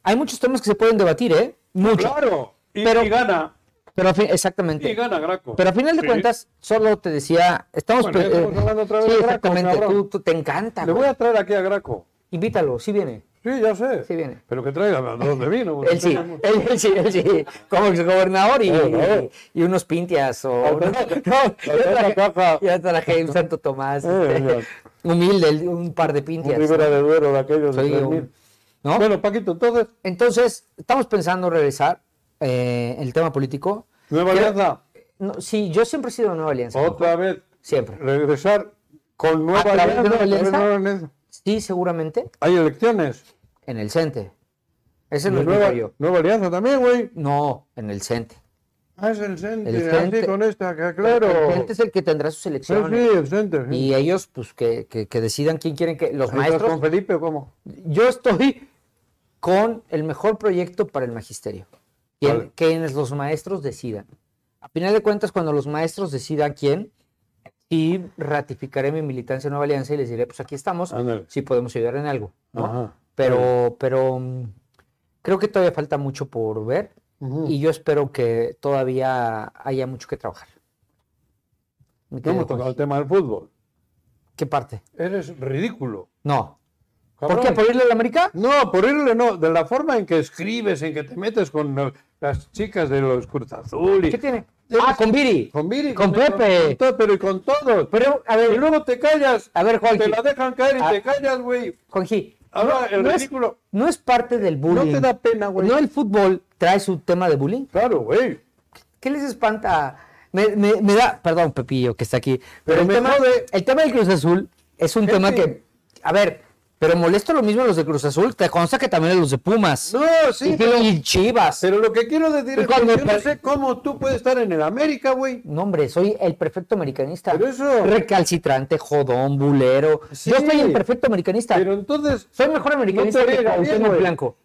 Speaker 3: Hay muchos temas que se pueden debatir, ¿eh? Mucho.
Speaker 2: Claro. Y,
Speaker 3: Pero-
Speaker 2: y gana.
Speaker 3: Pero a fin-
Speaker 2: Y
Speaker 3: exactamente.
Speaker 2: gana Graco.
Speaker 3: Pero a final de
Speaker 2: Sí.
Speaker 3: cuentas, solo te decía, estamos...
Speaker 2: Bueno,
Speaker 3: pe-
Speaker 2: ya estamos
Speaker 3: eh,
Speaker 2: hablando otra vez
Speaker 3: sí,
Speaker 2: de Graco,
Speaker 3: exactamente.
Speaker 2: cabrón.
Speaker 3: Tú, tú- te encanta.
Speaker 2: Le
Speaker 3: güey.
Speaker 2: voy a traer aquí a Graco.
Speaker 3: Invítalo, sí viene.
Speaker 2: Sí, ya sé.
Speaker 3: Sí viene.
Speaker 2: Pero que traiga dos de vino. porque
Speaker 3: Él sí,
Speaker 2: tengo-
Speaker 3: él, él sí, él sí, como exgobernador y,
Speaker 2: Claro.
Speaker 3: y unos pintias o... No, no, yo
Speaker 2: otra
Speaker 3: traje-
Speaker 2: caja.
Speaker 3: yo traje un Santo Tomás,
Speaker 2: Eh,
Speaker 3: este,
Speaker 2: Dios.
Speaker 3: humilde, el- un par de
Speaker 2: Un
Speaker 3: pintias.
Speaker 2: Rivera de Duero de aquellos. de
Speaker 3: Soy
Speaker 2: tres
Speaker 3: un-
Speaker 2: mil.
Speaker 3: ¿no?
Speaker 2: Bueno, Paquito, entonces,
Speaker 3: Entonces, estamos pensando regresar eh, el tema político.
Speaker 2: Nueva
Speaker 3: Creo-
Speaker 2: Alianza,
Speaker 3: No, sí, yo siempre he sido de Nueva Alianza.
Speaker 2: otra vez
Speaker 3: Siempre.
Speaker 2: regresar con Nueva
Speaker 3: través de
Speaker 2: Alianza.
Speaker 3: Ah, Nueva
Speaker 2: a través de
Speaker 3: Alianza.
Speaker 2: Nueva Alianza.
Speaker 3: Sí, seguramente.
Speaker 2: Hay elecciones.
Speaker 3: En el CENTE. Ese
Speaker 2: De
Speaker 3: no es mi
Speaker 2: nueva,
Speaker 3: rollo.
Speaker 2: nueva alianza también, güey.
Speaker 3: No, en el CENTE.
Speaker 2: Ah, es el Cente,
Speaker 3: El
Speaker 2: así
Speaker 3: Cente-
Speaker 2: con esta, que claro.
Speaker 3: El CENTE es el que tendrá sus
Speaker 2: Sí,
Speaker 3: elecciones.
Speaker 2: sí, el Cente. sí.
Speaker 3: Y ellos, pues, que, que- que decidan quién quieren que. Los
Speaker 2: Ahí ¿Estás
Speaker 3: maestros.
Speaker 2: con Felipe o cómo?
Speaker 3: Yo estoy con el mejor proyecto para el magisterio. Quien-
Speaker 2: Vale.
Speaker 3: Quienes los maestros decidan. A final de cuentas, cuando los maestros decidan quién, y ratificaré mi militancia en Nueva Alianza y les diré, pues aquí estamos,
Speaker 2: Ándale.
Speaker 3: si podemos ayudar en algo. ¿no?
Speaker 2: Ajá.
Speaker 3: Pero, pero mm, creo que todavía falta mucho por ver
Speaker 2: Ujú.
Speaker 3: y yo espero que todavía haya mucho que trabajar. Mi
Speaker 2: No
Speaker 3: querido
Speaker 2: hemos tocado el
Speaker 3: Jorge,
Speaker 2: tema del fútbol.
Speaker 3: ¿Qué parte?
Speaker 2: Eres ridículo.
Speaker 3: No. ¿Por
Speaker 2: cabrón.
Speaker 3: qué? ¿Por irle a la América?
Speaker 2: No, por irle no. De la forma en que escribes, en que te metes con eh, las chicas de los Cruz Azul y
Speaker 3: ¿Qué tiene? Ah, con Viri.
Speaker 2: con Viri,
Speaker 3: Con
Speaker 2: con- con
Speaker 3: Pepe.
Speaker 2: todo, pero y con todos.
Speaker 3: Pero, a
Speaker 2: y
Speaker 3: ver,
Speaker 2: luego te callas.
Speaker 3: a ver,
Speaker 2: Te
Speaker 3: Juanji,
Speaker 2: la dejan caer y
Speaker 3: Ah.
Speaker 2: te callas, güey.
Speaker 3: Juanji,
Speaker 2: Ahora el
Speaker 3: no es-
Speaker 2: ridículo.
Speaker 3: no es parte del
Speaker 2: No
Speaker 3: bullying.
Speaker 2: te da pena, güey.
Speaker 3: ¿No el fútbol trae su tema de bullying?
Speaker 2: Claro, güey.
Speaker 3: ¿Qué les espanta? Me, me- me da, perdón, Pepillo, que está aquí.
Speaker 2: Pero
Speaker 3: Pero, el,
Speaker 2: me
Speaker 3: tema,
Speaker 2: jode.
Speaker 3: el tema del Cruz Azul es un tema que, a ver, pero molesto lo mismo a los de Cruz Azul, te consta que también a los de Pumas.
Speaker 2: No, sí.
Speaker 3: y, y Chivas.
Speaker 2: Pero lo que quiero decir
Speaker 3: Pues
Speaker 2: es que
Speaker 3: cuando-
Speaker 2: yo no sé cómo tú puedes estar en el América, güey.
Speaker 3: No, hombre, soy el perfecto americanista.
Speaker 2: Pero eso-
Speaker 3: Recalcitrante, jodón, bulero.
Speaker 2: Sí.
Speaker 3: Yo soy el perfecto americanista.
Speaker 2: Pero entonces,
Speaker 3: Soy mejor americanista
Speaker 2: No te
Speaker 3: que
Speaker 2: riegas,
Speaker 3: Cuauhtémoc
Speaker 2: güey.
Speaker 3: Blanco.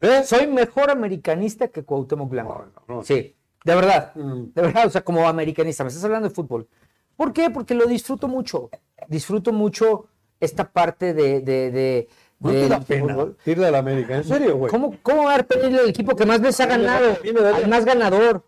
Speaker 2: ¿eh?
Speaker 3: Soy mejor americanista que Cuauhtémoc Blanco.
Speaker 2: No, no.
Speaker 3: Sí, de verdad.
Speaker 2: Mm.
Speaker 3: De verdad, o sea, como americanista, me estás hablando de fútbol. ¿Por qué? Porque lo disfruto mucho. Disfruto mucho esta parte de... de, de
Speaker 2: No te
Speaker 3: del
Speaker 2: da pena
Speaker 3: fútbol.
Speaker 2: irle al América. En serio, güey.
Speaker 3: ¿Cómo, ¿Cómo va a dar pena irle al equipo que más veces ha
Speaker 2: A mí me da-
Speaker 3: ganado?
Speaker 2: a mí me daría-
Speaker 3: Al más ganador.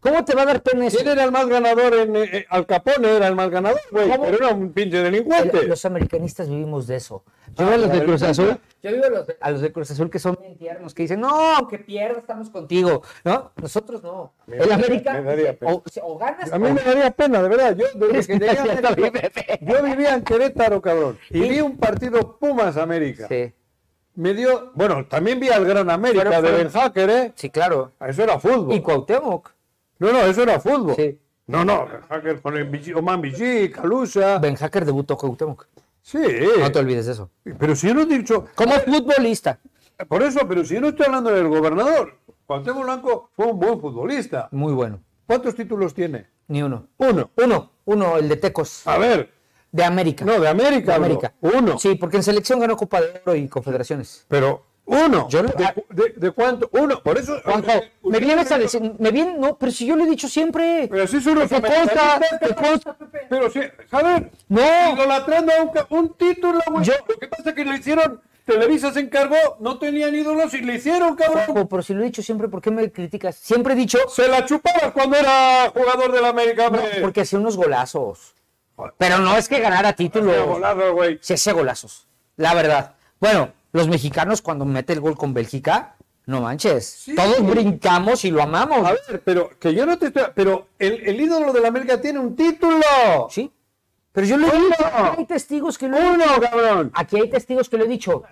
Speaker 3: ¿Cómo te va a dar pena eso?
Speaker 2: ¿Quién era el más ganador en eh, eh, Al Capone era el más ganador, güey,
Speaker 3: ¿Cómo?
Speaker 2: pero era un pinche
Speaker 3: El-
Speaker 2: delincuente.
Speaker 3: Los americanistas vivimos de eso.
Speaker 2: Ah,
Speaker 3: Yo veo a los de
Speaker 2: claro.
Speaker 3: Cruz Azul. Yo veo a los de, a los de Cruz Azul que son bien tiernos, que dicen, no, aunque pierdas, estamos contigo. No, nosotros no.
Speaker 2: Me
Speaker 3: el
Speaker 2: daría-
Speaker 3: América
Speaker 2: me daría
Speaker 3: dice, o, o ganas
Speaker 2: A mí
Speaker 3: o-
Speaker 2: me daría pena, de verdad. Yo desde que llegué a
Speaker 3: Desgraciado,
Speaker 2: América-
Speaker 3: mi bebé.
Speaker 2: yo vivía en Querétaro, cabrón, y
Speaker 3: Sí.
Speaker 2: vi un partido Pumas América.
Speaker 3: Sí,
Speaker 2: Me dio, bueno, también vi al Gran América
Speaker 3: Fueron-
Speaker 2: de Ben
Speaker 3: fueron-
Speaker 2: Hacker, ¿eh?
Speaker 3: sí, claro.
Speaker 2: Eso era fútbol.
Speaker 3: Y Cuauhtémoc,
Speaker 2: No, no, eso era fútbol.
Speaker 3: Sí.
Speaker 2: No, no, Ben Hacker con el Vichy- Oman Vichy, Calusa.
Speaker 3: Ben Hacker debutó Cuauhtémoc.
Speaker 2: Sí.
Speaker 3: No te olvides de eso.
Speaker 2: Pero si yo no he dicho,
Speaker 3: Como futbolista,
Speaker 2: por eso, pero si yo no estoy hablando del gobernador. Cuauhtémoc Blanco fue un buen futbolista.
Speaker 3: muy bueno.
Speaker 2: ¿Cuántos títulos tiene?
Speaker 3: Ni uno.
Speaker 2: Uno.
Speaker 3: Uno, uno, el de Tecos,
Speaker 2: A ver,
Speaker 3: de América.
Speaker 2: no, de América.
Speaker 3: de
Speaker 2: hablo.
Speaker 3: América.
Speaker 2: Uno.
Speaker 3: Sí, porque en selección ganó Copa de Oro y Confederaciones.
Speaker 2: Pero uno.
Speaker 3: Yo no-
Speaker 2: ¿De, cu- de- de cuánto? Uno. Por eso. eh,
Speaker 3: Juanjo, me
Speaker 2: Usted-
Speaker 3: vienes a decir, me viene, no, pero si yo lo he dicho siempre.
Speaker 2: Pero así son los
Speaker 3: Te consta,
Speaker 2: americanistas,
Speaker 3: te
Speaker 2: cabrón.
Speaker 3: consta, Pepe.
Speaker 2: Pero sí, Javier,
Speaker 3: No.
Speaker 2: idolatrando a un, ca- un título, güey.
Speaker 3: Yo-
Speaker 2: Lo que pasa es que le hicieron, Televisa se encargó, no tenían ídolos y le hicieron, cabrón.
Speaker 3: Juanjo, pero si lo he dicho siempre, ¿por qué me criticas? Siempre he dicho,
Speaker 2: Se la chupaba cuando era jugador del América,
Speaker 3: no,
Speaker 2: hombre.
Speaker 3: porque hacía unos golazos. Pero no es que ganara
Speaker 2: Qué
Speaker 3: títulos.
Speaker 2: golazo, güey.
Speaker 3: Se hacía golazos, la verdad. Bueno, los mexicanos cuando mete el gol con Bélgica, no manches. Todos brincamos y lo amamos.
Speaker 2: A ver, pero que yo no te estoy. Pero el, el ídolo del América tiene un título.
Speaker 3: Sí. Pero yo lo he
Speaker 2: Uno.
Speaker 3: dicho. Aquí hay testigos que lo he
Speaker 2: Uno,
Speaker 3: dicho.
Speaker 2: cabrón.
Speaker 3: Aquí hay testigos que lo he dicho.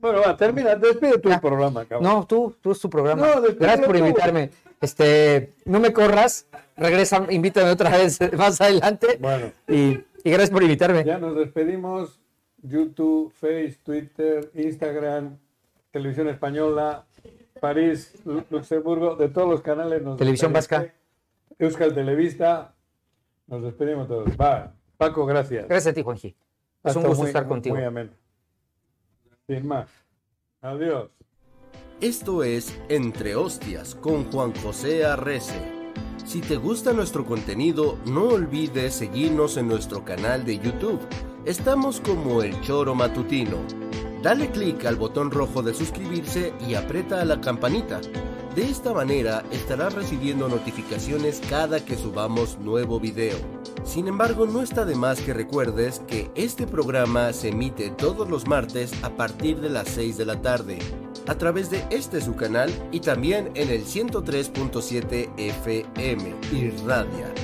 Speaker 2: Bueno, va, termina, despide tu
Speaker 3: Ya.
Speaker 2: programa, cabrón.
Speaker 3: Ah, No, tú, tú es tu programa.
Speaker 2: No, despídelo
Speaker 3: Gracias por
Speaker 2: tú.
Speaker 3: invitarme. Este, no me corras, regresa, invítame otra vez más adelante.
Speaker 2: Bueno.
Speaker 3: Y, y gracias por invitarme.
Speaker 2: Ya nos despedimos. YouTube, Face, Twitter, Instagram, Televisión Española, París, Lu- Luxemburgo, de todos los canales. Nos
Speaker 3: Televisión
Speaker 2: despedimos.
Speaker 3: Vasca.
Speaker 2: Euskal Televista. Nos despedimos todos. Va. Paco, gracias.
Speaker 3: Gracias a ti, Juanji. Es
Speaker 2: Ha
Speaker 3: un
Speaker 2: estado
Speaker 3: gusto
Speaker 2: muy-
Speaker 3: estar contigo.
Speaker 2: Muy ameno. Sin más. Adiós.
Speaker 1: Esto es Entre Hostias con Juan José Arrece. Si te gusta nuestro contenido, no olvides seguirnos en nuestro canal de YouTube. Estamos como El Choro Matutino. Dale clic al botón rojo de suscribirse y aprieta la campanita. De esta manera estarás recibiendo notificaciones cada que subamos nuevo video. Sin embargo, no está de más que recuerdes que este programa se emite todos los martes a partir de las 6 de la tarde a través de este su canal y también en el 103.7 FM Irradia.